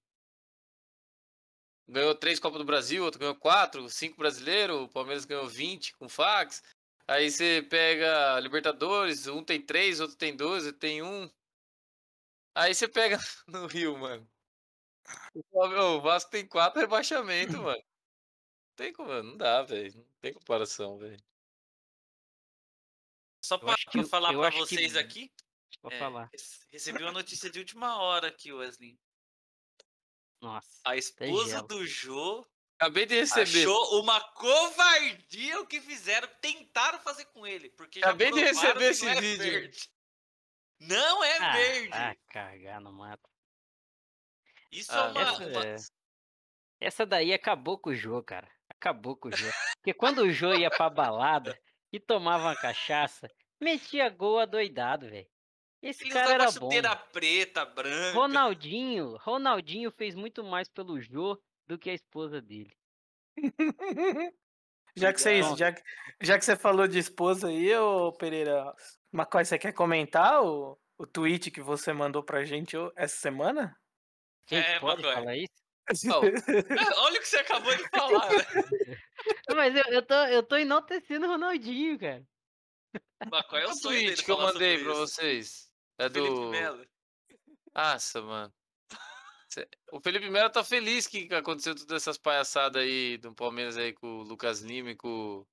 Speaker 3: Ganhou três Copas do Brasil, outro ganhou quatro, cinco brasileiro, o Palmeiras ganhou 20 com fax. Aí você pega Libertadores, um tem três, outro tem dois, outro tem um. Aí você pega no Rio, mano. O Flame- O Vasco tem quatro rebaixamentos, mano. Não tem como, não dá, velho. Não tem comparação, velho.
Speaker 2: Só pra,
Speaker 4: acho que
Speaker 2: pra
Speaker 4: o-
Speaker 2: falar
Speaker 4: eu
Speaker 2: pra
Speaker 4: acho que
Speaker 2: vocês
Speaker 4: o-
Speaker 2: aqui,
Speaker 4: Vou
Speaker 2: é,
Speaker 4: falar.
Speaker 2: rece- recebi uma notícia de última hora aqui, Wesley.
Speaker 4: Nossa.
Speaker 2: A esposa
Speaker 4: gelo.
Speaker 2: do Jô
Speaker 3: Acabei de receber.
Speaker 2: achou uma covardia o que fizeram, tentaram fazer com ele, porque já
Speaker 3: Acabei de
Speaker 2: provaram
Speaker 3: receber
Speaker 2: que
Speaker 3: esse
Speaker 2: não é
Speaker 3: vídeo.
Speaker 2: verde. Não é
Speaker 4: Ah,
Speaker 2: verde.
Speaker 4: ah, cagar no mato.
Speaker 2: Isso é
Speaker 3: Ah,
Speaker 2: uma,
Speaker 4: essa
Speaker 2: uma-
Speaker 4: é- Essa daí acabou com o Jô, cara. Acabou com o Jô. Porque quando o Jô ia pra balada e tomava uma cachaça, metia gol adoidado, velho. Esse
Speaker 2: Ele
Speaker 4: cara
Speaker 2: usava
Speaker 4: era bom.
Speaker 2: chuteira
Speaker 4: mano.
Speaker 2: preta, branca.
Speaker 4: Ronaldinho, Ronaldinho fez muito mais pelo Jô do que a esposa dele.
Speaker 1: Já que, vocês,
Speaker 4: Legal.
Speaker 1: já, que- já que você falou de esposa aí, ô Pereira, uma coisa você quer comentar o, o tweet que você mandou pra gente o- essa semana?
Speaker 4: Gente,
Speaker 2: É,
Speaker 4: pode
Speaker 2: Magoy.
Speaker 4: falar isso?
Speaker 2: Então,
Speaker 3: Não,
Speaker 2: Olha o que você acabou de falar.
Speaker 3: um
Speaker 2: né?
Speaker 4: Não, Mas eu, eu, tô, eu tô enaltecendo o Ronaldinho, cara.
Speaker 2: Mas qual é o
Speaker 3: o
Speaker 2: sonho dele
Speaker 3: um tweet que eu
Speaker 2: falar sobre
Speaker 3: mandei pra
Speaker 2: isso?
Speaker 3: vocês. É
Speaker 2: Felipe
Speaker 3: do.
Speaker 2: Melo.
Speaker 3: Nossa, mano. Cê- O Felipe Melo tá feliz que aconteceu todas essas palhaçadas aí do Palmeiras aí com o Lucas Lima e com. o-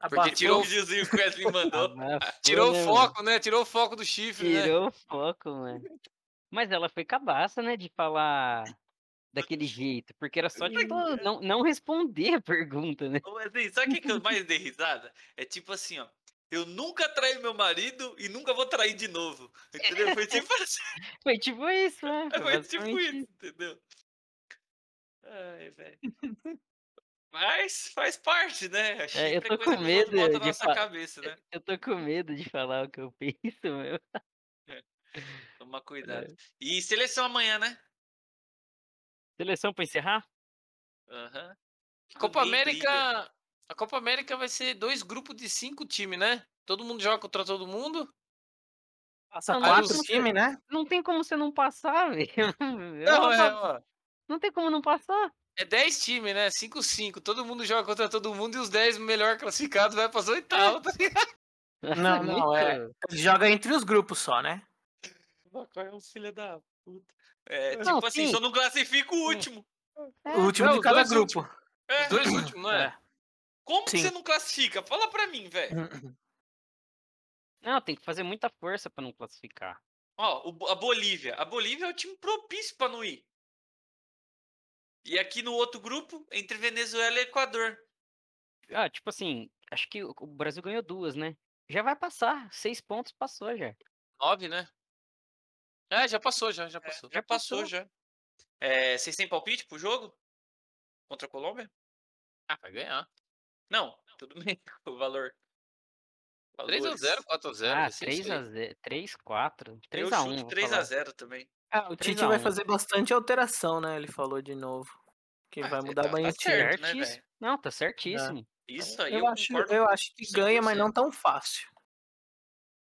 Speaker 3: Porque
Speaker 1: Abafou.
Speaker 3: tirou,
Speaker 2: O videozinho que o Wesley mandou.
Speaker 4: Abafou,
Speaker 3: tirou
Speaker 4: né,
Speaker 3: o
Speaker 4: mano?
Speaker 3: foco, né? Tirou o foco do chifre, né?
Speaker 4: Tirou o foco, mano. Mas ela foi cabaça, né, de falar daquele jeito, porque era só, tipo, não, não responder a pergunta, né?
Speaker 2: Ô, Wesley, sabe o que, que eu mais dei risada? É tipo assim, ó. Eu nunca traí meu marido e nunca vou trair de novo. Entendeu? Foi tipo assim.
Speaker 4: Foi tipo isso, né?
Speaker 2: Foi tipo
Speaker 4: basicamente
Speaker 2: isso, entendeu? Ai, velho. Mas faz parte, né? A
Speaker 4: É, eu
Speaker 2: chifra
Speaker 4: tô
Speaker 2: coisa
Speaker 4: com
Speaker 2: que Deus
Speaker 4: medo
Speaker 2: bota na
Speaker 4: de
Speaker 2: nossa
Speaker 4: fa-
Speaker 2: cabeça, né?
Speaker 4: Eu tô com medo de falar o que eu penso, meu.
Speaker 2: Tomar
Speaker 4: É.
Speaker 2: cuidado. E seleção amanhã, né?
Speaker 4: Seleção pra encerrar?
Speaker 2: Aham.
Speaker 3: A Copa
Speaker 2: Ninguém briga.
Speaker 3: América. A Copa América vai ser dois grupos de cinco times, né? Todo mundo joga contra todo mundo.
Speaker 1: Passa
Speaker 4: Não,
Speaker 3: mas
Speaker 1: quatro
Speaker 3: você-
Speaker 1: times, né?
Speaker 4: Não tem como você não passar, velho.
Speaker 3: Não, é,
Speaker 4: não,
Speaker 3: ó.
Speaker 4: não tem como não passar.
Speaker 3: É 10 times, né? 5-5. Todo mundo joga contra todo mundo e os 10 melhor classificados vai pras oitavas, tá ligado?
Speaker 1: Não, não, é.
Speaker 4: Muito.
Speaker 1: Joga entre os grupos só, né?
Speaker 2: Bacó é um filho da puta. É,
Speaker 4: Não,
Speaker 2: tipo assim,
Speaker 4: sim.
Speaker 2: só não classifica o último.
Speaker 4: É,
Speaker 1: O último
Speaker 3: não,
Speaker 1: de
Speaker 3: os
Speaker 1: cada
Speaker 3: dois
Speaker 1: grupo.
Speaker 2: É,
Speaker 3: Os dois últimos, não é?
Speaker 2: Como que
Speaker 1: sim.
Speaker 2: você não classifica? Fala pra mim, velho.
Speaker 4: Não, tem que fazer muita força pra não classificar.
Speaker 2: Ó, o Bo- a Bolívia. A Bolívia é o time propício pra não ir. E aqui no outro grupo, entre Venezuela e Equador.
Speaker 4: Ah, tipo assim, acho que o o Brasil ganhou duas, né? Já vai passar. Seis pontos passou já.
Speaker 3: 9, né? É, já passou, já, já passou.
Speaker 2: Já passou,
Speaker 4: passou.
Speaker 2: já. É, vocês têm palpite pro jogo? Contra a Colômbia?
Speaker 3: Ah, vai ganhar.
Speaker 2: Não, tudo bem. O valor. Falou
Speaker 3: 3x0,
Speaker 2: isso.
Speaker 3: 4x0.
Speaker 4: Ah,
Speaker 3: vai ser isso aí.
Speaker 4: 3x0. 3x4.
Speaker 2: assim, Eu
Speaker 4: 3x1.
Speaker 2: chuto 3x0 também.
Speaker 1: Ah, o Tite
Speaker 2: um.
Speaker 1: vai fazer bastante alteração, né? Ele falou de novo. Que
Speaker 2: Ah,
Speaker 1: vai
Speaker 2: tá-
Speaker 1: mudar
Speaker 2: tá
Speaker 1: bem o time.
Speaker 2: certo, né,
Speaker 4: Certíssimo.
Speaker 2: velho?
Speaker 4: Não,
Speaker 1: É.
Speaker 4: tá certíssimo.
Speaker 2: Isso aí eu,
Speaker 1: Eu acho,
Speaker 2: concordo.
Speaker 1: eu acho que ganha, mas não tão fácil.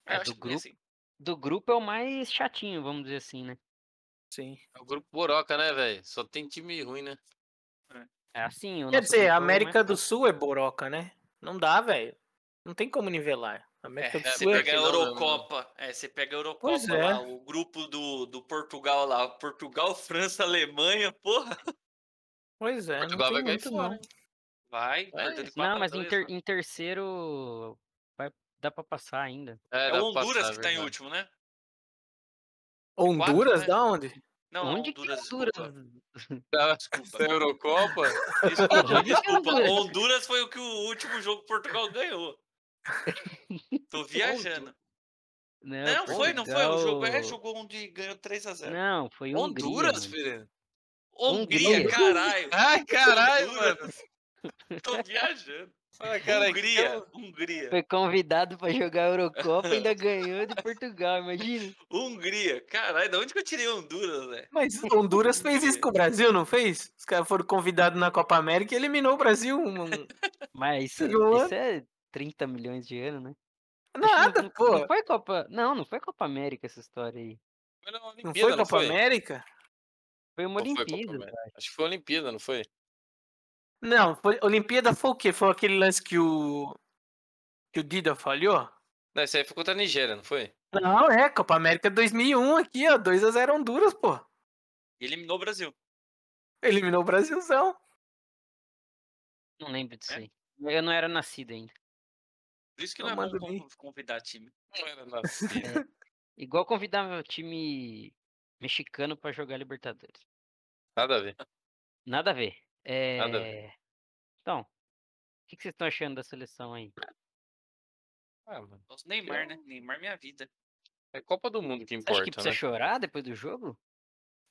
Speaker 2: Eu
Speaker 4: é
Speaker 2: acho
Speaker 4: do
Speaker 2: que ganha,
Speaker 4: grupo.
Speaker 2: sim.
Speaker 4: Do grupo é o mais chatinho, vamos dizer assim, né?
Speaker 1: Sim.
Speaker 3: É o grupo Boroca, né, velho? Só tem time ruim, né?
Speaker 4: É assim. O
Speaker 1: Quer
Speaker 4: nosso
Speaker 1: dizer,
Speaker 4: grupo é
Speaker 1: a
Speaker 4: o mais
Speaker 1: América do
Speaker 2: tá.
Speaker 4: fácil.
Speaker 1: Sul é boroca, né? Não dá, velho. Não tem como nivelar. A América do
Speaker 2: É, você
Speaker 1: Sul é...
Speaker 2: pega a
Speaker 3: final, né, mano?
Speaker 2: Eurocopa. É, você pega a
Speaker 1: Pois
Speaker 2: Eurocopa
Speaker 1: é.
Speaker 2: lá, o grupo do, do Portugal lá. Portugal, França, Alemanha, porra.
Speaker 1: Pois é, não
Speaker 3: Portugal
Speaker 1: tem
Speaker 3: vai cair
Speaker 1: muito
Speaker 3: fora,
Speaker 1: não.
Speaker 3: hein?
Speaker 2: Vai,
Speaker 3: Vai.
Speaker 2: perdeu de 4
Speaker 4: Não,
Speaker 2: a né?
Speaker 4: mas em,
Speaker 2: 2,
Speaker 4: ter-
Speaker 3: né?
Speaker 2: mano.
Speaker 4: em terceiro vai... dá pra passar ainda.
Speaker 2: É,
Speaker 3: dá
Speaker 2: o
Speaker 3: pra
Speaker 2: Honduras
Speaker 3: passar,
Speaker 2: que tá em
Speaker 3: verdade.
Speaker 2: último, né?
Speaker 1: Honduras,
Speaker 2: né?
Speaker 1: da onde?
Speaker 2: Não, não,
Speaker 4: Onde que é
Speaker 2: Honduras,
Speaker 4: Honduras?
Speaker 2: desculpa.
Speaker 3: Da-
Speaker 2: Desculpa.
Speaker 3: Da Eurocopa?
Speaker 2: Desculpa,
Speaker 4: Onde que é
Speaker 2: desculpa.
Speaker 4: Honduras?
Speaker 2: Honduras foi o que o último jogo que Portugal ganhou. Tô viajando.
Speaker 4: né,
Speaker 2: Não, foi, não foi. O jogo é
Speaker 4: Portugal-
Speaker 2: jogou onde ganhou 3x0.
Speaker 4: Não, foi
Speaker 3: um
Speaker 4: Hungria,
Speaker 3: Honduras,
Speaker 4: mano.
Speaker 3: filho?
Speaker 2: Hungria,
Speaker 4: Hungria.
Speaker 2: caralho.
Speaker 3: Ai, caralho,
Speaker 2: Honduras.
Speaker 3: mano. É
Speaker 2: Tô viajando.
Speaker 3: Ai, cara,
Speaker 2: Hungria, Hungria.
Speaker 4: Foi convidado pra jogar a Eurocopa e ainda ganhou de Portugal, imagina.
Speaker 2: Hungria, caralho, da onde que eu tirei Honduras, velho?
Speaker 1: Mas Honduras fez isso com o Brasil, não fez? Os caras foram convidados na Copa América e eliminou o Brasil. um- um-
Speaker 4: Mas isso,
Speaker 1: Joana.
Speaker 4: isso é 30 milhões de anos, né? Acho que não-
Speaker 1: Nada,
Speaker 4: não,
Speaker 1: pô.
Speaker 4: Não foi Copa, não, não foi Copa América essa história aí.
Speaker 3: Foi na
Speaker 1: Não
Speaker 3: Olimpíada,
Speaker 1: foi
Speaker 3: não
Speaker 1: Copa
Speaker 3: foi?
Speaker 1: América?
Speaker 4: Foi uma
Speaker 3: Ou foi Copa
Speaker 4: Olimpíada.
Speaker 3: América? Acho que foi Olimpíada, não foi?
Speaker 1: Não, foi- Olimpíada foi o quê? Foi aquele lance que o. que o Dida falhou?
Speaker 3: Não, isso aí foi contra a Nigéria, não foi?
Speaker 1: Não, é, Copa América 2001 aqui, ó. 2x0 Honduras, pô.
Speaker 2: Eliminou o Brasil.
Speaker 1: Eliminou o Brasilzão.
Speaker 4: Não lembro disso
Speaker 2: É?
Speaker 4: aí. Eu não era nascido ainda.
Speaker 2: Por isso que não é
Speaker 1: Tomando
Speaker 2: bom
Speaker 1: bem.
Speaker 2: con- convidar time.
Speaker 3: Não era nascido.
Speaker 4: É, Igual convidar meu time mexicano pra jogar Libertadores.
Speaker 3: Nada a ver.
Speaker 4: Nada a ver. É...
Speaker 3: Nada a
Speaker 4: Então, o que, que vocês estão achando da seleção aí?
Speaker 3: Ah, mano.
Speaker 2: Nossa, Neymar, né? Neymar, minha vida.
Speaker 3: É Copa do Mundo que
Speaker 4: Você acha que
Speaker 3: importa,
Speaker 4: precisa
Speaker 3: né?
Speaker 4: chorar depois do jogo?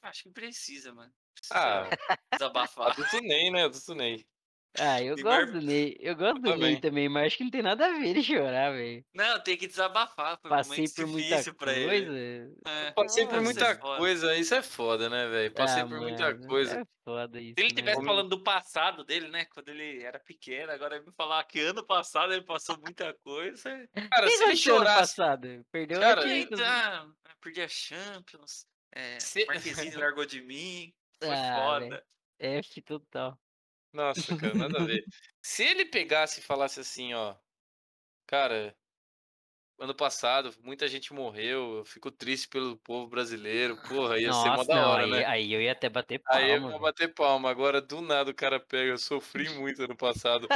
Speaker 2: Acho que precisa, mano.
Speaker 3: Ah,
Speaker 2: Precisa desabafar.
Speaker 3: a do Tunei, né? A do Tunei.
Speaker 4: Ah, eu
Speaker 2: Neymar-
Speaker 4: gosto do Ney. Eu gosto do
Speaker 3: também.
Speaker 4: Ney também, mas acho que não tem nada a ver ele chorar, velho.
Speaker 2: Não, tem que desabafar. Foi um
Speaker 4: Passei
Speaker 2: momento
Speaker 4: por muita
Speaker 2: difícil pra ele.
Speaker 4: coisa. Ah,
Speaker 2: É.
Speaker 3: Passei por
Speaker 2: Isso é
Speaker 3: muita
Speaker 2: foda.
Speaker 3: coisa, isso é foda, né, velho? Passei
Speaker 4: Ah,
Speaker 3: por muita
Speaker 4: mano,
Speaker 3: coisa.
Speaker 4: É foda isso.
Speaker 2: Se ele
Speaker 4: né,
Speaker 2: estivesse
Speaker 4: velho?
Speaker 2: falando do passado dele, né? Quando ele era pequeno, agora ele me falar que ano passado ele passou muita coisa.
Speaker 3: Cara,
Speaker 4: Quem
Speaker 3: se ele
Speaker 4: venceu ano
Speaker 3: chorasse.
Speaker 4: passado? Perdeu a
Speaker 3: Cara,
Speaker 4: Champions, né?
Speaker 2: Eita, "Ah, perdi a Champions. É,
Speaker 3: Se-
Speaker 2: Marquezine largou de mim. Foi
Speaker 4: Ah,
Speaker 2: foda.
Speaker 4: velho, F total.
Speaker 3: Nossa, cara, nada a ver. Se ele pegasse e falasse assim, ó, cara, ano passado muita gente morreu, eu fico triste pelo povo brasileiro, porra, ia ser mó
Speaker 4: Nossa,
Speaker 3: da
Speaker 4: não,
Speaker 3: hora,
Speaker 4: aí,
Speaker 1: é
Speaker 3: né?
Speaker 4: aí eu ia até bater palma.
Speaker 3: Aí eu vou
Speaker 4: velho.
Speaker 3: bater palma, agora do nada o cara pega, eu sofri muito ano passado.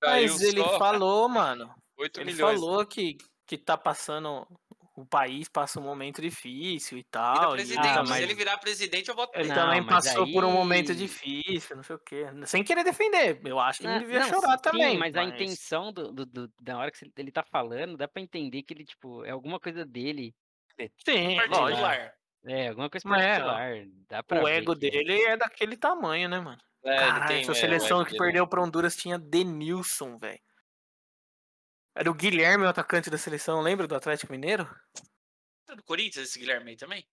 Speaker 3: Caiu
Speaker 1: Mas ele
Speaker 3: só
Speaker 1: falou, mano.
Speaker 3: 8
Speaker 1: Ele
Speaker 3: milhões.
Speaker 1: falou que, que tá passando. O país passa um momento difícil e
Speaker 2: Vira
Speaker 1: tal. e ele
Speaker 2: presidente.
Speaker 4: Ah,
Speaker 2: Se
Speaker 1: também-
Speaker 2: ele virar presidente, eu voto
Speaker 1: Ele
Speaker 2: nele.
Speaker 4: Não,
Speaker 1: também
Speaker 4: mas
Speaker 1: passou por um momento
Speaker 4: aí-
Speaker 1: difícil, não sei o quê. Sem querer defender. Eu acho que não,
Speaker 4: Ah,
Speaker 1: devia
Speaker 4: não,
Speaker 1: chorar
Speaker 4: sim,
Speaker 1: também.
Speaker 4: Mas a intenção do, do- do- da hora que ele tá falando, dá pra entender que ele, tipo, é alguma coisa dele.
Speaker 1: Sim, lógico.
Speaker 2: particular.
Speaker 4: É, alguma coisa
Speaker 1: Mas é, ó,
Speaker 4: particular. dá pra
Speaker 1: O
Speaker 4: ver
Speaker 1: ego
Speaker 4: que é.
Speaker 1: dele é daquele tamanho, né, mano?
Speaker 3: É, ele
Speaker 1: Caralho,
Speaker 3: tem,
Speaker 4: um
Speaker 1: essa
Speaker 3: é,
Speaker 1: seleção
Speaker 3: vai
Speaker 1: que
Speaker 3: ter, né?
Speaker 1: perdeu pra Honduras tinha Denilson, velho. Era o Guilherme, o atacante da seleção, lembra do Atlético Mineiro?
Speaker 2: Tá Do Corinthians, esse Guilherme aí também?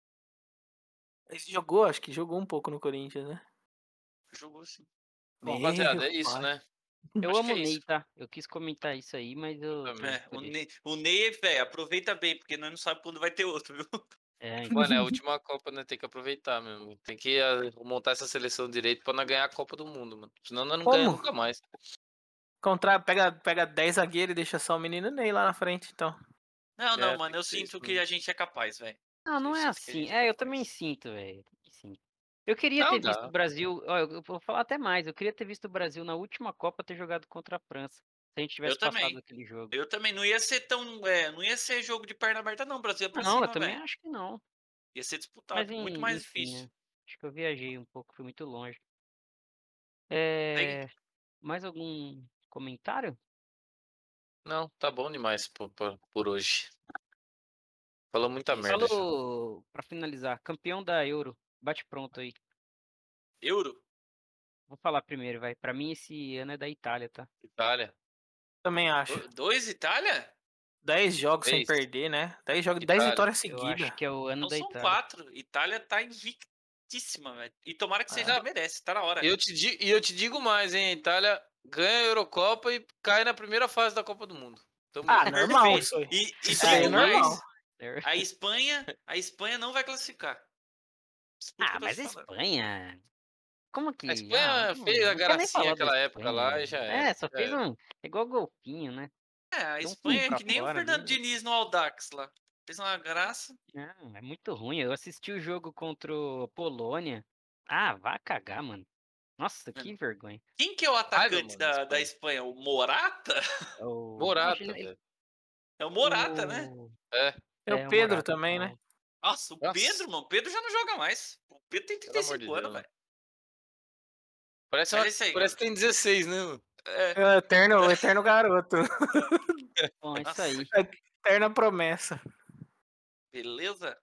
Speaker 1: Ele jogou, acho que jogou um pouco no Corinthians, né?
Speaker 2: Jogou assim. sim.
Speaker 3: Bom,
Speaker 1: Meu
Speaker 3: rapaziada, é isso,
Speaker 1: pai.
Speaker 3: né?
Speaker 4: Eu
Speaker 2: Acho
Speaker 4: amo
Speaker 2: que
Speaker 4: o
Speaker 2: é
Speaker 4: Ney,
Speaker 2: isso.
Speaker 4: tá? Eu quis comentar isso aí, mas eu.
Speaker 3: também.
Speaker 2: É, o, Ney, o Ney, velho, aproveita bem, porque nós não sabemos quando vai ter outro, viu?
Speaker 4: É, então,
Speaker 3: Mano, é a última Copa, né? Tem que aproveitar mesmo. Tem que ah, montar essa seleção direito pra não ganhar a Copa do Mundo, mano. Senão nós não ganhamos
Speaker 1: Como?
Speaker 3: nunca mais.
Speaker 1: Contra, pega, pega 10 zagueiros e deixa só o menino Ney lá na frente, então.
Speaker 2: Não,
Speaker 3: É,
Speaker 2: não,
Speaker 3: tem
Speaker 2: mano, eu
Speaker 3: que ser isso
Speaker 2: sinto que
Speaker 3: mesmo.
Speaker 2: a gente é capaz, velho.
Speaker 4: Não, não
Speaker 2: Eu
Speaker 4: é
Speaker 2: sinto que a
Speaker 4: assim.
Speaker 2: gente
Speaker 4: É, eu
Speaker 2: faz
Speaker 4: também
Speaker 2: isso.
Speaker 4: sinto, velho. também sinto. Eu queria
Speaker 3: Não
Speaker 4: ter
Speaker 3: dá.
Speaker 4: visto o Brasil. Ó, eu eu vou falar até mais. Eu queria ter visto o Brasil na última Copa ter jogado contra a França. Se a gente tivesse
Speaker 2: também.
Speaker 4: passado aquele jogo.
Speaker 2: Eu também não ia ser tão. é, não ia ser jogo de perna aberta, não. O Brasil ia pra
Speaker 4: Não, eu
Speaker 2: cima,
Speaker 4: também
Speaker 2: velho.
Speaker 4: acho que não.
Speaker 2: Ia ser disputado,
Speaker 4: Mas
Speaker 2: muito
Speaker 4: en-
Speaker 2: mais
Speaker 4: enfim,
Speaker 2: difícil.
Speaker 4: né, Acho que eu viajei um pouco, fui muito longe. É, Mais algum comentário?
Speaker 3: Não, tá bom demais por, por, por hoje. Falou muita
Speaker 2: Isso.
Speaker 3: merda. já.
Speaker 4: Falou, pra finalizar, campeão da Euro. Bate pronto aí.
Speaker 2: Euro?
Speaker 4: Vou falar primeiro, vai. Pra mim, esse ano é da Itália, tá?
Speaker 3: Itália.
Speaker 1: Também acho.
Speaker 2: Do- Dois Itália?
Speaker 1: 10
Speaker 4: é
Speaker 1: jogos sem
Speaker 3: Três.
Speaker 1: perder, né? 10 jogos,
Speaker 3: Itália.
Speaker 1: 10 vitórias
Speaker 4: Eu
Speaker 1: seguidas.
Speaker 4: acho que é o ano
Speaker 2: Então
Speaker 4: da
Speaker 2: são
Speaker 4: Itália.
Speaker 2: quatro. Itália tá invictíssima, velho. E tomara que seja,
Speaker 1: Ah.
Speaker 2: merece, tá na hora.
Speaker 3: Eu te di- e eu te digo mais, hein? A Itália ganha a Eurocopa e cai na primeira fase da Copa do Mundo. Tamo
Speaker 1: Ah,
Speaker 3: junto.
Speaker 1: normal
Speaker 2: Perfeito.
Speaker 1: isso aí.
Speaker 2: E, e
Speaker 1: Isso
Speaker 2: tem
Speaker 1: aí é
Speaker 2: mais,
Speaker 1: normal.
Speaker 4: É.
Speaker 2: A Espanha, a Espanha não vai classificar. Isso que eu
Speaker 4: Ah,
Speaker 2: tô
Speaker 4: mas a
Speaker 2: te falando.
Speaker 4: Espanha. Como que.
Speaker 3: A Espanha
Speaker 4: ah, não-
Speaker 3: fez a
Speaker 4: não quero nem
Speaker 3: gracinha
Speaker 4: falar da
Speaker 3: aquela época lá e já
Speaker 4: Espanha.
Speaker 3: era,
Speaker 4: É, só
Speaker 3: já
Speaker 4: fez
Speaker 3: era.
Speaker 4: um. É igual golfinho, né?
Speaker 2: É, a
Speaker 4: Então,
Speaker 2: Espanha é
Speaker 4: pra
Speaker 2: que nem o
Speaker 4: fora
Speaker 2: Fernando
Speaker 4: mesmo.
Speaker 2: Diniz no Aldax lá. Fez uma graça.
Speaker 4: Não, é muito ruim. Eu assisti o jogo contra o Polônia. Ah, vá cagar, mano. Nossa, que vergonha.
Speaker 2: Quem que é o atacante
Speaker 3: mano, da
Speaker 2: da, da
Speaker 3: Espanha.
Speaker 2: Espanha? O Morata?
Speaker 4: É O...
Speaker 3: Morata, né?
Speaker 4: Imagina-
Speaker 3: velho.
Speaker 2: É o Morata, né?
Speaker 4: o-
Speaker 3: É,
Speaker 1: É o
Speaker 4: é,
Speaker 1: Pedro
Speaker 4: Morata,
Speaker 1: também,
Speaker 4: não.
Speaker 1: né?
Speaker 2: Nossa, o
Speaker 3: Nossa.
Speaker 2: Pedro, mano. O Pedro já não joga mais. O Pedro tem
Speaker 3: Pelo amor de
Speaker 2: 35 anos,
Speaker 3: Deus,
Speaker 2: velho.
Speaker 3: parece,
Speaker 2: Mas
Speaker 3: uma-
Speaker 2: é isso aí,
Speaker 3: parece que tem 16, né? mano?
Speaker 2: É,
Speaker 1: É o eterno, o eterno garoto.
Speaker 4: Bom, é isso
Speaker 2: Nossa.
Speaker 4: aí.
Speaker 1: Eterna promessa.
Speaker 2: beleza?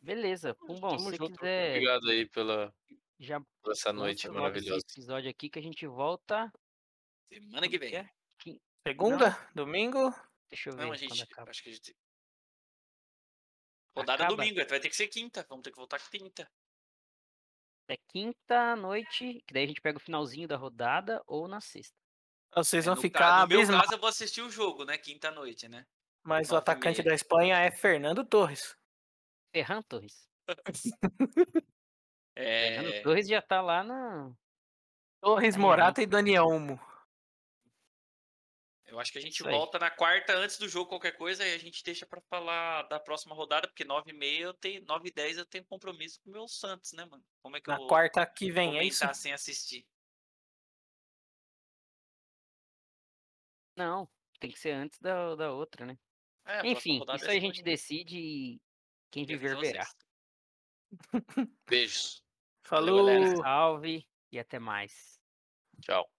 Speaker 4: Beleza. Pumbom,
Speaker 3: Tamo
Speaker 4: se você
Speaker 3: junto.
Speaker 4: quiser
Speaker 3: Obrigado aí pela,
Speaker 4: já
Speaker 3: por essa noite
Speaker 4: lança logo esse
Speaker 3: maravilhosa.
Speaker 4: episódio aqui que a gente volta.
Speaker 2: Semana que
Speaker 4: quando
Speaker 2: vem.
Speaker 4: que é?
Speaker 1: Segunda, domingo.
Speaker 4: Deixa eu ver
Speaker 2: Não, a
Speaker 4: quando
Speaker 2: gente.
Speaker 4: acaba.
Speaker 2: Acho que a gente. Rodada
Speaker 4: Acaba?
Speaker 2: domingo, é, vai ter que ser quinta. Vamos ter que voltar quinta.
Speaker 4: É quinta à noite, que daí a gente pega o finalzinho da rodada ou na sexta.
Speaker 2: É,
Speaker 1: Vocês vão
Speaker 2: no ca-
Speaker 1: ficar
Speaker 2: No meu
Speaker 1: abismados,
Speaker 2: caso, eu vou assistir o jogo, né? Quinta à noite, né?
Speaker 1: mas o
Speaker 2: nove e
Speaker 1: atacante
Speaker 2: meia.
Speaker 1: da Espanha é Fernando Torres.
Speaker 4: Ferran Torres. Ferran
Speaker 2: É.
Speaker 4: Torres já tá lá na.
Speaker 1: Torres,
Speaker 4: Ai,
Speaker 1: Morata e Dani Almo.
Speaker 2: Eu acho que a gente
Speaker 4: Isso aí.
Speaker 2: volta na quarta antes do jogo, qualquer coisa, e a gente deixa pra falar da próxima rodada, porque 9 e meia eu tenho. 9 e 10 eu tenho compromisso com o meu Santos, né, mano? Como é que eu
Speaker 1: Na
Speaker 2: vou
Speaker 1: quarta que vem, é isso?
Speaker 2: comentar sem assistir?
Speaker 4: Não, tem que ser antes da, da outra, né?
Speaker 2: É, a próxima
Speaker 4: Enfim,
Speaker 2: rodada
Speaker 4: isso
Speaker 2: é
Speaker 4: aí a
Speaker 2: só
Speaker 4: gente decide e quem
Speaker 2: Quem
Speaker 4: viver
Speaker 2: vocês.
Speaker 4: verá.
Speaker 3: Beijos.
Speaker 1: Falou!
Speaker 2: galera.
Speaker 4: Salve e até mais.
Speaker 3: Tchau.